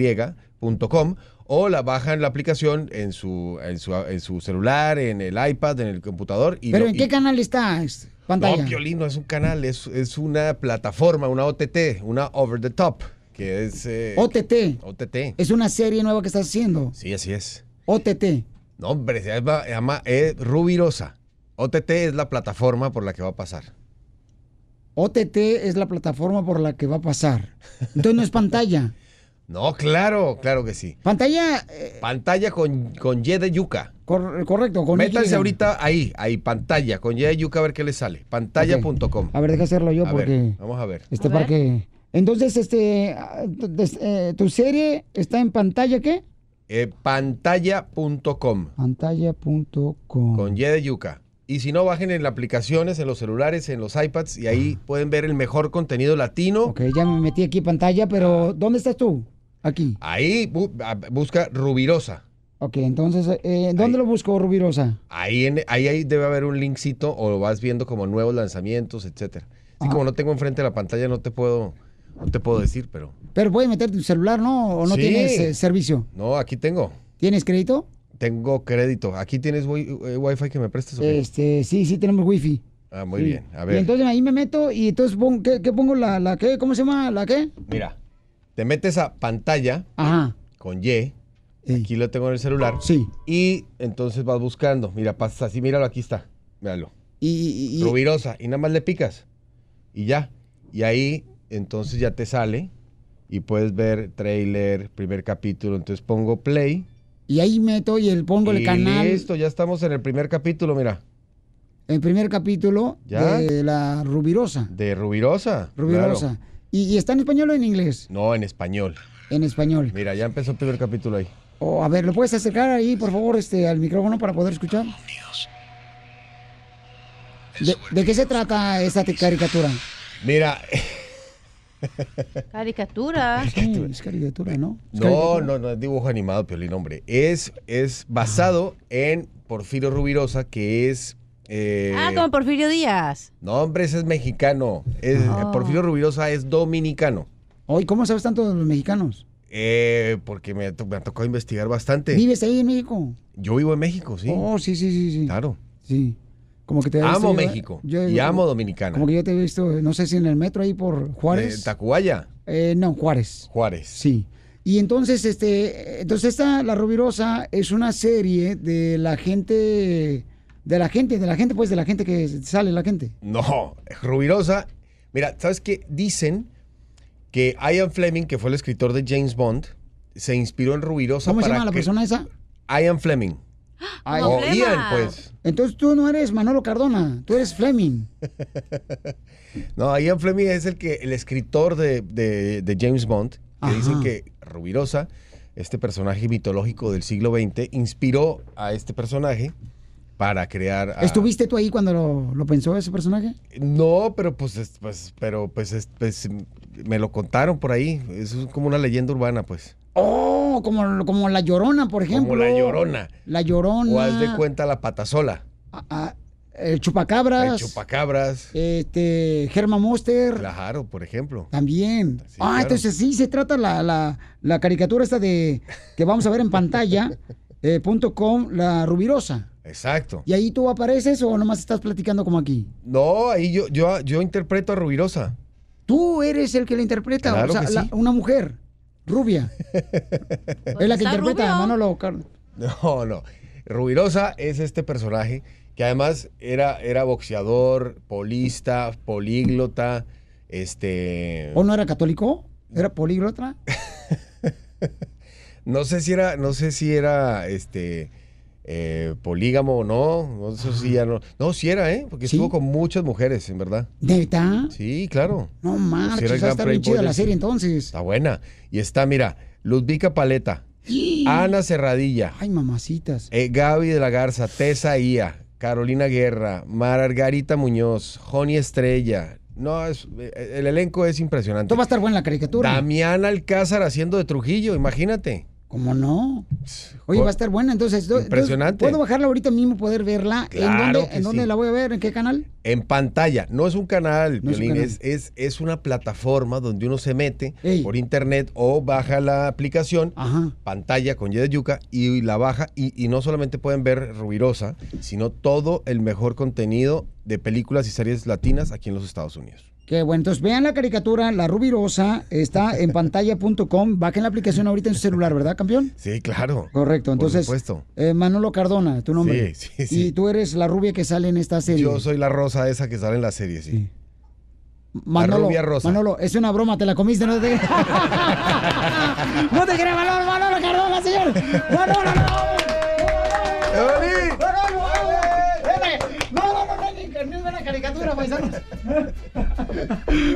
Speaker 17: y.com, o la bajan la aplicación en su, en su, en su celular, en el iPad, en el computador. Y
Speaker 2: ¿Pero
Speaker 17: lo-
Speaker 2: en
Speaker 17: y-
Speaker 2: qué canal está es- pantalla?
Speaker 17: No, Piolín, no es un canal, es, es una plataforma, una OTT, una over the top, que es... eh,
Speaker 2: OTT.
Speaker 17: OTT.
Speaker 2: Es una serie nueva que estás haciendo.
Speaker 17: Sí, así es.
Speaker 2: OTT.
Speaker 17: No, hombre, se llama, se llama- es Rubirosa. OTT es la plataforma por la que va a pasar.
Speaker 2: OTT es la plataforma por la que va a pasar. Entonces no es pantalla.
Speaker 17: No, claro, claro que sí.
Speaker 2: Pantalla, eh,
Speaker 17: Pantalla con, con Y de yuca.
Speaker 2: cor- correcto. Con
Speaker 17: Métanse
Speaker 2: Y.
Speaker 17: ahorita ahí, ahí, pantalla, con Y de yuca, a ver qué le sale. Pantalla.com.
Speaker 2: A ver, deja hacerlo yo
Speaker 17: A ver,
Speaker 2: porque...
Speaker 17: vamos a ver.
Speaker 2: Este, para que- Entonces, este, ah, tu- des- eh, tu serie está en pantalla, ¿qué?
Speaker 17: Eh, pantalla.com,
Speaker 2: Pantalla.com.
Speaker 17: con Y de yuca. Y si no, bajen en las aplicaciones, en los celulares, en los iPads, y ahí pueden ver el mejor contenido latino.
Speaker 2: Ok, ya me metí aquí pantalla, pero ¿dónde estás tú? Aquí.
Speaker 17: Ahí bu- a- busca Rubirosa.
Speaker 2: Ok, entonces, eh, ¿dónde lo busco, Rubirosa?
Speaker 17: Ahí, en- ahí, ahí debe haber un linkcito o vas viendo como nuevos lanzamientos, etcétera. Así como no tengo enfrente la pantalla, no te puedo, no te puedo decir, pero.
Speaker 2: Pero puedes meter tu celular, ¿no? ¿O no
Speaker 17: Sí.
Speaker 2: tienes eh, servicio?
Speaker 17: No, aquí tengo.
Speaker 2: ¿Tienes crédito?
Speaker 17: Tengo crédito. Aquí tienes wi eh, wifi que me prestes. o qué?
Speaker 2: Este, sí, sí, tenemos wifi.
Speaker 17: Ah, muy
Speaker 2: Sí.
Speaker 17: bien. A
Speaker 2: Y
Speaker 17: ver,
Speaker 2: entonces ahí me meto y entonces pongo, ¿qué, qué pongo? La, ¿La qué? ¿Cómo se llama? ¿La qué?
Speaker 17: mira. Te metes a pantalla
Speaker 2: Ajá.
Speaker 17: con Y. Aquí lo tengo en el celular.
Speaker 2: Sí.
Speaker 17: Y entonces vas buscando. Mira, pasas así, míralo, aquí está. Míralo.
Speaker 2: Y, y-
Speaker 17: Rubirosa. Y nada más le picas. Y ya. Y ahí entonces ya te sale. Y puedes ver trailer, primer capítulo. Entonces pongo play.
Speaker 2: Y ahí meto y el, pongo el
Speaker 17: y
Speaker 2: canal,
Speaker 17: Listo, ya estamos en el primer capítulo, mira.
Speaker 2: el primer capítulo
Speaker 17: Ya.
Speaker 2: de la Rubirosa.
Speaker 17: De Rubirosa.
Speaker 2: Rubirosa.
Speaker 17: claro.
Speaker 2: ¿Y, y está en español o en inglés?
Speaker 17: No, en español.
Speaker 2: En español.
Speaker 17: Mira, ya empezó el primer capítulo ahí.
Speaker 2: O, a ver, ¿lo puedes acercar ahí, por favor, este, al micrófono para poder escuchar? ¿De, de qué se trata esta te- caricatura?
Speaker 17: Mira,
Speaker 6: Caricatura.
Speaker 2: Sí, es caricatura, ¿no? Es
Speaker 17: no,
Speaker 2: caricatura.
Speaker 17: no, no es dibujo animado, Piolín, hombre. Es, es basado en Porfirio Rubirosa, que es... eh,
Speaker 6: Ah, como Porfirio Díaz.
Speaker 17: No, hombre, ese es mexicano. Es-
Speaker 6: Ah.
Speaker 17: Porfirio Rubirosa es dominicano.
Speaker 2: Oye, ¿cómo sabes tanto de los mexicanos?
Speaker 17: Eh, porque me, to- me ha tocado investigar bastante.
Speaker 2: ¿Vives ahí en México?
Speaker 17: Yo vivo en México, sí.
Speaker 2: Oh, sí, sí, sí, sí.
Speaker 17: Claro.
Speaker 2: Sí. Como que te había
Speaker 17: Amo
Speaker 2: visto yo-
Speaker 17: México
Speaker 2: yo-
Speaker 17: y amo Dominicana.
Speaker 2: Como que yo te he visto, no sé si en el metro ahí por
Speaker 17: Eh,
Speaker 2: Juárez.
Speaker 17: Tacubaya,
Speaker 2: Eh, no, Juárez.
Speaker 17: Juárez.
Speaker 2: Sí. Y entonces, este, entonces esta La Rubirosa es una serie de la gente, de la gente, de la gente, pues, de la gente que sale la gente.
Speaker 17: No, Rubirosa. Mira, ¿sabes qué? Dicen que Ian Fleming, que fue el escritor de James Bond, se inspiró en Rubirosa
Speaker 2: ¿Cómo se
Speaker 17: para
Speaker 2: llama la
Speaker 17: que-
Speaker 2: persona esa?
Speaker 17: Ian Fleming.
Speaker 2: Como
Speaker 17: o
Speaker 2: Flema.
Speaker 17: Ian, pues.
Speaker 2: Entonces tú no eres Manolo Cardona, tú eres Fleming.
Speaker 17: No, Ian Fleming es el que el escritor de, de- de James Bond, que
Speaker 2: Ajá.
Speaker 17: dicen que Rubirosa, este personaje mitológico del siglo XX, inspiró a este personaje para crear. a-
Speaker 2: ¿Estuviste tú ahí cuando lo, lo pensó ese personaje?
Speaker 17: No, pero pues, es- pues, pero pues, es- pues, me lo contaron por ahí. Eso es como una leyenda urbana, pues.
Speaker 2: Oh, como, como La Llorona, por ejemplo.
Speaker 17: Como la llorona.
Speaker 2: La Llorona.
Speaker 17: O haz de cuenta la patasola.
Speaker 2: Ah, El Chupacabras.
Speaker 17: El chupacabras.
Speaker 2: Este, Germa Monster.
Speaker 17: Claro, por ejemplo.
Speaker 2: También. ah,
Speaker 17: claro.
Speaker 2: entonces sí se trata la, la- la caricatura esta de que vamos a ver en pantalla, eh, punto com, la rubirosa.
Speaker 17: Exacto.
Speaker 2: ¿Y ahí tú apareces o nomás estás platicando como aquí?
Speaker 17: No, ahí yo, yo, yo interpreto a Rubirosa.
Speaker 2: Tú eres el que la interpreta,
Speaker 17: Claro
Speaker 2: o sea,
Speaker 17: que
Speaker 2: la-
Speaker 17: sí.
Speaker 2: una mujer rubia. es la que
Speaker 17: Pues está
Speaker 2: interpreta
Speaker 17: rubio.
Speaker 2: a Manolo Car-
Speaker 17: No, no. Rubirosa es este personaje que además era, era boxeador, polista, políglota, este...
Speaker 2: ¿O no era católico? ¿Era políglota?
Speaker 17: No sé si era, no sé si era, este... eh, polígamo o no, no sé si ya no. No, sí era, ¿eh? Porque estuvo con muchas mujeres, en verdad.
Speaker 2: ¿Neta?
Speaker 17: Sí, claro.
Speaker 2: No
Speaker 17: Sí
Speaker 2: marches,
Speaker 17: era el
Speaker 2: o sea,
Speaker 17: gran
Speaker 2: está
Speaker 17: playboy
Speaker 2: bien chida la
Speaker 17: del-
Speaker 2: serie entonces.
Speaker 17: Está buena. Y está, mira, Ludvica Paleta, Ana Serradilla.
Speaker 2: Ay, mamacitas.
Speaker 17: Eh, Gaby de la Garza, Tessa Ia, Carolina Guerra, Margarita Muñoz, Joni Estrella. No, es- eh, el elenco es impresionante.
Speaker 2: Esto va a estar buena la caricatura.
Speaker 17: Damián Alcázar haciendo de Trujillo, imagínate.
Speaker 2: ¿Cómo no? Oye, va a estar buena, entonces. do-
Speaker 17: Impresionante.
Speaker 2: entonces, ¿Puedo bajarla ahorita mismo, poder verla? ¿En
Speaker 17: Claro
Speaker 2: dónde,
Speaker 17: que
Speaker 2: ¿en dónde
Speaker 17: sí.
Speaker 2: la voy a ver? ¿En qué canal?
Speaker 17: En pantalla, no es un canal,
Speaker 2: No es un
Speaker 17: Piolín,
Speaker 2: canal.
Speaker 17: es, es- es una plataforma donde uno se mete por internet o baja la aplicación, pantalla con Y de Yuca, y la baja. Y, y no solamente pueden ver Rubirosa, sino todo el mejor contenido de películas y series latinas aquí en los Estados Unidos.
Speaker 2: Que bueno, entonces vean la caricatura, la rubirosa, está en pantalla.com. Bajen la aplicación ahorita en su celular, ¿verdad, campeón?
Speaker 17: Sí, claro.
Speaker 2: Correcto, entonces.
Speaker 17: Por supuesto.
Speaker 2: eh, Manolo Cardona, tu nombre.
Speaker 17: Sí, sí, sí.
Speaker 2: Y tú eres la rubia que sale en esta serie.
Speaker 17: Yo soy la rosa esa que sale en la serie, sí.
Speaker 2: Manolo,
Speaker 17: la rubia rosa.
Speaker 2: Manolo, es una broma, te la comiste, no te. no te creas, Manolo, Manolo Cardona, señor. Manolo, no. No, no, no, no, no es una caricatura, paisanos.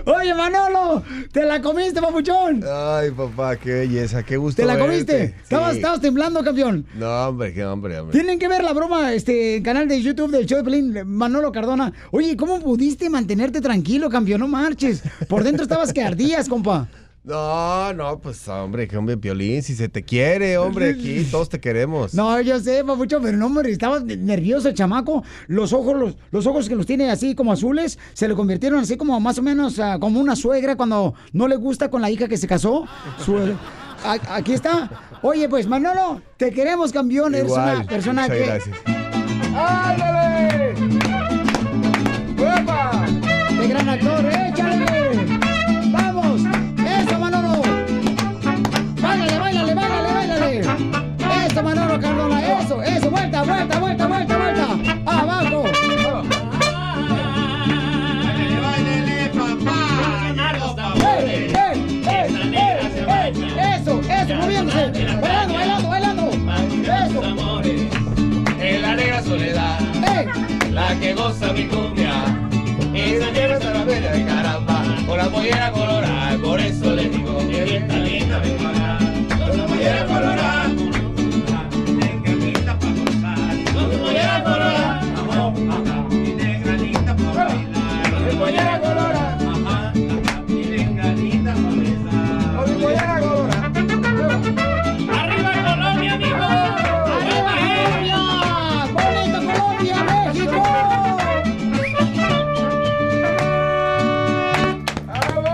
Speaker 2: Oye, Manolo, te la comiste, papuchón.
Speaker 17: Ay, papá, qué belleza, qué gusto.
Speaker 2: Te la
Speaker 17: verte.
Speaker 2: comiste.
Speaker 17: Sí.
Speaker 2: Estabas, estabas temblando, campeón.
Speaker 17: No, hombre, qué hombre, hombre.
Speaker 2: Tienen que ver la broma, este, el canal de YouTube del show de Pelín, Manolo Cardona. Oye, ¿cómo pudiste mantenerte tranquilo, campeón? No marches. Por dentro estabas que ardías, compa.
Speaker 17: No, no, pues hombre, qué hombre, Piolín, si se te quiere, hombre, aquí todos te queremos.
Speaker 2: No, yo sé, papucho, pero no, hombre, estaba nervioso el chamaco. Los ojos, los, los ojos que los tiene así como azules, se le convirtieron así como más o menos ah, como una suegra cuando no le gusta con la hija que se casó. Su- a- aquí está. Oye, pues Manolo, te queremos, campeón. Eres
Speaker 17: Igual,
Speaker 2: una persona
Speaker 17: muchas
Speaker 2: que.
Speaker 17: gracias.
Speaker 2: ¡Ándale! ¡Uepa! ¡Qué gran actor! ¡Échale! ¡Vamos! ¡Eso, Manolo! ¡Báilale, báilale, báilale, báilale! ¡Eso, Manolo Cardona! ¡Eso, eso! ¡Vuelta, vuelta, vuelta, vuelta, vuelta! ¡Abajo! ¡Ey, ey, ey, ey, ey! ¡Eso, eso! ¡Moviéndose! ¡Bailando, bailando, bailando! ¡Eso! Eh.
Speaker 16: En la negra soledad,
Speaker 2: ¡Ey!
Speaker 16: la que goza mi cumbia. Esa lleva esa rabia de caramba, con la pollera colorada, por eso le digo que bien está linda mi mamá. Con la pollera colorada, con una cultura, negra linda pa' gozar. Con tu pollera colorada, ajá, ajá, mi negra linda pa' bailar. Con tu pollera colorada, ajá, ajá, mi negra linda pa' besar. Con tu Oh, pollera colorada. ¡Arriba Colombia, amigo! ¡Arriba eh.
Speaker 2: Colombia! ¡Bonito Colombia, México!
Speaker 16: ¡Bravo!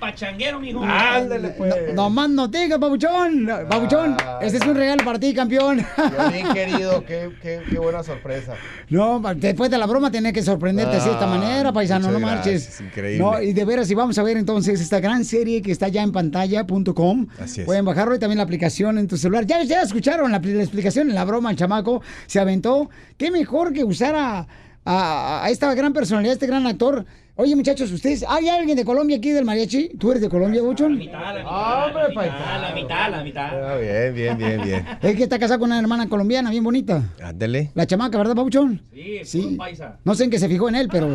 Speaker 16: pachanguero, mijo.
Speaker 2: Ándale, pues. No, más no digas, papuchón. Papuchón, este es un regalo para ti, campeón.
Speaker 19: Violín, querido, qué, qué, qué buena sorpresa.
Speaker 2: No, después de la broma tenés que sorprenderte de cierta
Speaker 19: Ah,
Speaker 2: manera, paisano,
Speaker 19: muchas
Speaker 2: no marches.
Speaker 19: gracias, increíble.
Speaker 2: No, y de veras, y vamos a ver entonces esta gran serie que está ya en pantalla.com.
Speaker 19: Así es.
Speaker 2: Pueden bajarlo y también la aplicación en tu celular. Ya, ya escucharon la, la explicación en la broma, el chamaco se aventó. Qué mejor que usar a, a- a esta gran personalidad, este gran actor. Oye, muchachos, ustedes, ¿hay alguien de Colombia aquí del mariachi? ¿Tú eres de Colombia, Buchón? Ah,
Speaker 19: Hombre,
Speaker 16: A la mitad, a la mitad.
Speaker 17: Ah, bien, bien, bien, bien.
Speaker 2: Es que está casado con una hermana colombiana bien bonita.
Speaker 19: Ah,
Speaker 17: Ándale.
Speaker 2: La chamaca, ¿verdad, Pabuchón?
Speaker 17: Sí, es
Speaker 2: sí.
Speaker 17: puro paisa.
Speaker 2: No sé en qué se fijó en él, pero.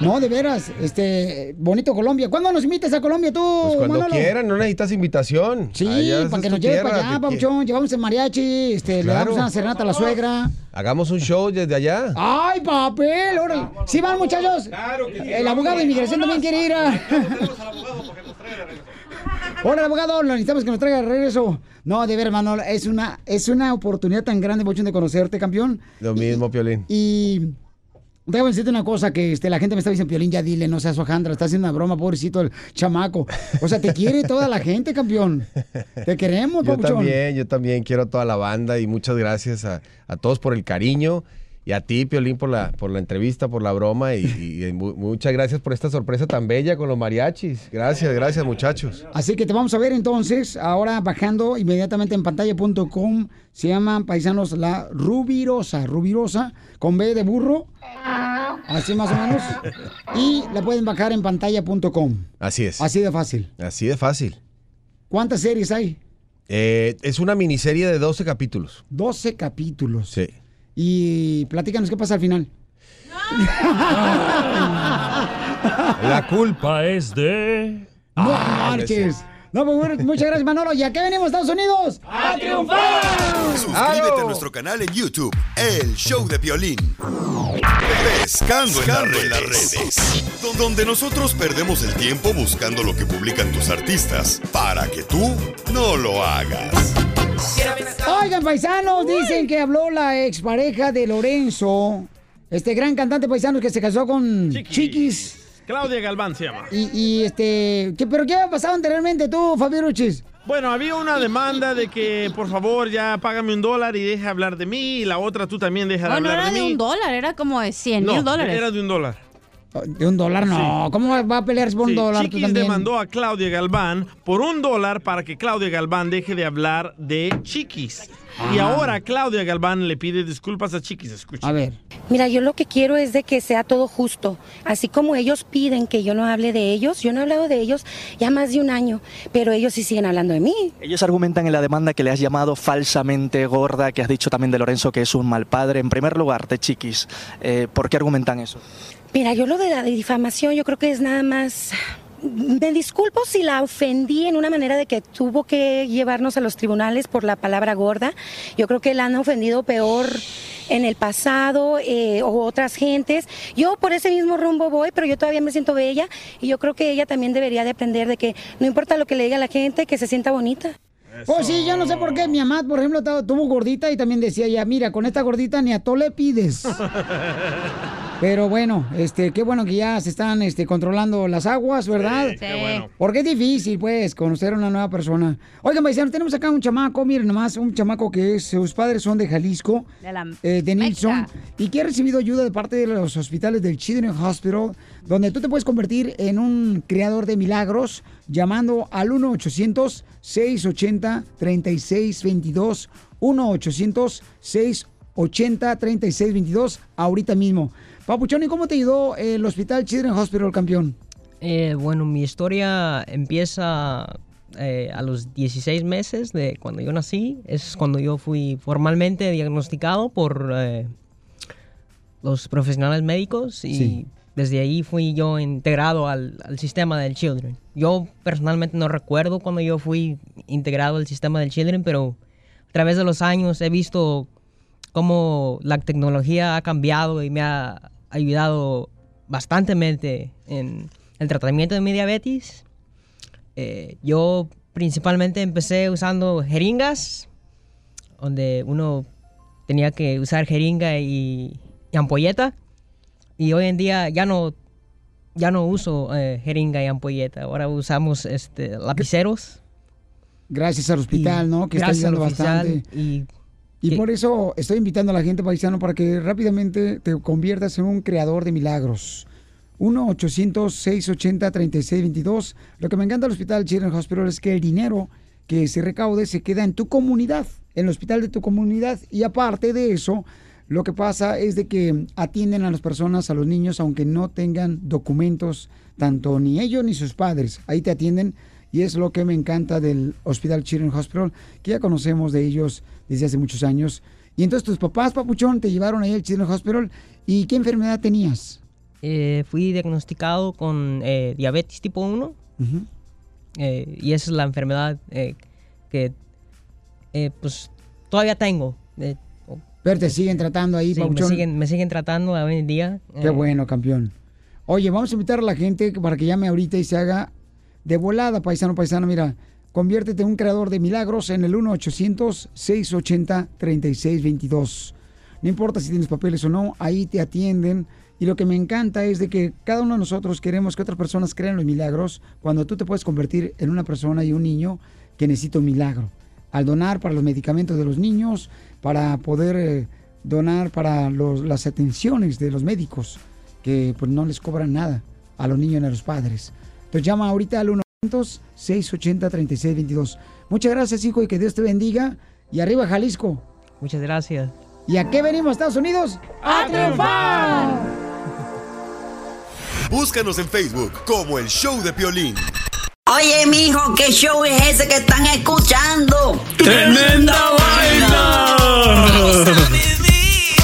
Speaker 2: No, de veras, este, bonito Colombia. ¿Cuándo nos invitas a Colombia tú,
Speaker 17: Pues cuando
Speaker 2: Oh, Manolo?
Speaker 17: quieran, no necesitas invitación.
Speaker 2: Sí,
Speaker 17: Allá es
Speaker 2: para que
Speaker 17: tu
Speaker 2: nos lleves
Speaker 17: tierra,
Speaker 2: para allá,
Speaker 17: que-
Speaker 2: Pabuchón. Llevamos el mariachi, este, le
Speaker 17: Claro.
Speaker 2: damos una serenata a la suegra. Ah.
Speaker 17: Hagamos un show desde allá.
Speaker 2: ¡Ay, papel! ¡Órale! ¿Sí van, muchachos? El abogado de inmigración también quiere ir a... Hola, abogado, lo necesitamos que nos traiga de regreso. No, de ver, hermano, es una, es una oportunidad tan grande, Bochón, de conocerte, campeón.
Speaker 17: Lo mismo, Piolín.
Speaker 2: Y debo decirte una cosa, que este, la gente me está diciendo, Piolín, ya dile, no seas Ojandra, está haciendo una broma, pobrecito el chamaco. O sea, te quiere toda la gente, campeón. Te queremos,
Speaker 17: Yo
Speaker 2: Papuchón.
Speaker 17: también, yo también quiero a toda la banda y muchas gracias a, a todos por el cariño y a ti, Piolín, por la, por la entrevista, por la broma y, y mu- muchas gracias por esta sorpresa tan bella con los mariachis. Gracias, gracias muchachos.
Speaker 2: Así que te vamos a ver entonces, ahora bajando inmediatamente en pantalla.com, se llaman paisanos la Rubirosa, Rubirosa, con B de burro, así más o menos, y la pueden bajar en pantalla.com,
Speaker 17: Así es.
Speaker 2: así de fácil.
Speaker 17: Así de fácil.
Speaker 2: ¿Cuántas series hay?
Speaker 17: Eh, es una miniserie de 12 capítulos.
Speaker 2: 12 capítulos.
Speaker 17: Sí.
Speaker 2: Y platícanos qué pasa al final.
Speaker 17: La
Speaker 20: culpa es de.
Speaker 2: No marches. No, pues bueno, muchas gracias Manolo, ¿y a qué venimos Estados Unidos? ¡A triunfar!
Speaker 5: Suscríbete a nuestro canal en YouTube, El Show de Violín. Pescando en las redes. Donde nosotros perdemos el tiempo buscando lo que publican tus artistas para que tú no lo hagas.
Speaker 2: Oigan, paisanos, dicen que habló la expareja de Lorenzo, este gran cantante paisano que se casó con Chiquis.
Speaker 3: Claudia Galván se llama.
Speaker 2: Y, y, este, ¿qué- ¿pero qué había pasado anteriormente tú, Fabián Ruchis?
Speaker 3: Bueno, había una demanda de que, por favor, ya págame un dólar y deja hablar de mí. Y la otra, tú también deja de
Speaker 6: No, no
Speaker 3: hablar
Speaker 6: era
Speaker 3: de mí.
Speaker 6: de un dólar, era como de 100
Speaker 3: no,
Speaker 6: mil dólares.
Speaker 3: era de un dólar.
Speaker 2: Ah, De un dólar no. ¿Cómo va a pelear por un
Speaker 3: Sí,
Speaker 2: dólar tú
Speaker 3: Chiquis
Speaker 2: también?
Speaker 3: demandó a Claudia Galván por un dólar para que Claudia Galván deje de hablar de Chiquis. Y
Speaker 28: Ah.
Speaker 3: ahora Claudia Galván le pide disculpas a Chiquis. Escucha.
Speaker 2: A ver.
Speaker 28: Mira, yo lo que quiero es de que sea todo justo. Así como ellos piden que yo no hable de ellos, yo no he hablado de ellos ya más de un año, pero ellos sí siguen hablando de mí.
Speaker 29: Ellos argumentan en la demanda que le has llamado falsamente gorda, que has dicho también de Lorenzo que es un mal padre. En primer lugar, te chiquis, eh, ¿por qué argumentan eso?
Speaker 28: Mira, yo lo de la difamación, yo creo que es nada más. Me disculpo si la ofendí en una manera de que tuvo que llevarnos a los tribunales por la palabra gorda. Yo creo que la han ofendido peor en el pasado eh, o otras gentes. Yo por ese mismo rumbo voy, pero yo todavía me siento bella y yo creo que ella también debería de aprender de que no importa lo que le diga la gente, que se sienta bonita.
Speaker 2: Pues sí, yo no sé por qué. Mi mamá, por ejemplo, ta- tuvo gordita y también decía ya, mira, con esta gordita ni a todo le pides. Pero bueno, este, qué bueno que ya se están este, controlando las aguas, ¿verdad?
Speaker 20: Sí, qué bueno.
Speaker 2: Porque es difícil, pues, conocer a una nueva persona. Oigan, paisano, tenemos acá un chamaco, miren nomás, un chamaco que es- sus padres son de Jalisco,
Speaker 6: De la-
Speaker 2: eh, de Nilsson, y que ha recibido ayuda de parte de los hospitales del Children's Hospital, donde tú te puedes convertir en un creador de milagros llamando al 1-800-680-3622, 1-800-680-3622, ahorita mismo. Papuchón, ¿y cómo te ayudó eh, el hospital Children's Hospital, campeón?
Speaker 30: Eh, bueno, mi historia empieza eh, a los 16 meses de cuando yo nací. Es cuando yo fui formalmente diagnosticado por eh, los profesionales médicos y
Speaker 31: Sí.
Speaker 30: desde ahí fui yo integrado al, al sistema del Children. Yo personalmente no recuerdo cuando yo fui integrado al sistema del Children, pero a través de los años he visto cómo la tecnología ha cambiado y me ha ayudado bastantemente en el tratamiento de mi diabetes. Eh, yo principalmente empecé usando jeringas, donde uno tenía que usar jeringa y, y ampolleta. Y hoy en día ya no, ya no uso eh, jeringa y ampolleta. Ahora usamos este, lapiceros.
Speaker 2: Gracias al hospital,
Speaker 30: Y
Speaker 2: ¿no? Que está
Speaker 30: gracias al
Speaker 2: ayudando
Speaker 30: oficial
Speaker 2: bastante.
Speaker 30: Y,
Speaker 2: Y por eso estoy invitando a la gente paisano para que rápidamente te conviertas en un creador de milagros. 1-800-680-3622. Lo que me encanta del Hospital Children's Hospital es que el dinero que se recaude se queda en tu comunidad, en el hospital de tu comunidad. Y aparte de eso, lo que pasa es de que atienden a las personas, a los niños, aunque no tengan documentos, tanto ni ellos ni sus padres. Ahí te atienden y es lo que me encanta del Hospital Children's Hospital, que ya conocemos de ellos desde hace muchos años. Y entonces tus papás, papuchón, te llevaron ahí al Children's Hospital. ¿Y qué enfermedad tenías?
Speaker 30: eh, fui diagnosticado con eh, diabetes tipo 1.
Speaker 2: Ujú.
Speaker 30: eh, y esa es la enfermedad eh, que eh, pues todavía tengo. Eh,
Speaker 2: Pero te siguen tratando ahí,
Speaker 30: sí, me,
Speaker 2: papuchón.
Speaker 30: siguen, me siguen tratando hoy en día.
Speaker 2: Qué
Speaker 30: eh,
Speaker 2: bueno, campeón. Oye, vamos a invitar a la gente para que llame ahorita y se haga de volada, paisano, paisano. Mira, conviértete en un creador de milagros en el 1-800-680-3622. No importa si tienes papeles o no, ahí te atienden. Y lo que me encanta es de que cada uno de nosotros queremos que otras personas crean los milagros cuando tú te puedes convertir en una persona y un niño que necesita un milagro. Al donar para los medicamentos de los niños, para poder eh, donar para los- las atenciones de los médicos, que pues no les cobran nada a los niños ni a los padres. Entonces llama ahorita al 1-680-3622. Muchas gracias, hijo, y que Dios te bendiga. Y arriba, Jalisco.
Speaker 30: Muchas gracias.
Speaker 2: ¿Y a qué venimos, Estados Unidos? ¡A triunfar!
Speaker 5: Búscanos en Facebook como el show de Piolín.
Speaker 10: Oye, mijo, ¿qué show es ese que están escuchando?
Speaker 16: ¡Tremenda vaina!